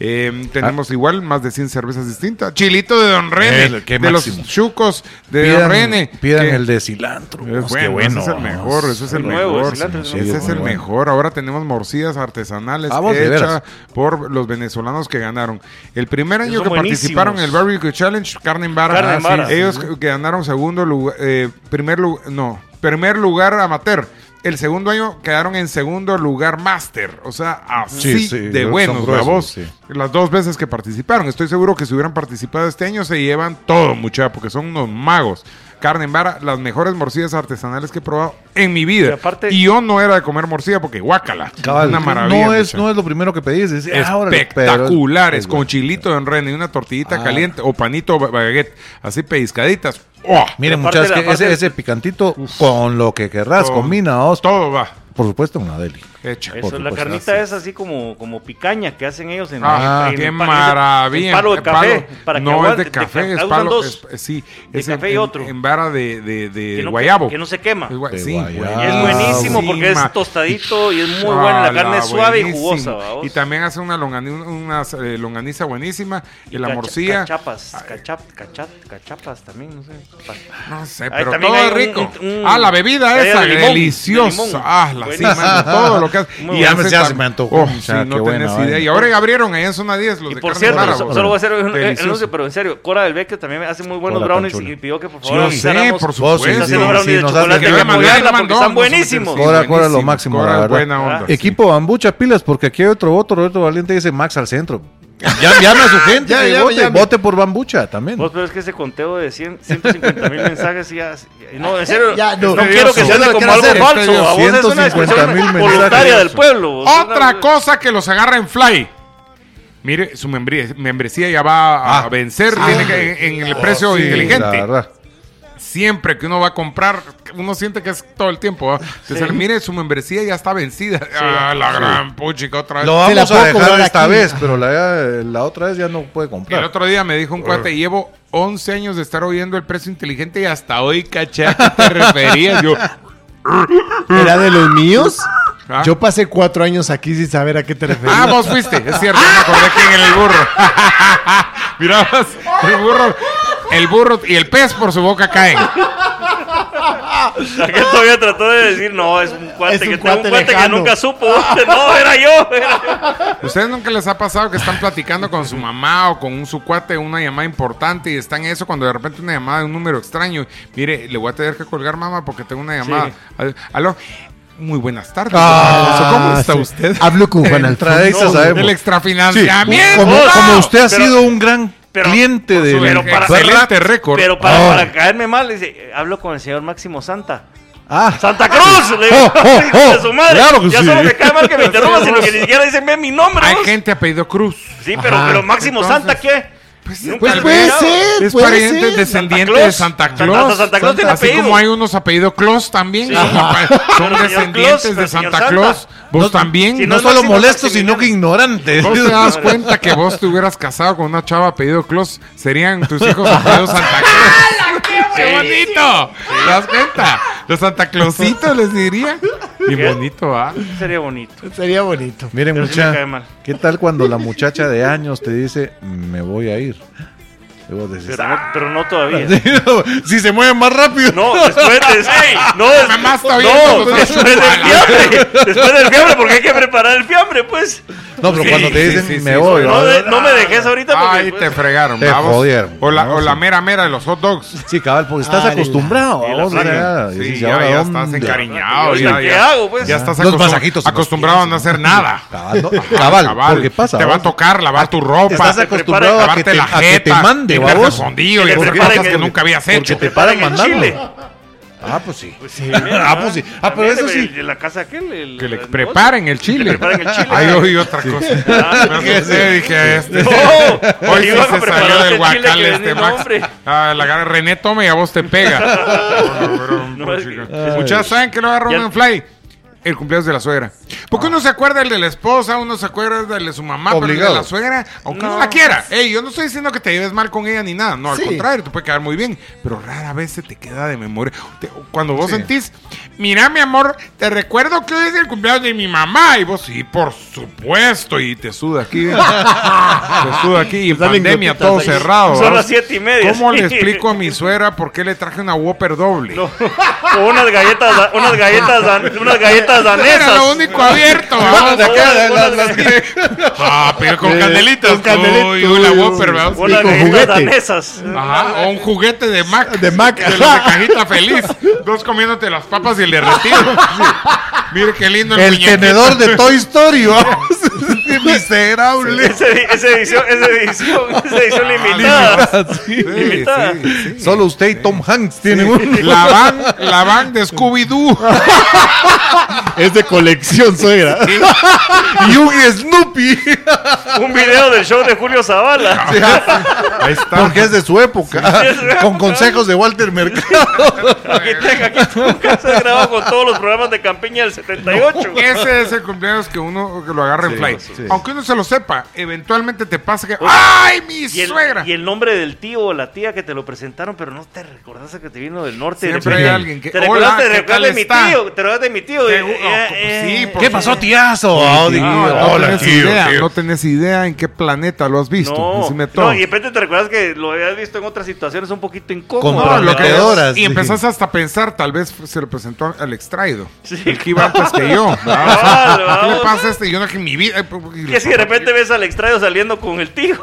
Eh, tenemos igual más de 100 cervezas distintas. Chilito de Don Rene, Ah. Eh, qué de los máximo. chucos de Don Rene. Pidan, pidan que- el de cilantro. Pues es Qué bueno, bueno. ese es el mejor, ese es el, El nuevo, mejor. el cilantro es ese el es nuevo. el Muy bueno. mejor. Ahora tenemos morcillas artesanales Ah, vos, de hechas veras. por los venezolanos que ganaron. El primer año Son que buenísimos. participaron en el Barbecue Challenge, carne en barra. Carne en Ah, sí. vara. Ellos que ganaron segundo lugar, eh, primer lugar, no. pe- primer lugar amateur. El segundo año quedaron en segundo lugar máster. O sea, así Sí, sí, de son buenos, gruesos, bravos. sí. Las dos veces que participaron. Estoy seguro que si hubieran participado este año se llevan todo, muchacha, porque son unos magos. Carne en vara, las mejores morcillas artesanales que he probado en mi vida. Y, Y aparte- yo no era de comer morcilla porque guácala. Cabal, una no maravilla. es- muchacha. no es lo primero que pedís. es, ah, órale, pero- Espectaculares, con chilito de enreno y una tortillita caliente o panito ba- baguette, así pellizcaditas. ¡Oh! Miren, muchachos, que ese, ese picantito con lo que querrás, Con- combina vos. Todo va. Por supuesto, una deli. Hecha. Por Eso, la supuesto. carnita es así como, como picaña que hacen ellos en Ah, en- en qué el pa- maravilla. el palo de El café. palo- para que no es aguante- de café, ca- es usan palo. dos. es- sí, de es café en, y en- otro. en vara de, de, de que no- guayabo. que no se quema. Es gua- De sí, guayabo. Y es buenísimo porque es tostadito y es muy Ah, bueno, la carne es suave y buenísimo. jugosa, ¿va Y también hace una, longani- una, eh, longaniza buenísima. Y, la Cacha- morcilla. Cachapas, cachap, cachap, cachapas también, no sé. Pa- No sé, Ahí pero también todo hay es un- rico. un- un- ah, la bebida hay esa, de limón, deliciosa. de limón. ah, la sí, Buenísimo. mano, todo lo que hace. Y Muy bueno. hace Ya se tam- me antojó. Oh, O sea, sí, qué no buena tenés idea. vaina. Y ahora abrieron allá en zona 10 los de Por carne cierto, bárbara, so- bro. solo voy a hacer un- un anuncio Delicioso. provinciario. Cora del Vecchio también hace muy buenos Hola, brownies Panchula. y pidió que por Sí, favor yo sé, por avisáramos si está supuesto. haciendo Sí, brownies sí, de nos chocolate, hace- que hay que mandó, apoyarla mandó, porque están nos hace- buenísimos. Ah, Sí, Cora, buenísimo. Cora, lo máximo. Cora la es verdad. buena onda, sí. Equipo Bambucha, pilas, porque aquí hay otro voto. Roberto Valiente dice Max al centro. Ya, llame a su gente, Ya, que ya, vote, ya. vote por Bambucha también. Vos, pero es que ese conteo de 100, 150 mil mensajes ya, ya- No, en serio, Ya, no, no. quiero que Yo sea no como quiero algo hacer falso. esto, A vos es una 150 expresión mil voluntaria mensajes. del pueblo. vos es una- Otra cosa que los agarra en fly. Mire, su membre- membresía ya va a vencer tiene que- en, en el Oh, precio Ah. sí, inteligente. la verdad. Siempre que uno va a comprar, uno siente que es todo el tiempo. ¿va? Te Sí. sale, Mire, su membresía ya está vencida. Ah, la Sí. gran puchica otra vez. Lo vamos a dejar esta vez, pero la, la otra vez ya no puede comprar. El otro día me dijo un cuate, llevo 11 años de estar oyendo el precio inteligente y hasta hoy caché a qué te referías. Yo, ¿Era de los míos? Ah. Yo pasé cuatro años aquí sin saber a qué te referías. ah, vos fuiste, es cierto, no me acordé quién era el burro. Mirabas, el burro, el burro y el pez por su boca caen. La que todavía trató de decir, no, es un cuate, Es un que, tengo cuate un cuate que lejano. nunca supo. no, era yo. era yo. ¿Ustedes nunca les ha pasado que están platicando con su mamá o con un su cuate una llamada importante y están en eso cuando de repente una llamada de un número extraño? Mire, le voy a tener que colgar mamá porque tengo una llamada. Sí. Al- Aló. Muy buenas tardes. Ah, don Alfonso. ¿Cómo está sí. usted? Hablo con Juan Alfonso. Tradiza, sabemos. El extrafinanciamiento. Sí, Como, como usted ha Pero- sido un gran pero- cliente de pero para- excelente récord. Pero para, Ah. para caerme mal, dice, eh, hablo con el señor Máximo Santa. Ah. ¡Santa Cruz! Le digo, Oh, oh, hijo de oh, su madre. claro que ya sí. solo me cae mal que me interrumpa, Sí, sino que vos. ni siquiera dicen bien mi nombre. Hay vos. gente apellido Cruz. Sí, pero, pero Máximo Entonces, Santa, ¿qué? Nunca Pues lo he puede escuchado. ser, es puede pariente ser. descendiente Santa de Santa Claus. Claus. Santa- Santa Claus tiene Así apellido. como hay unos apellidos Claus también, Sí. son, apa- son Pero señor Claus, descendientes pero de señor Santa Santa. Claus. Vos también. no, solo molesto, sino que ignorante. Vos te das cuenta que vos te hubieras casado con una chava apellido Claus, serían tus hijos apellidos Santa Claus. ¡Qué bonito! ¿Te das cuenta? Los Santa Clausitos les diría. Y bonito, ¿ah? Sería bonito. Sería bonito. Miren, Pero sí me mucha, cae mal. ¿qué tal cuando la muchacha de años te dice, me voy a ir? Y vos decís, Pero no, pero no todavía. "Ah". si se mueve más rápido. No, después des- no, des- Mamá está no, viendo los después del fiambre. Después del fiambre, porque hay que preparar el fiambre, pues. No, pero Sí, cuando te sí, dicen, sí, me sí. voy. No, ¿no? de- no me dejes ahorita porque. pues, Ay, te después- fregaron, Te vamos. jodieron, O la, ¿no? o la Sí. mera mera de los hot dogs. Sí, cabal, porque estás Ah, de la- acostumbrado. de la vamos, flaca. ya, Sí, decís, ya, "¿Y ahora ya estás dónde?". encariñado. ¿Y ahorita Ya, qué ya, hago, pues? ya estás Los acostum- masajitos en los acostumbrado a no hacer nada. Cabal, no, cabal, porque pasa. Te va a vamos. tocar, lavar tu ropa. Estás te acostumbrado prepara- a que lavarte te- la a que jeta, te mande, limpiar vos. jacondillo Porque y hacer te cosas paren que el- nunca habías porque hecho. te paran en mandando. Chile. Ah, pues sí. Mira, ah, pues sí. Ah, pero también eso de- sí. de la casa aquel, el- Que le el preparen el chile. Que preparen el chile. Ahí oí otra Sí. cosa. Ah, Me ¿qué? asusté, dije, este- No, hoy sí iban a se preparar salió el del chile guacal que este ni Max. nombre. Ah, la cara René tome y a vos te pega. No, es que- Muchas saben que lo agarró Ya- Ah. en fly. El cumpleaños de la suegra. Porque uno se acuerda el de la esposa, uno se acuerda el de su mamá, pero el Obligado. de la suegra, aunque no, No. la quiera. Ey, yo no estoy diciendo que te lleves mal con ella ni nada. No, al Sí. contrario, te puede quedar muy bien. Pero rara vez se te queda de memoria. Te- Cuando vos Sí. sentís, mira, mi amor, te recuerdo que hoy es el cumpleaños de mi mamá. Y vos, sí, por supuesto. Y te suda aquí. te suda aquí. Y en Salen pandemia, gotitas todo ahí. cerrado. Son ¿verdad? las siete y media, ¿Cómo sí. le explico a mi suegra por qué le traje una Whopper doble? No. O unas galletas, unas galletas, unas galletas las danesas. Era lo único abierto. Bolas vamos. de acá, Bolas- bolas bolas de- Ah, pero con Eh, candelitas. con candelitas. Uy, una Whopper, ¿verdad? Y Bolas con de juguete. danesas. Ajá, o un juguete de Mac. De Mac. De los de cajita feliz. Dos comiéndote las papas y el derretido. Mire qué lindo el El muñequito. tenedor de Toy Story, vamos. Qué miserable. Ese, ese edición, esa edición, esa edición limitada. limitada. Solo usted y Tom Hanks tienen uno. La van, la van de Scooby-Doo. Es de colección, suegra. Y un Snoopy. Un video del show de Julio Zavala. Ahí está. Porque es de su época. Sí, es de su Con época. consejos de Walter Mercado. Aquí tengo, aquí tengo que hacer grabado con todos los programas de campiña del 78. Ese es el cumpleaños que uno que lo agarra en Sí, fly. sí. Aunque uno se lo sepa, eventualmente te pasa que. ¡Ay, mi y el, suegra! Y el nombre del tío o la tía que te lo presentaron, pero no te recordaste que te vino del norte. Siempre Te- hay alguien que, Te "Hola, recordaste, ¿qué te tal recordaste de mi está?" tío, te recordaste de mi tío. Te- Eh, oh, eh, sí, por ¿Qué pasó, tiazo? Ah, digo, no, hola, tenés tío, idea, tío. no tenés idea en qué planeta lo has visto. No, Decime todo. no, y de repente te recuerdas que lo habías visto en otras situaciones un poquito No, incómodas. lo que- ¿verdad? y empezás hasta a pensar, tal vez se lo presentó al extraído. Sí. El que iba pues, antes que yo. ¿no? Vale, ¿Qué le vamos. pasa a este? Yo no que en mi vida. Que si de repente ves al extraño saliendo con el tío.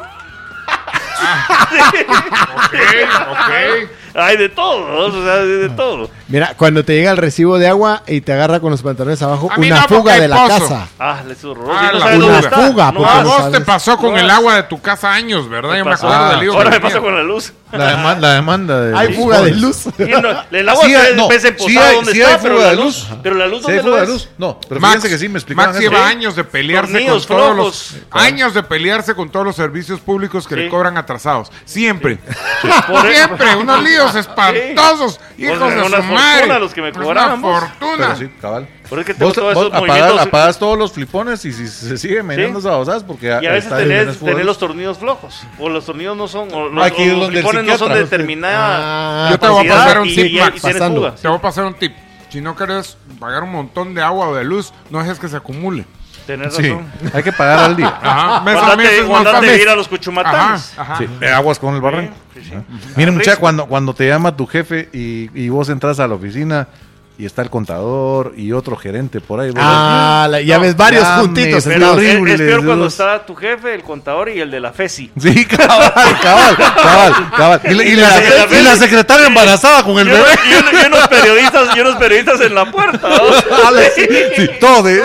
ok. Hay de todo, ¿no? o sea, hay de todo. Mira, cuando te llega el recibo de agua y te agarra con los pantalones abajo, A mí no, una porque fuga hay de la pozo. casa. Ah, le zurró. Ah, la no sabes fuga. dónde está. Fuga, no, No, a porque vos sabes. te pasó con No, el agua de tu casa años, ¿verdad? Yo me pasó. acuerdo del lío Ahora que me pasa tenía. con la luz. La demanda, la demanda de. Hay los fuga de jóvenes. luz. Y no, el agua Ah, Sí se hay- ve no, desemposado sí hay- donde sí está, hay pero fuga la de luz. luz. Pero la luz Sí hay dónde fuga lo de ves? luz. No, pero Max, fíjense que sí me explicaban Max eso. lleva años de pelearse Tornillos con todos flojos. los años de pelearse con todos los servicios públicos que Sí. le cobran atrasados. Siempre. Por e- eso- Siempre, unos líos espantosos. Sí. Hijos Pues, de era su una fortuna madre. los que me Una cobraban, vos. fortuna. Pero sí, cabal. Por eso que tengo Vos, todos vos esos apagas, movimientos. apagas todos los flipones y si se sigue meneando esas babosadas porque Y a veces Ah, está- tenés, tenés fuga de luz. tenés los tornillos flojos. O los tornillos no son. O los, Aquí o es los donde el clipones no son psiquiatra, de ¿no? determinada. Ah, Yo te voy a capacidad pasar un y- tip, y- y Max. tienes pasando. fugas. Te voy a pasar un tip. Si no querés pagar un montón de agua o de luz, no dejes que se acumule. Tenés Sí, razón. hay que pagar al día. Ajá, mes a mes Guardate, es más guardate fácil. ir a los cuchumatanes. Ajá, ajá. Sí, eh, aguas con el barranco. Sí, sí. Mire, Ah, muchacha, rico. cuando, cuando te llama tu jefe y, y vos entras a la oficina y está el contador y otro gerente por ahí. vos- Ah, la- ya No, ves varios ya juntitos. me- ¿no? Pero es, horrible, es peor cuando Dios. está tu jefe, el contador y el de la FESI. Sí, cabal, cabal, cabal, cabal. Y, la- y la, Y la- y la secretaria embarazada con el Y unos, bebé. y unos- y unos periodistas, y unos periodistas en la puerta. ¿no? Sí, todo de-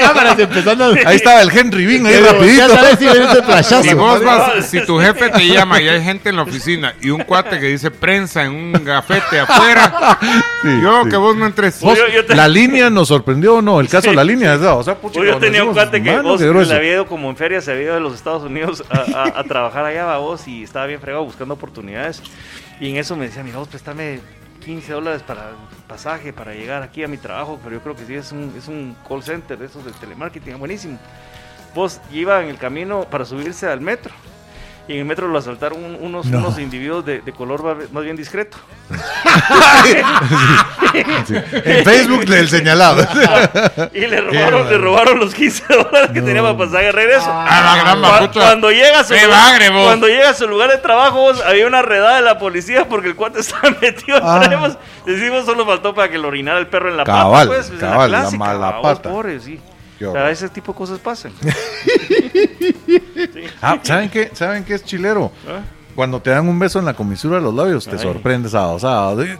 Cámaras empezando a- Ahí estaba el Henry Bean ahí Pero, rapidito. Ya sabes si viene este playazo. Si vos No, vas, si tu jefe te llama y hay gente en la oficina y un cuate que dice prensa en un gafete afuera, Sí, yo sí. que vos no entres. Vos- Yo- yo te- La línea nos sorprendió o no, el caso de la línea. ¿no? O sea, pucha, Yo cuando tenía un decimos, cuate que "Mano, vos qué le grueso". había ido como en feria, se había ido de los Estados Unidos a, a- a trabajar allá, va vos, y estaba bien fregado buscando oportunidades. Y en eso me decía, mira vos, préstame 15 dólares para pasaje, para llegar aquí a mi trabajo, pero yo creo que sí es un, es un call center de esos de telemarketing, buenísimo. Vos iba en el camino para subirse al metro. Y en el metro lo asaltaron un- unos, unos individuos de, de color ba- más bien discreto. En Facebook del señalado. Y le robaron, le robaron los 15 dólares que tenía para pasaje de regreso. A Ah, la gran Cua- mapucha. Cuando llega, a su Qué bagre, lugar, vos. cuando llega a su lugar de trabajo, vos, había una redada de la policía porque el cuate estaba metido en Ah. problemas. Decimos, solo faltó para que le orinara el perro en la pata. Cabal, Pues, pues, cabal, la la, clásica, mala va, vos, pata. pobre, sí. Qué O sea, horror. ese tipo de cosas pasan. Ah, ¿saben qué? ¿Saben qué es chilero? ¿Ah? Cuando te dan un beso en la comisura de los labios, te Ay. sorprendes a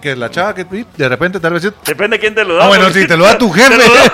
que la chava que y de repente tal vez sí, Depende de quién te lo da. Ah, bueno, porque sí, te lo da tu Te lo jefe.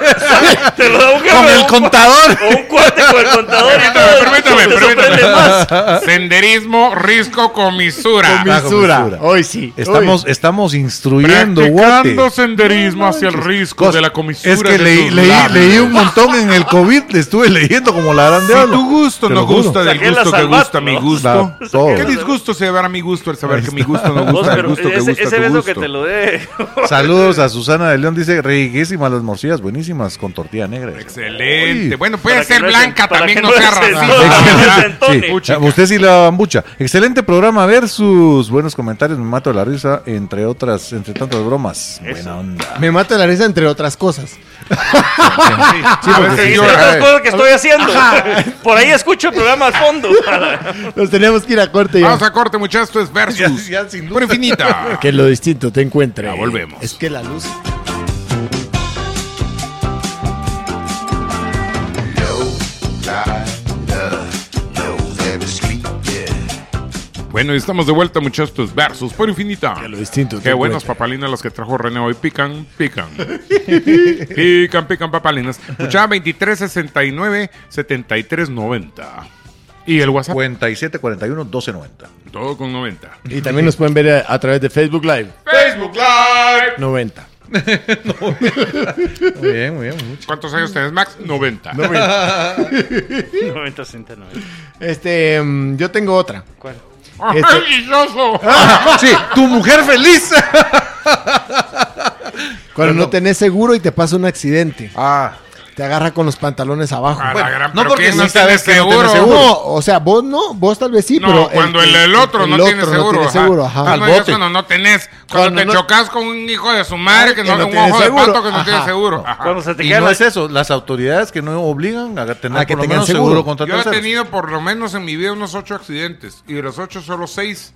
da, te lo da un jefe. Con el o un- contador. O un cuate con el contador. y todo, Permítame, te permítame, sorprende más. permítame. Senderismo, risco, comisura. Comi- Misura. Misura. Hoy sí. estamos estamos instruyendo guate. Practicando senderismo hacia el risco Cos- Pues de la comisura. Es que de leí, tus leí, labios. leí un montón en el COVID, le estuve leyendo como la gran Si diablo. tu gusto Te no lo juro. gusta del Saqué la gusto que salvat, gusta mi ¿no? gusto. Da todo. Qué disgusto se llevará mi gusto el saber que mi gusto no Vos, gusta del pero gusto que ese, gusta ese tu beso gusto. que te lo dé. Saludos a Susana de León, dice riquísimas las morcillas, buenísimas con tortilla negra. Excelente. Uy. Bueno, puede Para que ser no se- blanca para también, que no no sea se- racista. se entone. Sí, Puchica. usted sí la bambucha. Excelente programa versus buenos comentarios, me mato de la risa, entre otras, entre tantas bromas. Eso. Buena onda. Me mato de la risa, entre otras cosas. Sí, a veces Y llora. otras eh. cosas que estoy haciendo. Por ahí escucho el programa al fondo. Nos tenemos que ir a corte ya. Vamos a corte, muchachos. Esto es Versus. Ya- ya sin luz. Por infinita. Que lo distinto te encuentre. Ya volvemos. Es que la luz. Bueno, y estamos de vuelta, muchachos, tus versos por infinita. distinto Qué te buenos cuenta. papalinas los que trajo René hoy. Pican, pican. pican, pican papalinas. Muchacha 2369 7390. Y el WhatsApp. 4741 1290. Todo con 90. Y también nos pueden ver a, a través de Facebook Live Facebook Live. 90. muy bien, muy bien. mucho. ¿Cuántos años tenés, Max? 90. 90. 90, 60, 90. Este, mm, yo tengo otra. ¿Cuál? Este- Ah, sí, tu mujer feliz. Cuando no tenés seguro y te pasa un accidente. Ah. Te agarra con los pantalones abajo. A Ah, la Bueno, gran- no pero porque ¿quién sí no sabes tiene que no tenés seguro? seguro. no, o sea, vos no, vos tal vez sí, No, pero. cuando el, el otro no tiene otro seguro. tiene ajá. Ah, seguro, ajá. No, no, eso cuando no tenés. Cuando, Cuando te no- chocas con un hijo de su madre que Que no, no un tiene ojo de seguro, pato que no ajá. tiene seguro. Ajá. Cuando se te Y queda no la- es eso, las autoridades que no obligan a tener A que por lo tengan menos seguro. seguro contra Yo he terceros. tenido por lo menos en mi vida unos ocho accidentes. Y de los ocho, solo seis.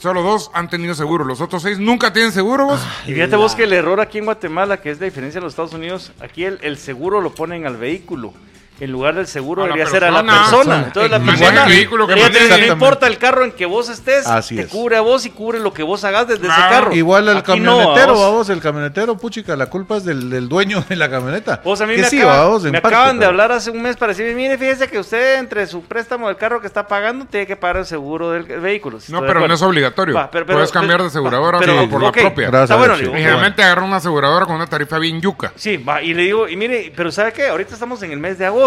Solo dos han tenido seguro. Los otros seis nunca tienen seguro, vos. Y fíjate vos que el error aquí en Guatemala, que es la diferencia de los Estados Unidos, aquí el, el seguro lo ponen al vehículo. En lugar del seguro A la debería ser a la persona. persona. Entonces la Que maneje persona el vehículo que debería maneje. tener- no Exactamente. importa el carro en que vos estés, Así te es. cubre a vos y cubre lo que vos hagas desde ese Claro. carro. Igual al Aquí no, camionetero, vos. vamos, el camionetero, puchica, la culpa es del, del dueño de la camioneta. Vos Pues a mí Que me, sí, acaba- vamos, en me parte, acaban de pero- hablar hace un mes para decirme, mire, fíjese que usted entre su préstamo del carro que está pagando tiene que pagar el seguro del vehículo. Si No, estoy de pero no acuerdo. es obligatorio. Va, pero- pero- Puedes cambiar de aseguradora pero- o por la ok, propia. Gracias Está a bueno, Dios, le digo, sí. Generalmente agarran una aseguradora con una tarifa bien yuca. Sí, va, y le digo, y mire, pero ¿sabe qué? Ahorita estamos en el mes de agosto.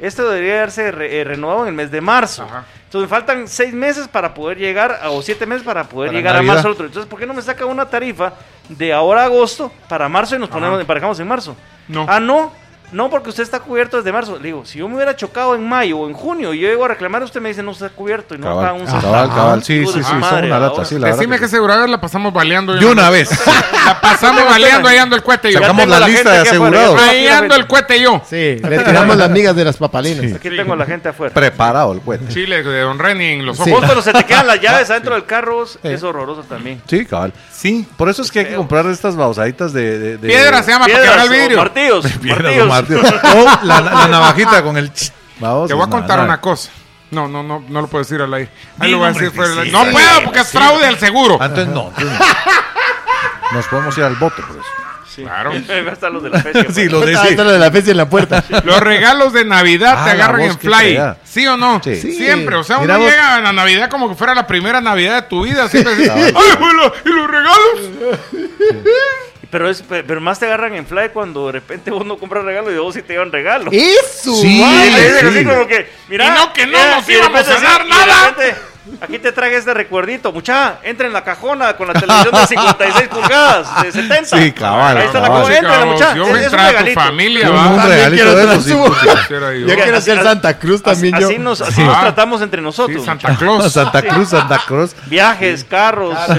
Esto debería haberse re- eh, renovado en el mes de marzo. Ajá. Entonces me faltan seis meses para poder llegar, a- o siete meses para poder Para llegar a Navidad. marzo al otro. Entonces, ¿por qué no me saca una tarifa de ahora a agosto para marzo y nos ponemos, embarcamos en marzo? No. Ah, no. No, porque usted está cubierto desde marzo. Le digo, si yo me hubiera chocado en mayo o en junio y yo llego a reclamar, usted me dice, no está cubierto y no paga Cabal, un cabal, cabal, sí, Hijo sí, de sí, su son madre, una ahora. lata, sí, la Decime verdad. que aseguradora la pasamos baleando. que- De una no- vez. La pasamos baleando hallando el cohete yo. Sacamos tengo la la lista de gente aquí afuera, asegurados. ya Hallando el cohete yo. Sí, le tiramos las migas de las papalinas. Aquí tengo a la gente afuera. Preparado el cuento. Chile de Don Renny en los Sí. Vos ojos. cuando se te quedan las llaves adentro del carro, es horroroso también. Sí, cabal. Sí. Por eso es que hay que comprar estas bausaditas de, de, de- Piedra se llama para quebrar el o vidrio. Martillos, Piedras, martillos. don Martín. O la, la navajita con el. ch- Vamos, Te voy a no, contar no. una cosa. No, no, no, no lo puedo decir al aire. Ahí lo Dilo, voy a hombre, decir fuera del sí, aire. No sí, puedo porque es fraude al seguro. Ah, entonces no. entonces no. Nos podemos ir al bote pues. por eso. Sí. Claro. Hasta los de la fecha. Sí, pues. lo de Está sí. dentro de la fecha en la puerta. Los regalos de Navidad Ah, te la agarran voz en que fly. traía. ¿Sí o no? Sí. Sí. Siempre. O sea, uno Mira vos. llega a la Navidad como que fuera la primera Navidad de tu vida. Siempre dices, ¡ay, abuela, ¿Y los regalos? Pero, es, pero más te agarran en fly cuando de repente vos no compras regalo y vos sí te llevan regalo. ¡Eso! Sí. Y le dicen así sí. como que, mira, Y no, que no mira, nos y de íbamos a repente dar así, nada. y de repente, Aquí te traje este recuerdito, muchacha, entra en la cajona con la televisión de 56 pulgadas, de 70. Sí, cabal, Ahí está cabal. la Sí, cajona, entra la cabrón, muchacha. Yo es- voy a es un entrar a tu regalito. familia, Un ¿va? regalito de esos, sí, puchica. Quisiera yo. Ya quiero ser Santa Cruz también así, yo. así nos, así nos Ah. tratamos entre nosotros. Sí, Santa Claus. Santa Cruz, Santa Cruz. Viajes, carros, eh,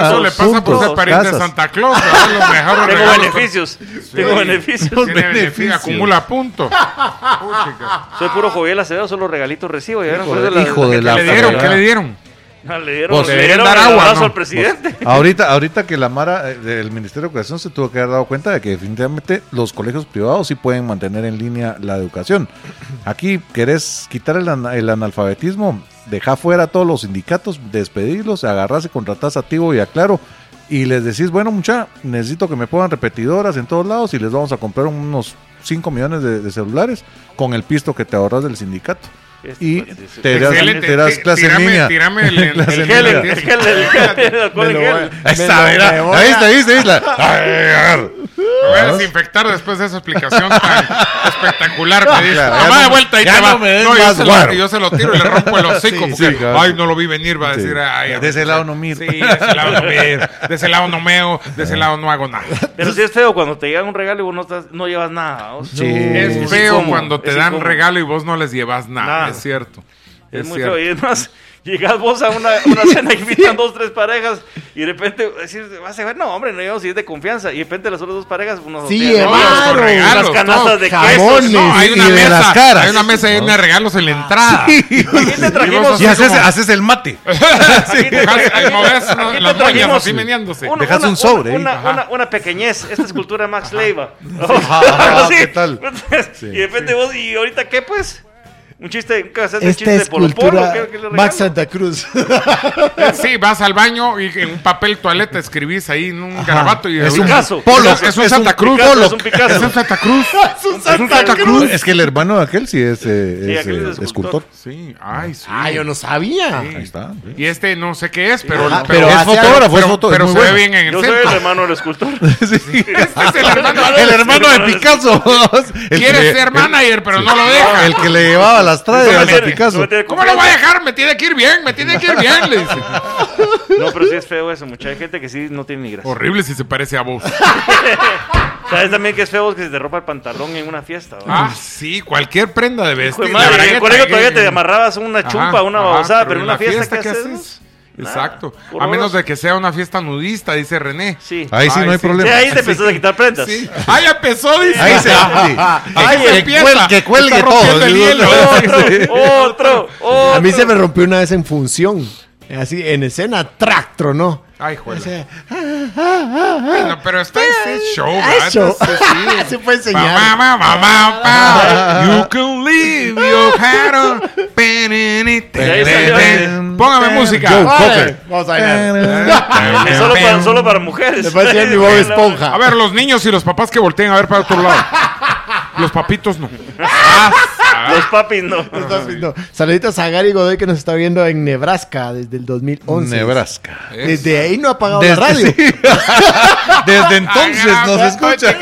Eso le pasa por Puntos, ser pariente de casas. Santa Claus. ¿verdad? Los mejores Tengo regalos. beneficios, tengo beneficios. Tiene beneficio, beneficios. acumula puntos. Soy puro Joviel Acevedo, solo regalitos recibo. ya vieron, Hijo por de- eso la- hijo la de gente la ¿Qué le dieron? ¿Qué le dieron? Ah, le dieron, Pues, le deberían dieron dar el agua, abrazo ¿no? al presidente. Ahorita, ahorita que la Mara eh, del Ministerio de Educación se tuvo que haber dado cuenta de que definitivamente los colegios privados sí pueden mantener en línea la educación. Aquí querés quitar el, ana- el analfabetismo, deja fuera a todos los sindicatos, despedirlos, agarrás y contratás a Tigo y a Claro y les decís, bueno mucha, necesito que me pongan repetidoras en todos lados y les vamos a comprar unos 5 millones de, de celulares con el pisto que te ahorras del sindicato. Y te das, Excelente. te das Ti- clase tirame- en línea. tirame el- el Clase en Gel, línea. el gel, el gel, el alcohol Me lo en voy a- gel. Ahí está, me lo- mira. me voy ¿La a- ¿Viste, viste, viste? La- Ay, agarra. Me voy a desinfectar después de esa explicación tan espectacular que dice. Claro, Mamá ya no- de vuelta y ya te va. no me des yo, más se guaro. lo, yo se lo tiro y le rompo el hocico. Sí, porque, sí, claro. ay, no lo vi venir, va a Sí. decir. Ay, De ese lado no miro. Sí, de ese lado no miro. De ese lado no meo. De ese lado no hago nada. Pero sí es feo cuando te llegan un regalo y vos no, estás- no llevas nada. o sea, Sí. Es es feo incómodo, cuando te es dan incómodo. regalo y vos no les llevas nada. Nada. Es cierto. Es muy cierto. feo. Y es más, llegas vos a una, una cena y invitan dos, tres parejas y de repente decís, vas a ver, no, hombre, no llevamos si es de confianza. Y de repente las otras dos parejas, unos Sí, hoteles, llevaron otros con regalos, todo. Las canastas de Jamones. quesos. No, hay Y una de mesa, las caras. Hay una mesa llena de regalos en la entrada. Aquí te trajimos Y haces, haces el mate. Así, dejas- ahí moves, ¿no? Aquí las moñas te trajimos así meneándose. Una- Dejas una- un sobre, Una, ¿eh? una, una- una pequeñez. Esta es cultura Max Leiva. Ajá, ajá, ¿qué tal? Entonces, Sí, y de repente vos, ¿y ahorita qué, pues? Un chiste, un cassette de Esta chiste de es Polo Polo. cultura ¿qué- qué le Max regalo? Santa Cruz. Sí, vas al baño y en un papel toaleta escribís ahí en un garabato y Es de- un Picasso. Pollock, Es un es Santa un Cruz. Picasso, Pollock. es un Picasso. Es un Santa Cruz. Santa Cruz. Es que el hermano de aquel sí es, eh, Sí, es, aquel eh, es escultor. Sí, ay, sí. Ah, yo no sabía. Sí. Ahí está. Y este no sé qué es, pero, Ajá, pero es fotógrafo, es foto- es pero muy se ve bueno. bien en el Yo soy centro. el hermano del escultor. Este es el hermano, El hermano de del- Picasso. El que Quiere le- ser manager, pero no lo deja. El que le llevaba las No me trajes a tiene, no Picasso. me tiene ¿Cómo lo va a dejar? Me tiene que ir bien, me tiene que ir bien, le dice. No, pero sí es feo eso, mucha Hay gente que sí no tiene ni gracia. Horrible si se parece a vos. ¿Sabes también que es feo que se te rompa el pantalón en una fiesta? ¿va? Ah, sí, cualquier prenda de Hijo vestir. de La madre, verdad en el que colegio tragué- todavía te amarrabas una Ajá, chumpa, una ajá, babosada, pero en una la fiesta, ¿qué haces? Exacto. Nah, a menos de que sea una fiesta nudista, dice René. Sí. Ahí sí Ay, no hay Sí, problema. ahí te empezaste a quitar prendas. Sí. Ahí empezó, dice. Ahí se. Ahí que se empieza. cuelgue- que cuelgue Está todo, rompiendo el digo, hielo. Otro, otro. A mí se me rompió una vez en función. Así, en escena, tractro, ¿no? Ay, juela. O sea, Bueno, pero está ese show, ah, ¿verdad? show. Entonces, sí. Se puede Pa, enseñar. pa, pa, pa, pa. You can leave your hat on. Penene, ahí salió, penene. Póngame música. Vale, Ah, Vamos a ver. Ah, Solo para, solo para mujeres. Me parece mi Bob Esponja. A ver, los niños y los papás que volteen a ver para otro lado. Los papitos no. Los papis no. Estás viendo. Saluditos a Gary Godoy que nos está viendo en Nebraska desde el 2011. Nebraska. Desde ahí no ha apagado Desde- la radio. Desde entonces nos escucha.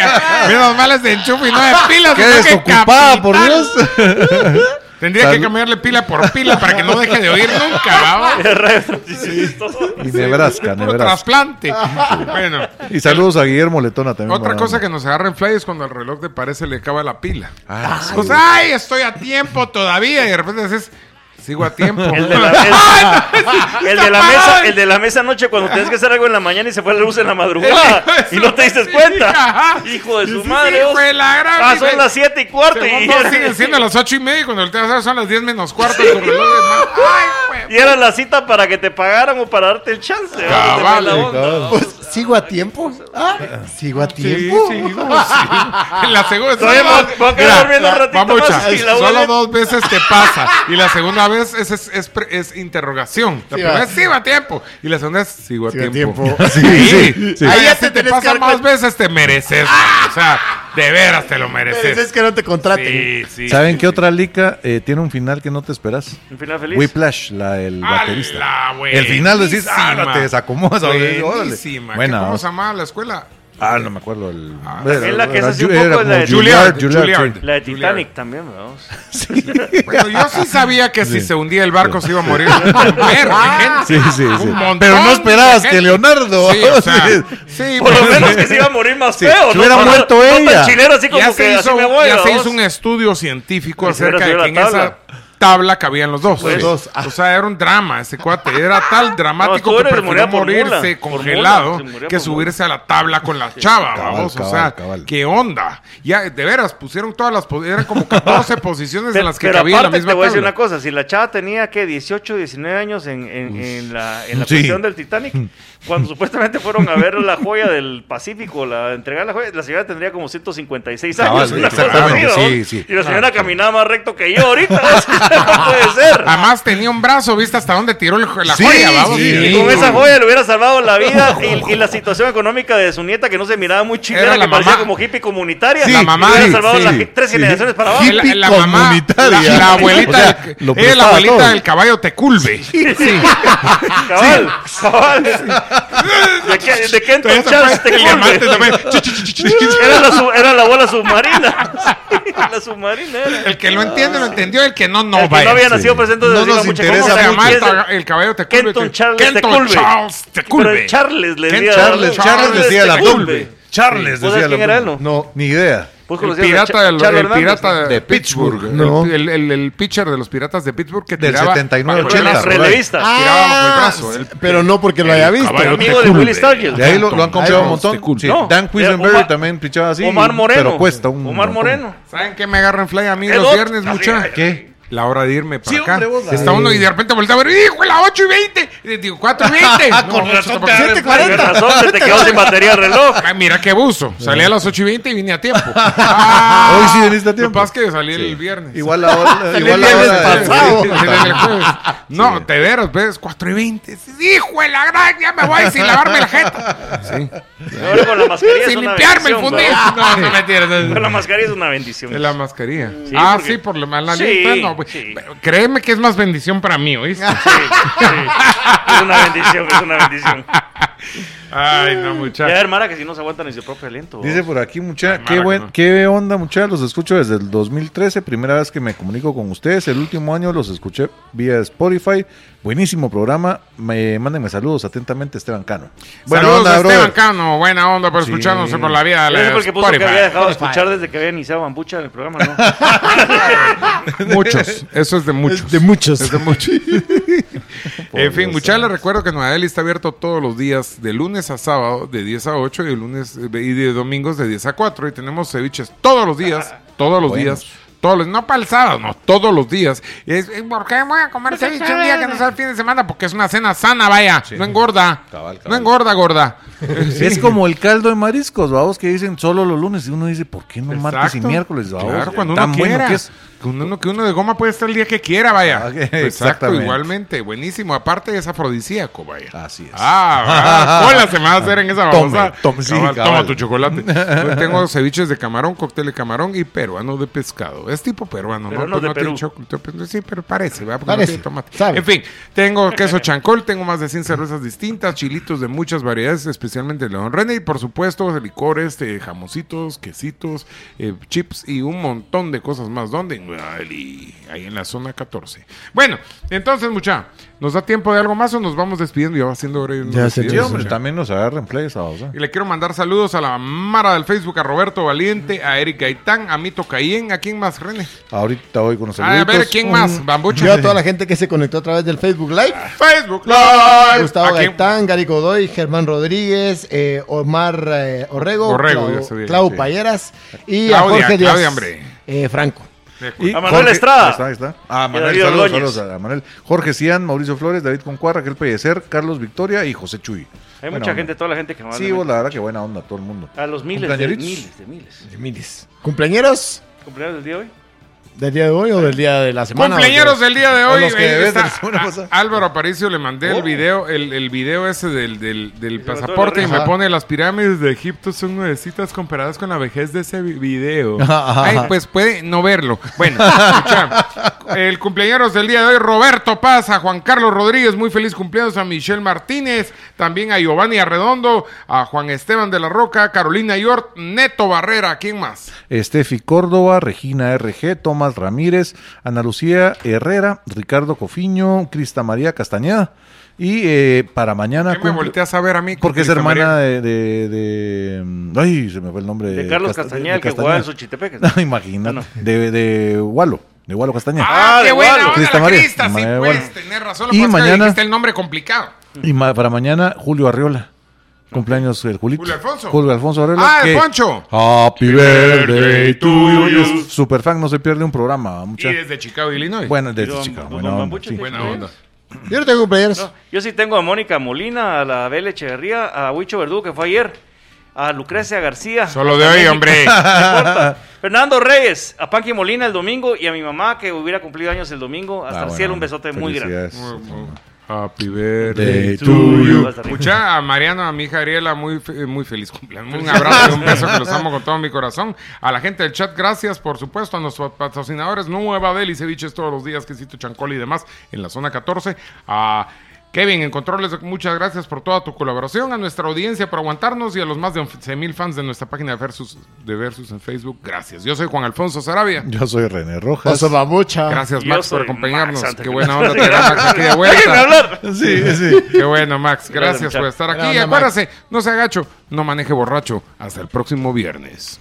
Menos mal es de enchufe y no de pilas. Qué sino que desocupada, capital. por Dios. Tendría Salud. que cambiarle pila por pila para que no deje de oír nunca, ¿va? Es re- sí, sí, todo. Y Nebraska, Puro Nebraska. trasplante. Bueno, Y saludos a Guillermo Letona también. otra buena cosa que onda. nos agarra en fly es cuando al reloj de parece le acaba la pila. Ah, sí. Pues, ay, estoy a tiempo todavía. Y de repente dices, sigo a tiempo. El de la, el- el de la mesa, el de la mesa anoche cuando tienes que hacer algo en la mañana y se fue la luz en la madrugada y no te diste Sí, cuenta. ajá. Hijo de Sí, su sí, madre. sí, vos. fue la gran- Ah, son las 7 y cuarto Según y, vos, siguen siendo las ocho y media y cuando el a ver son las 10 menos cuarto. y tu reloj de ma- Ay, güey. y era la cita para que te pagaran o para darte el chance. ¿no? Cabal, Te fue la onda. Pues, ¿Sigo a tiempo? Ah, ¿Sigo a Sí, tiempo? sí, no, sí. En la segunda. Todavía solo- me voy a quedar durmiendo un ratito mamucha, más y la voy a solo leer. dos veces te pasa. Y la segunda vez es, es, es pre- es interrogación. La Sí, primera va. es sí va a tiempo. Y la segunda es sigo a Sigo a tiempo. tiempo. Sí, Sí, sí. Ahí Ahí ya si te te, tenés que pasa dar más cuenta. veces, te mereces. O sea, de veras te lo Pero es mereces. que no te contraten. Sí, sí. ¿Saben qué otra lica eh, tiene un final que no te esperas? Un final feliz. Whiplash, la del ¡Ala, baterista. buenísima! El final decís, ah, no, te desacomodas. órale, órale. Buenísima. ¿Qué- Buena. ¿Cómo vamos. se llamaba la escuela? Ah, no me acuerdo el. Ah, es la que es así un era poco como la de Juilliard, Juilliard, Juilliard, sí. La de Juilliard. Titanic también, vamos. Bueno, yo sí sabía que si Sí. se hundía el barco se iba a morir. un montón de gente. Sí, sí, sí. Un montón Pero no esperabas de que gente. Leonardo. Sí, o sea, Sí. sí, Por lo pues, menos que se iba a morir más Sí, feo. se hubiera No, no, muerto no tan ella. chilero así como ya que se, así hizo, me voy, ya se vamos. hizo un estudio científico Ya se acerca de hubiera que en subido la esa tabla cabían los dos. Pues, Sí. dos, ah. O sea, era un drama ese cuate. Era tal dramático estuvo que en el prefirió moría por mula, morirse por congelado mula, se murió que por subirse a la tabla con la chava, Cabal, vamos. O cabal, sea, cabal. qué onda. Ya, de veras, pusieron todas las... pos- Eran como 14 posiciones en Pero, las que pero cabía la aparte te misma voy a decir tabla. una cosa, si la chava tenía que 18, 19 años en, en, en la, en la Sí. cuestión del Titanic, cuando supuestamente fueron a ver la joya del Pacífico, la entregar la joya, la señora tendría como 156 Cabal, años. una cosa exactamente, así, ¿no? sí, sí. Y la Ah, señora caminaba más recto que yo ahorita, no puede ser. Además tenía un brazo, ¿viste hasta dónde tiró el- la Sí, joya? Ah, vamos? sí, Y con esa joya le hubiera salvado la vida y, y la situación económica de su nieta que no se miraba muy Era chilena, que la parecía mamá. como hippie comunitaria. Sí, la mamá, Le hubiera sí, salvado sí, las sí. tres generaciones para abajo. la, la mamá, la, comunitaria. la abuelita, O sea, del- lo ella es la prestaba abuelita todo. del caballo Teculbe. Cabal, cabal. ¿De qué, de qué Entonces, entonces Charles fue te el diamante culpe? también. Chi, chi, chi, chi, chi, chi. Era la, su- era la bola submarina. la submarina era. El que lo entiende, lo entendió. El que no, no, El que vaya. no había Sí. nacido presente No de nos interesa Se mucho. llama el, ta- el caballo Teculbe. Kenton que- Charles Kenton Teculbe. Charles Teculbe. Pero Charles le Ken decía. Charles, ¿no? Charles decía la Tecumbe. Dolbe. Charles ¿Vos decía sabés la quién era él, Dolbe. no? No, ni idea. ¿Vos El conocías a pirata, Cha- del- Charles el Hernández, pirata no? de De Pittsburgh. Pittsburgh. No. El, el, el- el pitcher de los piratas de Pittsburgh que Del tiraba. 79, bajo el 80, brazo, por ahí. Relevista. Tiraba bajo el Ah, brazo. sí, El- pero no porque lo haya visto. caballo Amigo de Tecumbe. Willy Stargell. De ahí lo, lo han comprado un montón. Tecumbe. Sí, No, Dan eh, Omar- Quisenberry también pinchaba así. Omar Moreno. Pero cuesta un Omar montón. Moreno. ¿Saben qué me agarran fly a mí El los otro- viernes, mucha? ¿Qué? la hora de irme para Sí, acá. hombre, vos, Está ay. uno y de repente voltea a ver, ¡hijo, la 8 y 20! Y le digo, ¡4 y 20! Con razón no, ocho te- tampoco. siete cuarenta. Con razón se te quedó sin batería el reloj. Ay, mira qué abuso. Salí a las 8 y 20 y vine a tiempo. Ah. Hoy sí viniste a Lo que tiempo. pasa es que salí el viernes. Igual la hora. Salí igual la el viernes hora de- pasado. sí. Desde el jueves. No, te veras, ves, 4 y 20. ¡Hijo de la gran! Ya me voy sin lavarme la jeta. Sí. Ahora con la mascarilla es Sin una limpiarme el bendición, fundillo. ¿verdad? No, no mentiras. no, no. Con la mascarilla es una bendición. De la mascarilla. Sí, ah, porque- sí, por la mala Sí, neta, no, pues, sí. pero Créeme que es más bendición para mí, ¿oíste? Es una bendición, es una bendición. Ay, no, Ya, muchachos. hermana, que si no se aguantan ni su propio aliento. Dice por aquí, mucha, qué, mala buen, que no. qué onda, mucha, los escucho desde el 2013, primera vez que me comunico con ustedes, el último año los escuché vía Spotify, buenísimo programa, me, mándenme saludos atentamente, Esteban Cano. Saludos a brother. Esteban Cano, buena onda por escucharnos por la vida. Ese la- porque puso que Spotify. había dejado de escuchar desde que había iniciado Bambucha en el programa, ¿no? Muchos, eso es de muchos. de muchos. Es de muchos. en fin, muchachos, les recuerdo que Nueva Delhi está abierto todos los días, de lunes a sábado, de 10 a 8 y de, lunes, y de domingos de 10 a 4. Y tenemos ceviches todos los días, todos los Ah, Buenos. días. Todos los, no para el sábado, no, todos los días. Y es, "Eh, ¿Por qué voy a comer ceviche un día que no sea el fin de semana? Porque es una cena sana, vaya. No engorda. Cabal, cabal. No engorda, gorda. Es como el caldo de mariscos, vamos, que dicen solo los lunes, y uno dice, ¿por qué no martes y Exacto. miércoles, babos? Claro, cuando uno Tan bueno quiera. que es. que, uno, que uno de goma puede estar el día que quiera, Ah, vaya. ok, Exacto, exactamente. igualmente. Buenísimo. Aparte es afrodisíaco, vaya. Así es. Ah, ah, cola se me va a hacer en esa Tome, babosa. tome, sí, Cabal, cabal. toma tu chocolate. Yo tengo ceviches de camarón, cóctel de camarón y peruano de pescado. Es tipo peruano, Pero ¿no? no Pues de no tiene Perú. chocolate, pero sí, pero parece, ¿verdad? Porque Parece, no tiene tomate. sabe. En fin, tengo queso chancol, tengo más de 100 cervezas distintas, chilitos de muchas variedades, especialmente el León René y por supuesto licores, eh, jamoncitos, quesitos, eh, chips y un montón de cosas más. ¿Dónde? En Nueva Delhi, ahí en la zona 14. Bueno, entonces, mucha, ¿nos da tiempo de algo más o nos vamos despidiendo? Ya va siendo hora de irnos Ya se despidiendo, Sí, hombre, mucha. también nos agarran play esa babosa. Y le quiero mandar saludos a la Mara del Facebook, a Roberto Valiente, a Eric Gaitán, a Mito Cayen, ¿a quién más, René? Ahorita voy con los A saluditos. ver, ¿quién más? Bambucha. Yo a toda la gente que se conectó a través del Facebook Live. Facebook Live. Gustavo ¿A quién? Gaitán, Gary Godoy, Germán Rodríguez, eh, Omar eh, Orrego, Orrego, Clau- ya se viene, Clau sí. Payeras y Claudia, a Jorge Díaz. Claudia, hombre. eh, Franco. Y A Manuel Jorge- Estrada. Ahí está, ahí está. Ah, Manuel, David saludos, Ordóñez. saludos a Manuel. Jorge Cian, Mauricio Flores, David Concuá, Raquel Pellecer, Carlos Victoria y José Chuy. Hay Buena mucha onda. gente, toda la gente que manda. Sí, vos, la verdad que buena onda, todo el mundo. A los miles de Compañeritos. miles, de miles. ¿Cumpleañeros ¿Cumpleaños del día de hoy? del día de hoy o del día de la semana? Cumpleaños del día de A hoy. los que ahí debes está. de la semana A- pasada. Álvaro Aparicio le mandé el Oh. video, el, el video ese del, del, del mató de la pasaporte y risa. me pone las pirámides de Egipto son nuevecitas comparadas con la vejez de ese vi- video. Ajá, ajá, Ay, ajá. pues puede no verlo. Bueno, escucha, el cumpleaños del día de hoy, Roberto Paz, a Juan Carlos Rodríguez, muy feliz cumpleaños, a Michelle Martínez, también a Giovanni Arredondo, a Juan Esteban de la Roca, Carolina York, Neto Barrera, ¿quién más? Estefi Córdoba, Regina RG, Tomás Ramírez, Ana Lucía Herrera, Ricardo Cofiño, Crista María Castañeda. Y eh, para mañana. ¿Qué me cumple- volteas a ver a mí? con Porque es Crista hermana María? de, de- de- mm, Ay, se me fue el nombre. De Carlos Casta- Castañeda, de el que jugaba en Castañeda. Xochitepec. No, imagínate. No, Ah, no. De, de Walo, de Walo Castañeda. Ah, Ah, qué de buena Guadalupe. onda Crista la María. Crista, sí, María, bueno. pues, tenés razón. Lo Y que pasa es que mañana- dijiste el nombre complicado. Y ma- para mañana, Julio Arriola. Cumpleaños el Julito. Julio Alfonso. Julio Alfonso Arriola. Ah, el que- Poncho. Happy birthday to you. you. Super fan, no se pierde un programa. Mucha... Y desde Chicago, Illinois. Bueno, desde Don- Chicago. don Buena onda, Bambucha, sí. ¿qué Buena crees? onda. Yo no tengo cumpleaños. No, yo sí tengo a Mónica Molina, a la Bel Echeverría, a Huicho Verdugo, que fue ayer, a Lucrecia García. Solo a de hoy, México, hombre. no importa. Fernando Reyes, a Panqui Molina el domingo y a mi mamá que hubiera cumplido años el domingo. Hasta Ah, el buena cielo, un onda. besote muy grande. Felicidades. Happy birthday birthday to you. Hasta arriba. Escucha a Mariano, a mi hija Ariela, muy, fe- muy feliz cumpleaños. Un abrazo y un beso que los amo con todo mi corazón. A la gente del chat, gracias, por supuesto, a nuestros patrocinadores, Nueva Delhi, ceviches todos los días, quesito chancol y demás, en la zona 14. A Kevin, en controles, muchas gracias por toda tu colaboración, a nuestra audiencia por aguantarnos y a los más de 11 mil fans de nuestra página de Versus, de Versus en Facebook, gracias. Yo soy Juan Alfonso Sarabia. Yo soy René Rojas. Paso Bambucha. Gracias, Yo Max, por soy acompañarnos. Max, Qué buena onda antes que- tener a Max aquí de vuelta. Déjenme hablar. Sí, sí. Qué bueno, Max. Gracias, Gracias, por estar aquí. Gran Y onda, Max. acuérdese, no se agacho, no maneje borracho. Hasta el próximo viernes.